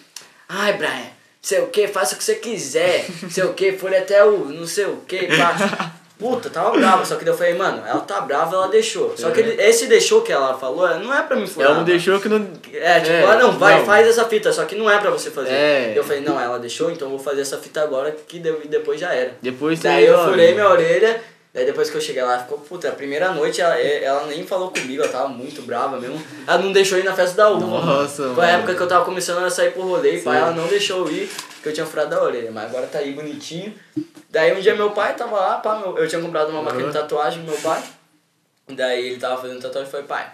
S1: ai Brian, sei o que, faça o que você quiser, sei o que, fure até o não sei o que, pá. Puta, tava brava, só que daí eu falei, mano, ela tá brava, ela deixou. Só que
S2: É.
S1: ele- esse deixou que ela falou, não é pra me furar.
S2: Ela não
S1: mano.
S2: deixou que não.
S1: É, tipo, ah, não, vai,
S2: não.
S1: faz essa fita, só que não é pra você fazer.
S2: É.
S1: Eu falei, não, ela deixou, então eu vou fazer essa fita agora, que de- depois já era.
S2: Depois
S1: daí
S2: tem,
S1: eu
S2: ó,
S1: furei minha orelha, daí depois que eu cheguei lá, ela ficou, puta, a primeira noite ela, é- ela nem falou comigo, ela tava muito brava mesmo. Ela não deixou eu ir na festa da uva.
S2: Nossa,
S1: mano. Foi a
S2: mano.
S1: época que eu tava começando a sair pro rolê, e pai, ela não deixou eu ir, porque eu tinha furado a orelha, mas agora tá aí bonitinho. Daí um dia meu pai tava lá, pá, meu- eu tinha comprado uma máquina de tatuagem pro meu pai. Daí ele tava fazendo tatuagem e falei, pai,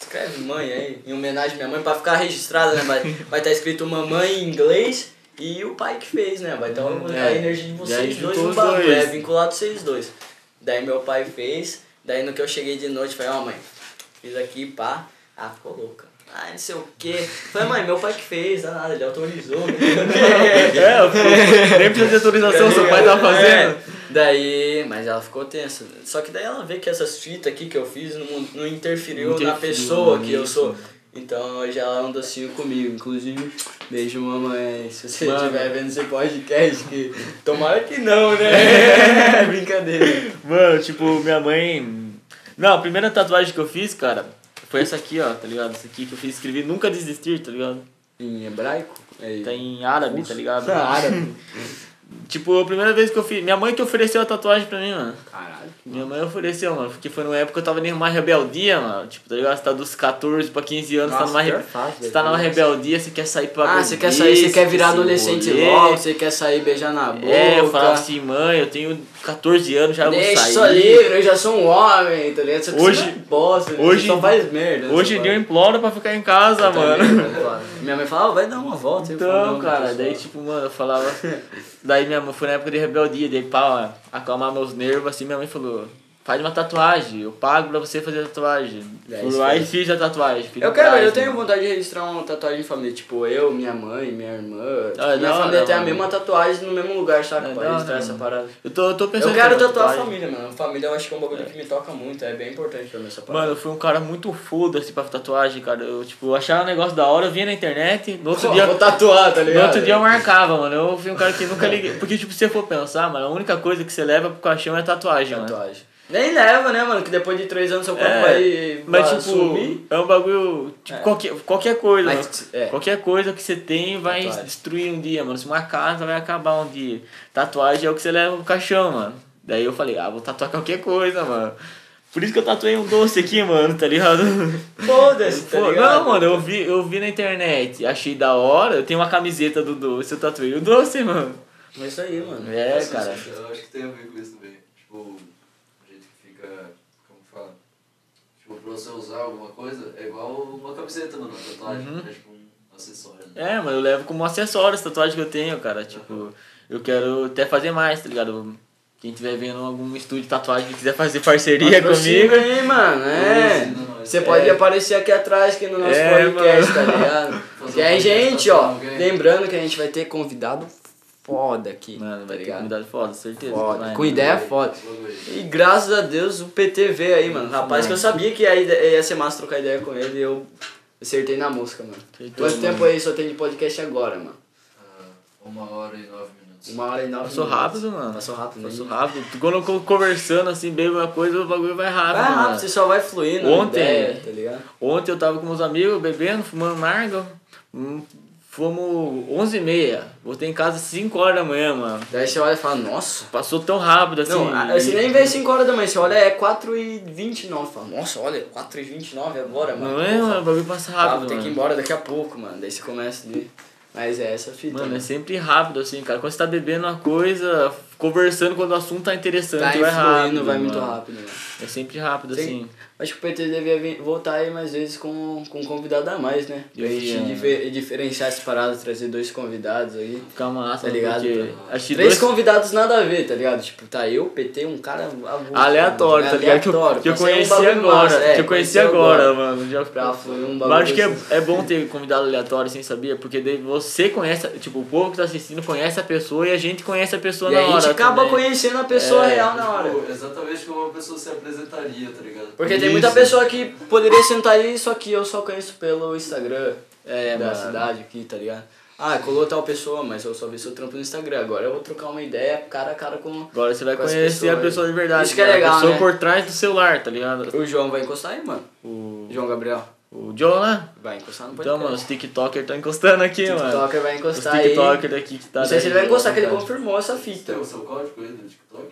S1: escreve mãe aí, em homenagem à minha mãe, pra ficar registrada, né? Vai estar vai tá escrito mamãe em inglês e o pai que fez, né? Vai estar a
S2: é.
S1: energia de
S2: Daí
S1: vocês
S2: juntou
S1: dois no
S2: os
S1: bagulho,
S2: dois.
S1: é vinculado vocês dois. Daí meu pai fez, daí no que eu cheguei de noite, falei, ó mãe, fiz aqui, pá, ah, ficou louca. Ah, não sei o que. Falei, mãe, meu pai que fez, ah, nada, ele autorizou. né?"
S2: É, eu fui- nem precisa
S1: Então,
S2: de autorização, seu pai tava fazendo.
S1: É. Daí, mas ela ficou tensa. Só que daí ela vê que essas fitas aqui que eu fiz não, não interferiu
S2: Não
S1: na
S2: interferiu,
S1: pessoa que eu
S2: isso.
S1: sou. Então hoje ela anda assim comigo. Inclusive, beijo mamãe. Se você
S2: Mano.
S1: estiver vendo esse podcast, que tomara que não, né? Brincadeira.
S2: Mano, tipo, minha mãe. Não, a primeira tatuagem que eu fiz, cara, foi essa aqui, ó, tá ligado? Essa aqui que eu fiz, escrevi nunca desistir, tá ligado?
S1: Em hebraico? É
S2: Tá em árabe, tá ligado?
S1: árabe.
S2: Tipo, a primeira vez que eu fiz. Minha mãe que ofereceu a tatuagem pra mim, mano.
S1: Caralho.
S2: Minha mãe ofereceu, mano, porque foi numa época que eu tava numa rebeldia, mano. Tipo, tá ligado? Você tá dos 14 pra 15 anos, tá
S1: Nossa,
S2: numa
S1: pior
S2: re...
S1: fase,
S2: Você tá numa
S1: velho.
S2: rebeldia, você quer sair pra.
S1: Ah, você
S2: beber,
S1: quer sair, você quer virar
S2: se
S1: adolescente
S2: envolver.
S1: logo, você quer sair beijar na boca.
S2: É, eu falava assim, mãe, eu tenho 14 anos, já vou
S1: Deixa
S2: sair.
S1: isso livre, eu já sou um homem, tá ligado? Só que
S2: Hoje-
S1: você não é bosta, né?
S2: hoje-
S1: Você só faz merda. né?
S2: Hoje em
S1: Você
S2: dia eu
S1: faz-
S2: imploro pra ficar em casa,
S1: Eu
S2: mano.
S1: também, eu imploro. Minha mãe fala, "Ah, vai dar uma volta. Eu um falo,
S2: Então,
S1: "Não,
S2: cara,
S1: pessoal."
S2: daí tipo, mano, eu falava. daí minha mãe foi na época de rebeldia, daí pra acalmar meus nervos, assim, minha mãe falou, faz uma tatuagem, eu pago pra você fazer a tatuagem.
S1: Daí
S2: Fui
S1: É, isso
S2: lá
S1: aí.
S2: e fiz a tatuagem. fiz
S1: Eu
S2: atrás,
S1: quero, eu
S2: mano.
S1: tenho vontade de registrar uma tatuagem em família. Tipo, eu, minha mãe, minha irmã. Tipo,
S2: da
S1: minha
S2: hora,
S1: família tem a
S2: mano.
S1: mesma tatuagem no mesmo lugar, saca?
S2: É
S1: pra
S2: da
S1: registrar
S2: hora,
S1: essa
S2: mano.
S1: parada.
S2: Eu tô, eu tô pensando.
S1: Eu quero
S2: em fazer
S1: tatuar a
S2: tatuagem.
S1: família, mano. Família eu acho que é um bagulho que me toca muito, é bem importante pra mim essa parada.
S2: Mano, eu fui um cara muito foda-se pra tatuagem, cara. Eu, tipo, achava um negócio da hora, eu via na internet, no outro
S1: Pô,
S2: dia.
S1: vou tatuar, tá ligado?
S2: No outro dia eu marcava, mano. Eu fui um cara que nunca liguei. Porque, tipo, se você for pensar, mano, a única coisa que você leva pro caixão é tatuagem, mano.
S1: tatuagem. Nem leva, né, mano? Que depois de três anos seu corpo
S2: É,
S1: vai,
S2: Mas,
S1: vai
S2: tipo,
S1: sumir.
S2: é um bagulho. Tipo,
S1: É.
S2: qualquer, qualquer coisa.
S1: Mas,
S2: mano.
S1: é.
S2: Qualquer coisa que você tem vai
S1: Tatuagem.
S2: destruir um dia, mano. Se uma casa vai acabar um dia. Tatuagem é o que você leva pro caixão, mano. Daí eu falei, ah, vou tatuar qualquer coisa, mano. Por isso que eu tatuei um doce aqui, mano, tá ligado?
S1: Foda-se, tá
S2: Pô,
S1: ligado?
S2: não, mano, eu vi, eu vi na internet, achei da hora, eu tenho uma camiseta do doce, eu tatuei o doce, mano.
S1: É isso aí, mano.
S2: É, cara.
S3: Eu acho que tem a ver com isso também. Tipo, o jeito que fica. Como que fala? Tipo, pra você usar alguma coisa, é igual uma camiseta, mano. Uma tatuagem.
S1: Uhum.
S3: É tipo um acessório. Né?
S2: É, mano, eu levo como acessório as tatuagens que eu tenho, cara. Tipo, eu quero até fazer mais, tá ligado? Quem tiver vendo algum estúdio de tatuagem que quiser fazer parceria
S1: Patrocínio
S2: comigo.
S1: aí, mano.
S3: Patrocina
S1: É.
S3: nós.
S1: Você pode
S2: É.
S1: aparecer aqui atrás, aqui no nosso
S2: É,
S1: podcast,
S2: mano.
S1: tá ligado?
S3: Fazer
S1: E aí,
S3: uma
S2: um
S1: gente,
S3: apresentação,
S1: ó,
S3: alguém.
S1: lembrando que a gente vai ter convidado foda aqui. tá
S2: Mano, vai ter
S1: ligado?
S2: comunidade foda, certeza. que
S1: Foda.
S2: vai,
S1: Com
S2: né?
S1: ideia é foda. E graças a Deus o PT veio aí, mano. Rapaz, que eu sabia que ia, ia ser massa trocar ideia com ele e eu acertei na música, mano.
S2: Acertou,
S1: Quanto
S2: mano.
S1: tempo aí só tem de podcast agora, mano?
S3: Ah, Uma hora e nove minutos.
S1: Uma hora e nove
S2: Passou
S1: minutos.
S2: rápido, mano.
S1: Passou rápido, né?
S2: Passou rápido. Tu colocou conversando assim, bem uma coisa, o bagulho vai rápido.
S1: Vai
S2: mano.
S1: rápido, você só vai fluindo.
S2: Ontem-
S1: ideia, tá ligado?
S2: Ontem eu tava com meus amigos bebendo, fumando narga. Hum, Fomos 11h30. Voltei em casa 5 horas da manhã, mano.
S1: Daí você olha e fala, nossa.
S2: Passou tão rápido assim.
S1: Não, a- você nem vê 5 horas da manhã, você olha, é 4h29. Fala, nossa, olha, 4h29 agora, mano.
S2: Não é, mano? O bagulho passa
S1: Ah,
S2: rápido.
S1: vou ter
S2: mano.
S1: que ir embora daqui a pouco, mano. Daí você começa ali. Mas é essa fita.
S2: Mano,
S1: né?
S2: é sempre rápido, assim, cara. Quando você tá bebendo uma coisa, conversando quando o assunto tá interessante,
S1: Tá
S2: vai
S1: influindo,
S2: rápido.
S1: vai muito
S2: mano.
S1: rápido, mano.
S2: É sempre rápido,
S1: Sim.
S2: assim.
S1: Acho que o PT devia vir- voltar aí mais vezes com, com um convidado a mais, né? Pra
S2: Devia,
S1: gente
S2: né?
S1: dife- diferenciar essa parada, trazer dois convidados aí.
S2: Fica massa,
S1: Tá
S2: né?
S1: ligado?
S2: Porque acho que
S1: Três
S2: dois-
S1: convidados nada a ver, tá ligado? Tipo, tá eu, PT, um cara avulso,
S2: Aleatório, tá ligado? Que eu, que eu
S1: pra ser um
S2: conheci
S1: bagulho
S2: agora.
S1: massa, é,
S2: que eu conheci
S1: conhecer
S2: agora, mano. Já
S1: Pra fluir um
S2: Eu
S1: bagulho.
S2: acho que é,
S1: assim.
S2: é bom ter convidado aleatório, assim, sabia? Porque daí você conhece, tipo, o povo que tá assistindo conhece a pessoa e a gente conhece a pessoa
S1: E
S2: na
S1: a
S2: hora.
S1: gente acaba
S2: também.
S1: conhecendo a pessoa
S2: É,
S1: real na hora.
S3: Tipo, exatamente como uma pessoa se apresentaria, tá ligado?
S1: Porque tem muita
S2: Isso.
S1: pessoa que poderia sentar aí, só que eu só conheço pelo Instagram é, da
S2: Da-
S1: cidade aqui, tá ligado? Ah, colou tal pessoa, mas eu só vi seu trampo no Instagram. Agora eu vou trocar uma ideia cara a cara com.
S2: Agora você vai
S1: com essa
S2: conhecer a
S1: aí.
S2: pessoa de verdade.
S1: Isso que é
S2: né?
S1: legal,
S2: A pessoa
S1: né?
S2: por trás do celular, tá ligado?
S1: O João vai encostar aí, mano.
S2: O,
S1: João Gabriel.
S2: o John lá.
S1: Vai encostar no
S2: Então,
S1: podcast.
S2: mano, os TikTokers tá encostando aqui,
S1: o
S2: mano.
S1: TikToker vai
S2: Os
S1: encostar aí.
S2: TikTokers daqui que tá.
S1: Não sei se ele vai
S2: daí,
S1: encostar, que ele
S2: tá.
S1: confirmou essa
S3: Tem
S1: fita.
S3: o seu código aí do TikTok?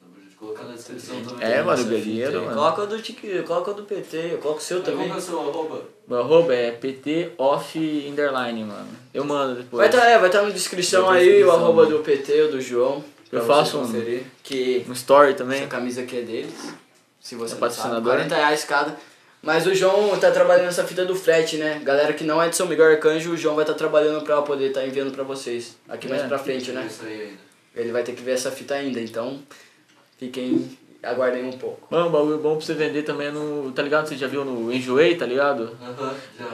S3: Dá pra gente colocar na descrição também.
S2: É, mano,
S3: Mas
S2: guerreiro, mano.
S1: Coloca o do Tik, coloca o do PT, eu coloco o seu também.
S3: Como é o seu arroba?
S2: Meu arroba é PT off underline, mano. Eu mando depois.
S1: Vai estar é, vai tá na descrição
S2: Vai tá na
S1: aí o
S2: descrição,
S1: arroba
S2: mano.
S1: do PT, o do João. pra
S2: Eu
S1: vocês
S2: faço um-
S1: conferir, Que
S2: Um story também.
S1: Essa camisa aqui é deles. Se você
S2: É
S1: não sabe,
S2: patrocinador?
S1: 40 reais cada. Mas o João tá trabalhando nessa fita do frete, né? Galera que não é de São Miguel Arcanjo, o João vai estar trabalhando pra poder estar enviando pra vocês. Aqui mais
S2: É.
S1: pra frente, né?
S3: Isso aí ainda.
S1: Ele vai ter que ver essa fita ainda, então fiquem. aguardem um pouco.
S2: Mano, um bagulho bom pra você vender também é no. Tá ligado? Você já viu no Enjoei, tá ligado?
S3: Aham, já.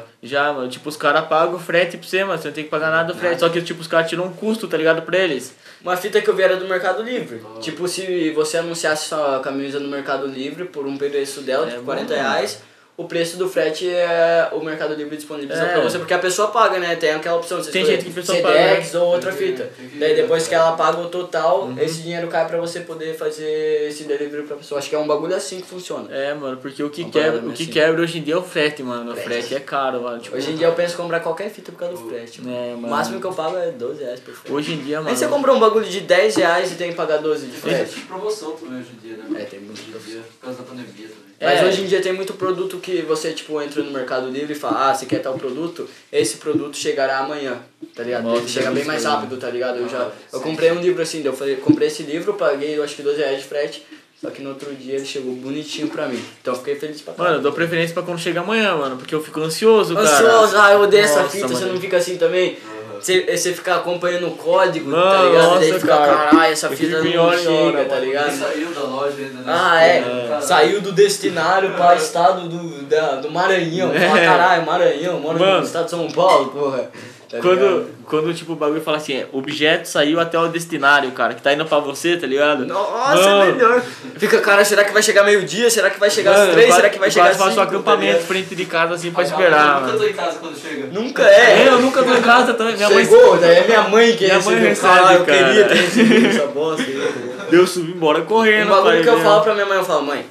S2: Já, mano, tipo, os caras pagam o frete pra você, mano. Você não tem que pagar nada do frete. Só que, tipo, os caras tiram um custo, tá ligado? Pra eles.
S1: Uma fita que eu vi era do Mercado Livre.
S3: Ah.
S1: Tipo, se você anunciasse sua camisa no Mercado Livre por um preço dela,
S2: É
S1: tipo
S2: bom,
S1: 40
S2: né?
S1: reais, o preço do frete é o Mercado Livre disponibiliza
S2: É.
S1: pra você, porque a pessoa paga, né? Tem aquela opção de você
S2: Tem
S1: escolher
S2: gente que a pessoa
S1: Sedex
S2: paga, né? É. Uhum.
S1: ou outra
S3: Tem que-
S1: fita.
S3: tem que-
S1: Daí depois que ela paga o total, esse dinheiro cai pra você poder fazer esse delivery pra pessoa. Acho que é um bagulho assim que funciona.
S2: É, mano, porque o que,
S1: Uma
S2: quebra,
S1: parada
S2: o que
S1: assim.
S2: quebra hoje em dia é o frete, mano. O
S1: Frete.
S2: frete é caro, mano. Tipo,
S1: Hoje em dia eu penso em comprar qualquer fita por causa do frete. mano.
S2: É,
S1: O
S2: mano.
S1: máximo que eu pago é 12 reais por frete.
S2: Hoje em dia, mano.
S1: Nem você comprou um bagulho de 10 reais e tem que pagar 12 de
S3: Tem
S1: frete.
S3: bastante promoção também hoje em dia, né?
S1: É, tem muita
S3: Hoje em dia, por causa da pandemia também.
S1: Mas
S2: É.
S1: hoje em dia tem muito produto que você, tipo, entra no Mercado Livre e fala, ah, você quer tal produto? Esse produto chegará amanhã, tá ligado?
S2: Nossa,
S1: Ele chega
S2: que
S1: bem mais
S2: absurdo.
S1: rápido, tá ligado? Eu já...
S3: Ah,
S1: Eu
S3: sim.
S1: comprei um livro assim, daí eu falei, comprei esse livro, paguei, eu acho que 12 reais de frete, só que no outro dia ele chegou bonitinho pra mim. Então eu fiquei feliz pra
S2: Mano,
S1: caralho.
S2: eu dou preferência pra quando chega amanhã, mano. Porque eu fico ansioso, cara.
S1: Ansioso, ah, eu odeio essa
S2: Nossa,
S1: fita, você
S2: mano.
S1: não fica assim também?
S3: Aham.
S1: Você, você fica acompanhando o código, tá
S2: Mano,
S1: ligado? Daí
S2: nossa,
S1: fica,
S2: cara.
S1: caralho, essa
S2: Eu
S1: fita
S2: fico em
S1: não
S2: hora em hora,
S1: chega, tá
S2: mano.
S1: ligado?
S3: Ele saiu da loja ainda, né?
S1: Ah, é.
S3: Caralho.
S1: Saiu do destinário pra estado do, da, do Maranhão. Fala,
S2: É.
S1: caralho, Maranhão, mora no
S2: Mano.
S1: estado de São Paulo, porra. Tá ligado?
S2: Quando, quando, tipo, o bagulho fala assim, é, objeto saiu até o destinário, cara, que tá indo pra você, tá ligado?
S1: Nossa, é
S2: Mano.
S1: melhor. Fica, cara, será que vai chegar meio-dia? Será que vai chegar
S2: Mano,
S1: às três?
S2: quase-
S1: Será que vai chegar às
S2: Quase faço
S1: cinco?
S2: um
S1: tá
S2: acampamento
S1: ligado?
S2: frente de casa, assim, pra
S3: Ah,
S2: esperar,
S3: Eu
S2: mano.
S3: nunca tô em casa quando chega.
S1: Nunca é.
S2: É, eu nunca tô em casa também. Minha mãe
S1: Chegou, daí é minha mãe que
S2: Minha mãe
S1: recebeu.
S2: recebe,
S1: caralho, eu
S2: cara.
S1: queria ter recebido essa bosta. aí.
S2: Deu subir embora correndo.
S1: Um bagulho
S2: pai,
S1: que eu
S2: né?
S1: falo pra minha mãe, eu falo, mãe,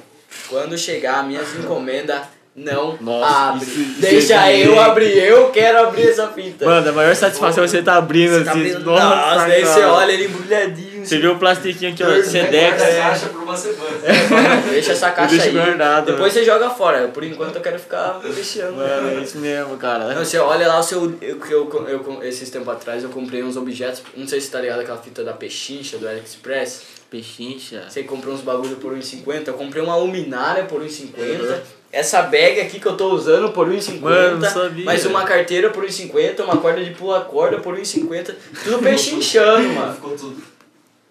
S1: quando chegar minhas encomendas, não
S2: Nossa,
S1: abre.
S2: isso- isso
S1: Deixa
S2: é
S1: eu
S2: direito.
S1: abrir, eu quero abrir essa fita.
S2: Mano, a maior satisfação é você tá abrindo
S1: Você
S2: assim.
S1: tá abrindo,
S2: nossa,
S1: nossa, daí
S2: cara.
S1: você olha né? ele embrulhadinho. assim,
S2: Você vê o plastiquinho aqui, ó,
S1: Dois
S2: Sedex.
S3: Guarda a
S1: é.
S3: caixa por uma semana.
S1: Mano, Deixa essa caixa
S2: deixo
S1: aí.
S2: guardado, né?
S1: Depois você joga fora. Por enquanto eu quero ficar deixando.
S2: Mano, é isso mesmo, cara.
S1: Não, você olha lá o seu. Eu, que eu, eu- esses tempos atrás eu comprei uns objetos. Não sei se tá ligado aquela fita da pechincha do AliExpress.
S2: Pechincha.
S1: Você comprou uns bagulho por 1,50. Eu comprei uma luminária por 1,50. Essa bag aqui que eu tô usando por 1,50.
S2: Uhum. Mano, não sabia.
S1: Mais uma carteira por 1,50. Uma corda de pula-corda por 1,50. Tudo pechinchando, mano.
S3: Ficou tudo.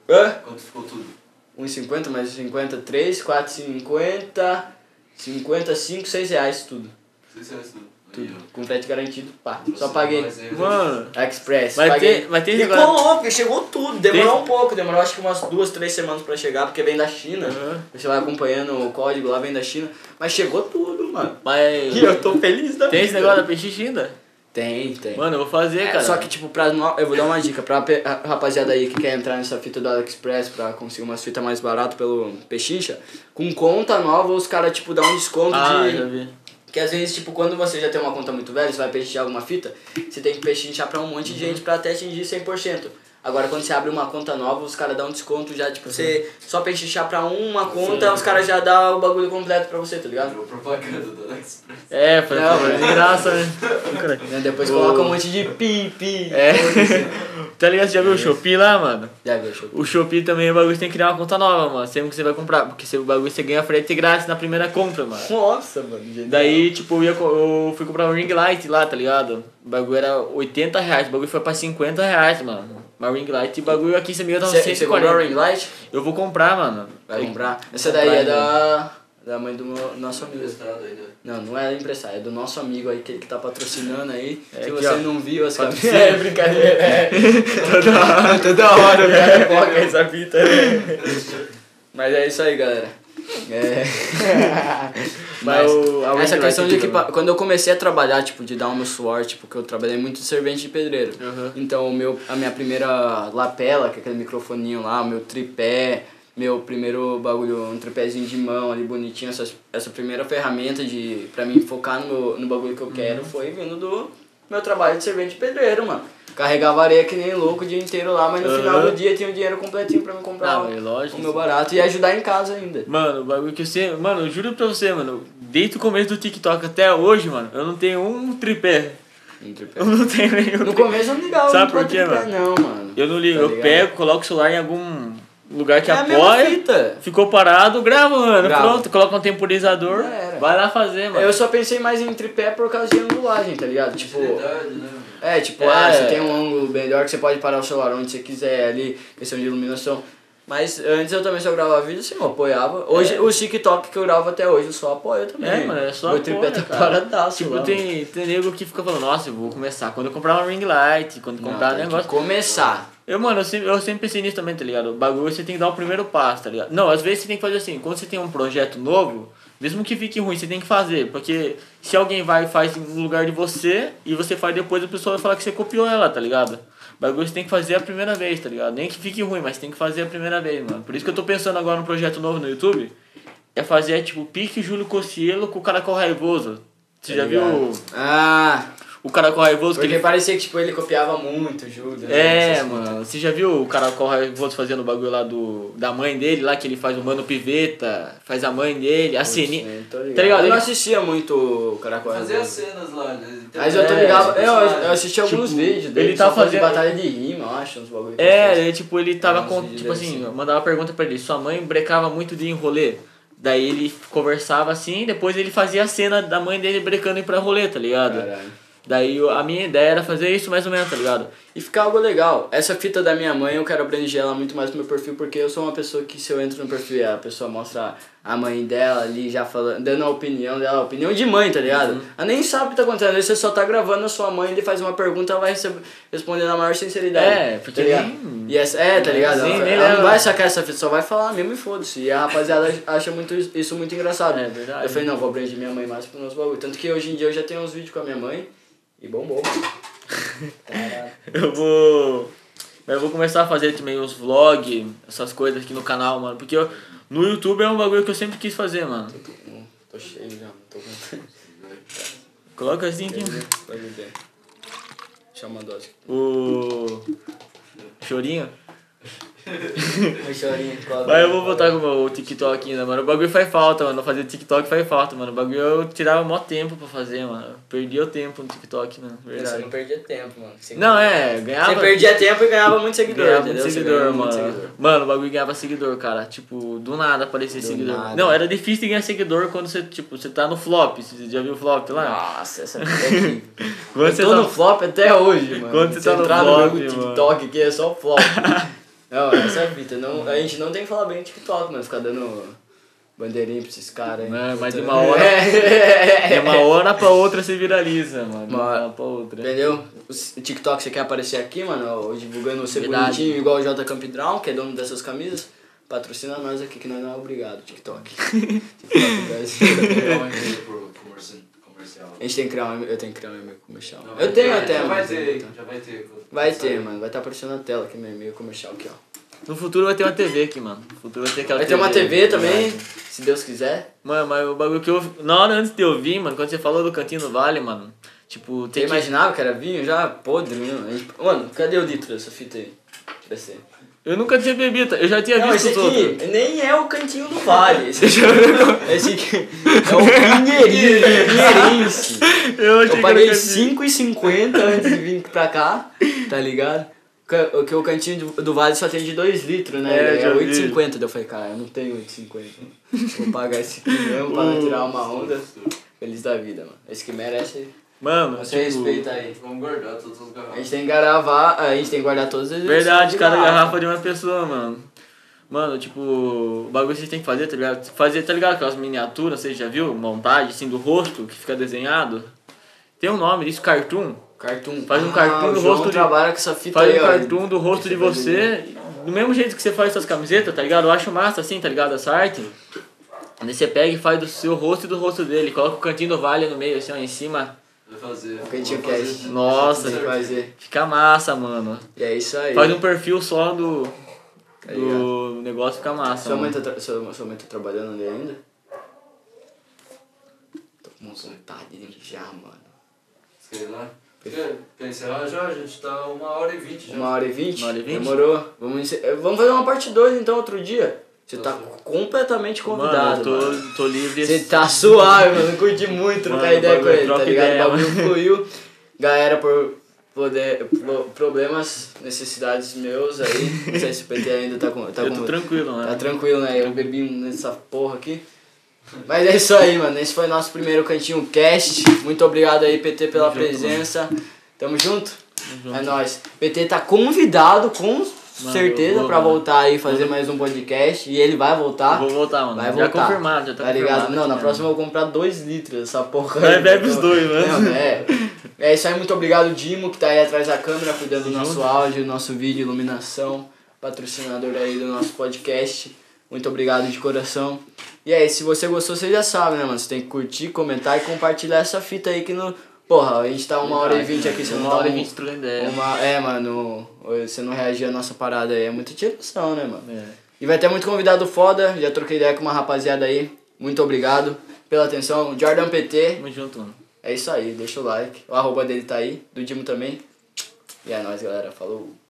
S1: Hã?
S3: Quanto ficou tudo?
S1: 1,50 mais 50, 3, 4, 50, 50, 5, 6 reais tudo.
S3: Não sei se é isso. não. Tudo.
S1: Com frete garantido, pá. Só paguei.
S2: Mano,
S1: Express,
S2: vai
S1: paguei.
S2: ter, vai ter
S1: E
S2: agora-
S1: colou, porque chegou tudo. Demorou um pouco, demorou acho que umas duas, três semanas pra chegar, porque vem da China.
S2: Aham.
S1: Você vai acompanhando o código lá, vem da China. Mas chegou tudo, mano.
S2: Mas.
S1: E eu tô feliz da
S2: Tem esse
S1: vida.
S2: negócio da peixe ainda?
S1: Tem, tem.
S2: Mano, eu vou fazer,
S1: É,
S2: cara.
S1: só que, tipo, pra, no- eu vou dar uma dica pra pe- a- rapaziada aí que quer entrar nessa fita do AliExpress pra conseguir umas fitas mais baratas pelo Pechincha. Com conta nova, os caras, tipo, dão um desconto
S2: Ah,
S1: de.
S2: já vi.
S1: Que às vezes, tipo, quando você já tem uma conta muito velha, você vai pechinchar alguma fita, você tem que pechinchar pra um monte
S2: Uhum.
S1: de gente pra até atingir 100%. Agora, quando você abre uma conta nova, os caras dão um desconto já, tipo, você
S2: Uhum.
S1: só pechinchar pra uma conta, os caras já dão o bagulho completo pra você, tá ligado?
S3: Virou propaganda do AliExpress.
S2: É, foi
S1: Não,
S2: foi de
S1: mas-
S2: graça, né? Cara,
S1: Né? Depois
S2: Ô.
S1: coloca um monte de pi, pi.
S2: É. tá ligado? Você já viu o Shopee lá, mano?
S1: Já viu, show.
S2: O Shopee também, o bagulho você tem que criar uma conta nova, mano. Sempre que você vai comprar. Porque se o bagulho você ganha frete grátis na primeira compra, mano.
S1: Nossa, mano. genial.
S2: Daí, tipo, eu, ia, co- eu fui comprar um ring light lá, tá ligado? O bagulho era 80 reais, o bagulho foi pra 50 reais, mano. Mas ring light, o bagulho aqui em São Miguel tava
S1: Você, você comprou a
S2: 140.
S1: ring light?
S2: Eu vou comprar, mano.
S1: Vai
S2: Eu-
S1: comprar.
S2: vou
S1: Essa daí
S2: comprar,
S1: é
S2: né?
S1: da, da mãe do meu,
S3: Tá
S1: nosso amigo.
S3: Emprestado ainda.
S1: Não, não é emprestar, é do nosso amigo aí, aquele que tá patrocinando aí.
S2: É
S1: Se
S2: aqui,
S1: você
S2: ó.
S1: não viu as camisas.
S2: É,
S1: brincadeira. É,
S2: Toda hora, toda hora, velho. Foca essa fita, né?
S1: Mas é isso aí, galera. É.
S2: Mas
S1: Mas
S2: o- a
S1: essa
S2: Ring
S1: questão
S2: Light
S1: de que
S2: aqui também.
S1: pa- quando eu comecei a trabalhar, tipo, de dar o meu suor, tipo, que eu trabalhei muito de servente de pedreiro.
S2: Uhum.
S1: Então, o meu, a minha primeira lapela, que é aquele microfoninho lá, o meu tripé, meu primeiro bagulho, um tripézinho de mão ali bonitinho, essa, essa primeira ferramenta de pra mim focar no, meu- no bagulho que eu
S2: Uhum.
S1: quero foi vindo do meu trabalho de servente de pedreiro, mano. Carregava areia que nem louco o dia inteiro lá, mas no
S2: Uhum.
S1: final do dia tinha o dinheiro completinho pra me comprar
S2: Ah, mas lógico.
S1: o meu barato e ajudar em casa ainda.
S2: Mano, o bagulho que você. Mano, eu juro pra você, mano. Desde o começo do TikTok até hoje, mano, eu não tenho um tripé.
S1: Um tripé.
S2: Eu não tenho nenhum
S1: No
S2: tripé.
S1: começo eu não ligava.
S2: Sabe
S1: não
S2: por quê,
S1: bota tripé,
S2: mano?
S1: Não, mano.
S2: Eu não ligo,
S1: Tá
S2: eu
S1: ligado?
S2: pego, coloco o celular em algum lugar que
S1: é a mesma
S2: apoia.
S1: fita.
S2: Ficou parado, grava, mano.
S1: Grava.
S2: Pronto, coloca um temporizador.
S1: Já era. É,
S2: Vai lá fazer, mano.
S1: Eu só pensei mais em tripé por causa de angulagem, tá ligado? Tipo.
S3: Utilidade, né? mano?
S1: É, tipo,
S2: É.
S1: ah, você tem um ângulo melhor que você pode parar o celular onde você quiser ali, questão de iluminação. Mas antes eu também só gravava vídeo, assim, eu apoiava. Hoje,
S2: É.
S1: o TikTok que eu gravo até hoje, eu só apoio também.
S2: É, mano, é só
S1: Meu tripé
S2: apoia,
S1: tá
S2: cara.
S1: paradaço,
S2: Tipo,
S1: lá, mano.
S2: tem, tem nego que fica falando, nossa, eu vou começar. Quando eu comprar uma ring light, quando
S1: Não,
S2: comprar um
S1: tem que
S2: negócio.
S1: Começar.
S2: Eu, mano, eu sempre, eu sempre pensei nisso também, tá ligado? O bagulho você tem que dar o primeiro passo, tá ligado? Não, às vezes você tem que fazer assim, quando você tem um projeto novo, mesmo que fique ruim, você tem que fazer. Porque se alguém vai e faz no lugar de você, e você faz depois, a pessoa vai falar que você copiou ela, tá ligado? O bagulho você tem que fazer a primeira vez, tá ligado? Nem que fique ruim, mas tem que fazer a primeira vez, mano. Por isso que eu tô pensando agora num projeto novo no YouTube. É fazer, tipo, pique Júlio Cossielo com o Caracol Raivoso. Você
S1: tá
S2: já viu
S1: ligado?
S2: o,
S1: Ah,
S2: o Caracol Raivoso? que
S1: porque
S2: ele
S1: parecia que tipo, ele copiava muito, Júlio.
S2: é,
S1: essas fitas.
S2: mano, você já viu o cara corre Raivoso fazendo o bagulho lá do, da mãe dele, lá que ele faz o Mano Piveta, faz a mãe dele, a Sininha.
S1: Sim, assim, né? tô ligado.
S2: Tá ligado?
S1: Eu
S2: Ele-
S1: não assistia muito o Caracol.
S3: Fazia as
S1: Mas
S3: cenas lá. né? Tem-
S1: eu tô
S2: É,
S1: ligado.
S3: é,
S1: Eu,
S3: personagem.
S1: eu assisti alguns
S2: Tipo,
S1: vídeos dele.
S2: ele tá
S1: só falando de
S2: fazendo-
S1: batalha de rima, eu acho, uns bagulho. que ele
S2: É,
S1: fez.
S2: ele, tipo, ele tava
S1: Nossa,
S2: com,
S1: ele
S2: tipo
S1: deve
S2: assim,
S1: ser.
S2: mandava pergunta pra ele, sua mãe brecava muito de enrolê. Daí ele conversava assim, depois ele fazia a cena da mãe dele brecando ir pra rolê, tá ligado?
S1: Caralho.
S2: Daí eu- a minha ideia era fazer isso mais ou menos, tá ligado?
S1: E ficar algo legal. Essa fita da minha mãe, eu quero abranger ela muito mais pro meu perfil, porque eu sou uma pessoa que se eu entro no perfil e a pessoa mostra a mãe dela ali, já falando, dando a opinião dela, a opinião de mãe, tá
S2: Uhum.
S1: ligado? Ela nem sabe o que tá acontecendo. Às vezes você só tá gravando a sua mãe, ele faz uma pergunta, ela vai rece- responder na maior sinceridade.
S2: É, porque
S1: tá ligado?
S2: nem-
S1: E essa- é, tá ligado?
S2: Sim,
S1: ela
S2: nem
S1: ela
S2: leva-
S1: não vai sacar essa fita, só vai falar mesmo e foda-se. E a rapaziada acha muito isso- isso muito engraçado.
S2: É verdade.
S1: Eu falei, não, vou abranger minha mãe mais pro nosso bagulho. Tanto que hoje em dia eu já tenho uns vídeos com a minha mãe e bombou, mano. Caralho.
S2: Eu vou. Eu vou começar a fazer também os vlogs, essas coisas aqui no canal, mano. Porque eu- no YouTube é um bagulho que eu sempre quis fazer, mano.
S1: Hum, Tô cheio já, não tô com
S2: Coloca assim aqui.
S1: Vai me ver. Deixa eu mandar assim.
S2: O. Chorinho.
S1: Um chorinho, cola.
S2: Mas eu vou voltar com o meu TikTok ainda, mano. O bagulho faz falta, mano. Fazer TikTok faz falta, mano. O bagulho eu tirava mó tempo pra fazer, mano. Perdi o tempo no TikTok, mano.
S1: Você
S2: Verdade.
S1: não perdia tempo, mano. Você
S2: Não, é, ganhava.
S1: Você perdia tempo e ganhava muito seguidor,
S2: Ganhava muito
S1: entendeu? Você
S2: seguidor,
S1: ganhava
S2: mano.
S1: muito seguidor.
S2: Mano, o bagulho ganhava seguidor, cara. Tipo, do nada aparecia
S1: Do
S2: seguidor.
S1: nada.
S2: Não, era difícil ganhar seguidor quando você, tipo, você tá no flop. Você já viu o flop lá?
S1: Nossa, essa aqui.
S2: é Quando você
S1: Ah, eu tô
S2: tá-
S1: no flop até hoje, mano.
S2: Quando você
S1: Se
S2: tá no
S1: entrar
S2: flop,
S1: meu
S2: mano.
S1: TikTok aqui é só flop. não, essa é a fita. Não, a gente não tem que falar bem do TikTok, mano. Ficar dando Bandeirinha pra esses caras, hein?
S2: Né? Mas de
S1: Puta.
S2: uma hora.
S1: É.
S2: De uma hora pra outra se viraliza, mano. De uma
S1: Uma-
S2: hora pra outra.
S1: Entendeu? O TikTok você quer aparecer aqui, mano, ou divulgando você
S2: Verdade.
S1: bonitinho, igual o J Campdrown, que é dono dessas camisas. Patrocina nós aqui, que nós não é obrigado, TikTok. TikTok Brasil.
S3: É um e-mail por comerci- comercial.
S1: A gente tem que criar um, eu tenho que criar um e-mail comercial.
S3: né? Não,
S1: eu
S3: vai-
S1: tenho
S3: já-
S1: até,
S3: Já
S1: mano.
S3: vai
S1: eu tenho,
S3: ter,
S1: tá?
S3: já vai ter.
S1: Vai ter, mano. Vai estar aparecendo na tela aqui meu e-mail comercial aqui, ó.
S2: No futuro vai ter uma TV aqui, mano. No futuro vai ter aquela
S1: Vai ter uma TV também,
S2: Verdade.
S1: se Deus quiser.
S2: Mano, mas o bagulho que eu. Na hora antes de eu vir, mano, quando você falou do Cantinho do Vale, mano. Tipo,
S1: Você
S2: tem que.
S1: imaginava que era vinho já podre, né? A gente- Mano, cadê o litro dessa fita aí? Deixa eu ver se-
S2: Eu nunca tinha bebido, eu já tinha
S1: Não, esse
S2: visto tudo.
S1: aqui nem é o cantinho do vale. Esse aqui, esse aqui é o Pinheirinho, Pinheirense.
S2: Eu achei
S1: Eu paguei
S2: que era cantinho.
S1: 5,50 antes de vir pra cá, tá ligado? Ca- o Que o cantinho do- do Vale só tem de 2 litros, né?
S2: É,
S1: É,
S2: já
S1: é
S2: vi.
S1: 8,50. Daí eu falei, cara, eu não tenho 8,50. Vou pagar esse aqui mesmo
S2: Hum.
S1: pra tirar uma onda. Feliz da vida, mano. Esse que merece.
S2: Tipo, Mano, tipo,
S1: Você respeita aí.
S3: Vamos guardar todas as
S1: A
S3: garrafas.
S1: gente tem que gravar, a gente tem que guardar todas as
S2: Verdade,
S1: edições de
S2: cada garrafa de uma pessoa, mano. Mano, tipo, o bagulho que vocês têm que fazer, tá ligado? Fazer, tá ligado? Aquelas miniaturas, você já viu? Montagem, assim, do rosto que fica desenhado. Tem um nome disso, cartoon.
S1: Cartoon.
S2: Faz um cartoon
S1: ah, o
S2: do
S1: João
S2: rosto de-
S1: trabalha com essa fita
S2: Faz
S1: aí,
S2: um
S1: ó.
S2: cartoon do rosto de
S1: Esse bagulho.
S2: você.
S1: um
S2: Do mesmo jeito que você faz suas camisetas, tá ligado? Eu acho massa, assim, tá ligado? Essa arte. Daí você pega e faz do seu rosto e do rosto dele. Coloca o cantinho do vale no meio, assim, ó, em cima.
S3: Vai fazer.
S1: O Cantinho
S3: vamos fazer.
S1: Cast.
S2: Nossa,
S1: Tem que fazer.
S2: fica massa, mano.
S1: E é isso aí.
S2: Faz um perfil só do...
S1: Tá
S2: Do negócio fica massa.
S1: Sua
S2: mano.
S1: mãe, tá tra- sua, sua mãe tá trabalhando ali ainda? Tô com uma vontade de mijar, mano.
S3: Sei lá. Quer, quer encerrar já? A gente tá uma hora e vinte já.
S1: Uma hora e vinte?
S2: Uma hora e vinte?
S1: Demorou. Vamos, encer- eh, vamos fazer uma parte 2 então outro dia. Você tá
S3: Nossa.
S1: completamente
S2: Mano, eu
S1: convidado. mano.
S2: tô, tô livre.
S1: Você tá suave, mano. Curti muito trocar
S2: Mano,
S1: ideia com
S2: bagulho,
S1: ele, tá
S2: troca
S1: ligado?
S2: ideia,
S1: o bagulho
S2: mano.
S1: fluiu. Galera, por poder, por problemas, necessidades meus aí. Não sei se o PT ainda tá com. Tá
S2: eu
S1: com-
S2: tô tranquilo, mano.
S1: Tá tranquilo, né? Eu bebi nessa porra aqui. Mas é isso aí, mano. Esse foi nosso primeiro Cantinho Cast. Muito obrigado aí, PT, pela
S2: Tamo junto,
S1: presença. Tamo junto? É nóis. PT tá convidado, com
S2: eu
S1: certeza,
S2: vou,
S1: pra
S2: mano.
S1: voltar aí fazer mais um podcast. E ele vai voltar.
S2: Vou voltar, mano.
S1: Vai
S2: já
S1: voltar.
S2: confirmado, já tá,
S1: Tá ligado?
S2: confirmado
S1: Não,
S2: aqui,
S1: na
S2: né,
S1: próxima eu vou comprar dois litros dessa porra.
S2: Vai,
S1: aí.
S2: bebe os dois, né?
S1: Não,
S2: mano.
S1: é. É isso aí, muito obrigado, Dimo, que tá aí atrás da câmera, cuidando do
S2: Tamo
S1: nosso
S2: junto.
S1: áudio, do nosso vídeo, iluminação, patrocinador aí do nosso podcast. Muito obrigado de coração. E aí, se você gostou, você já sabe, né, mano? Você tem que curtir, comentar e compartilhar essa fita aí que no. Porra, a gente tá uma hora e vinte aqui, você não
S2: Uma
S1: tá
S2: hora e né?
S1: um-
S2: vinte trocando ideia.
S1: uma- É, mano, você não reagir à nossa parada aí. É muita tiração, né, mano?
S2: É.
S1: E vai ter muito convidado foda. Já troquei ideia com uma rapaziada aí. Muito obrigado pela atenção. Jordan PT.
S2: Tamo junto, mano.
S1: É isso aí. Deixa o like. O arroba dele tá aí. Do Dimo também. E é nóis, galera. Falou.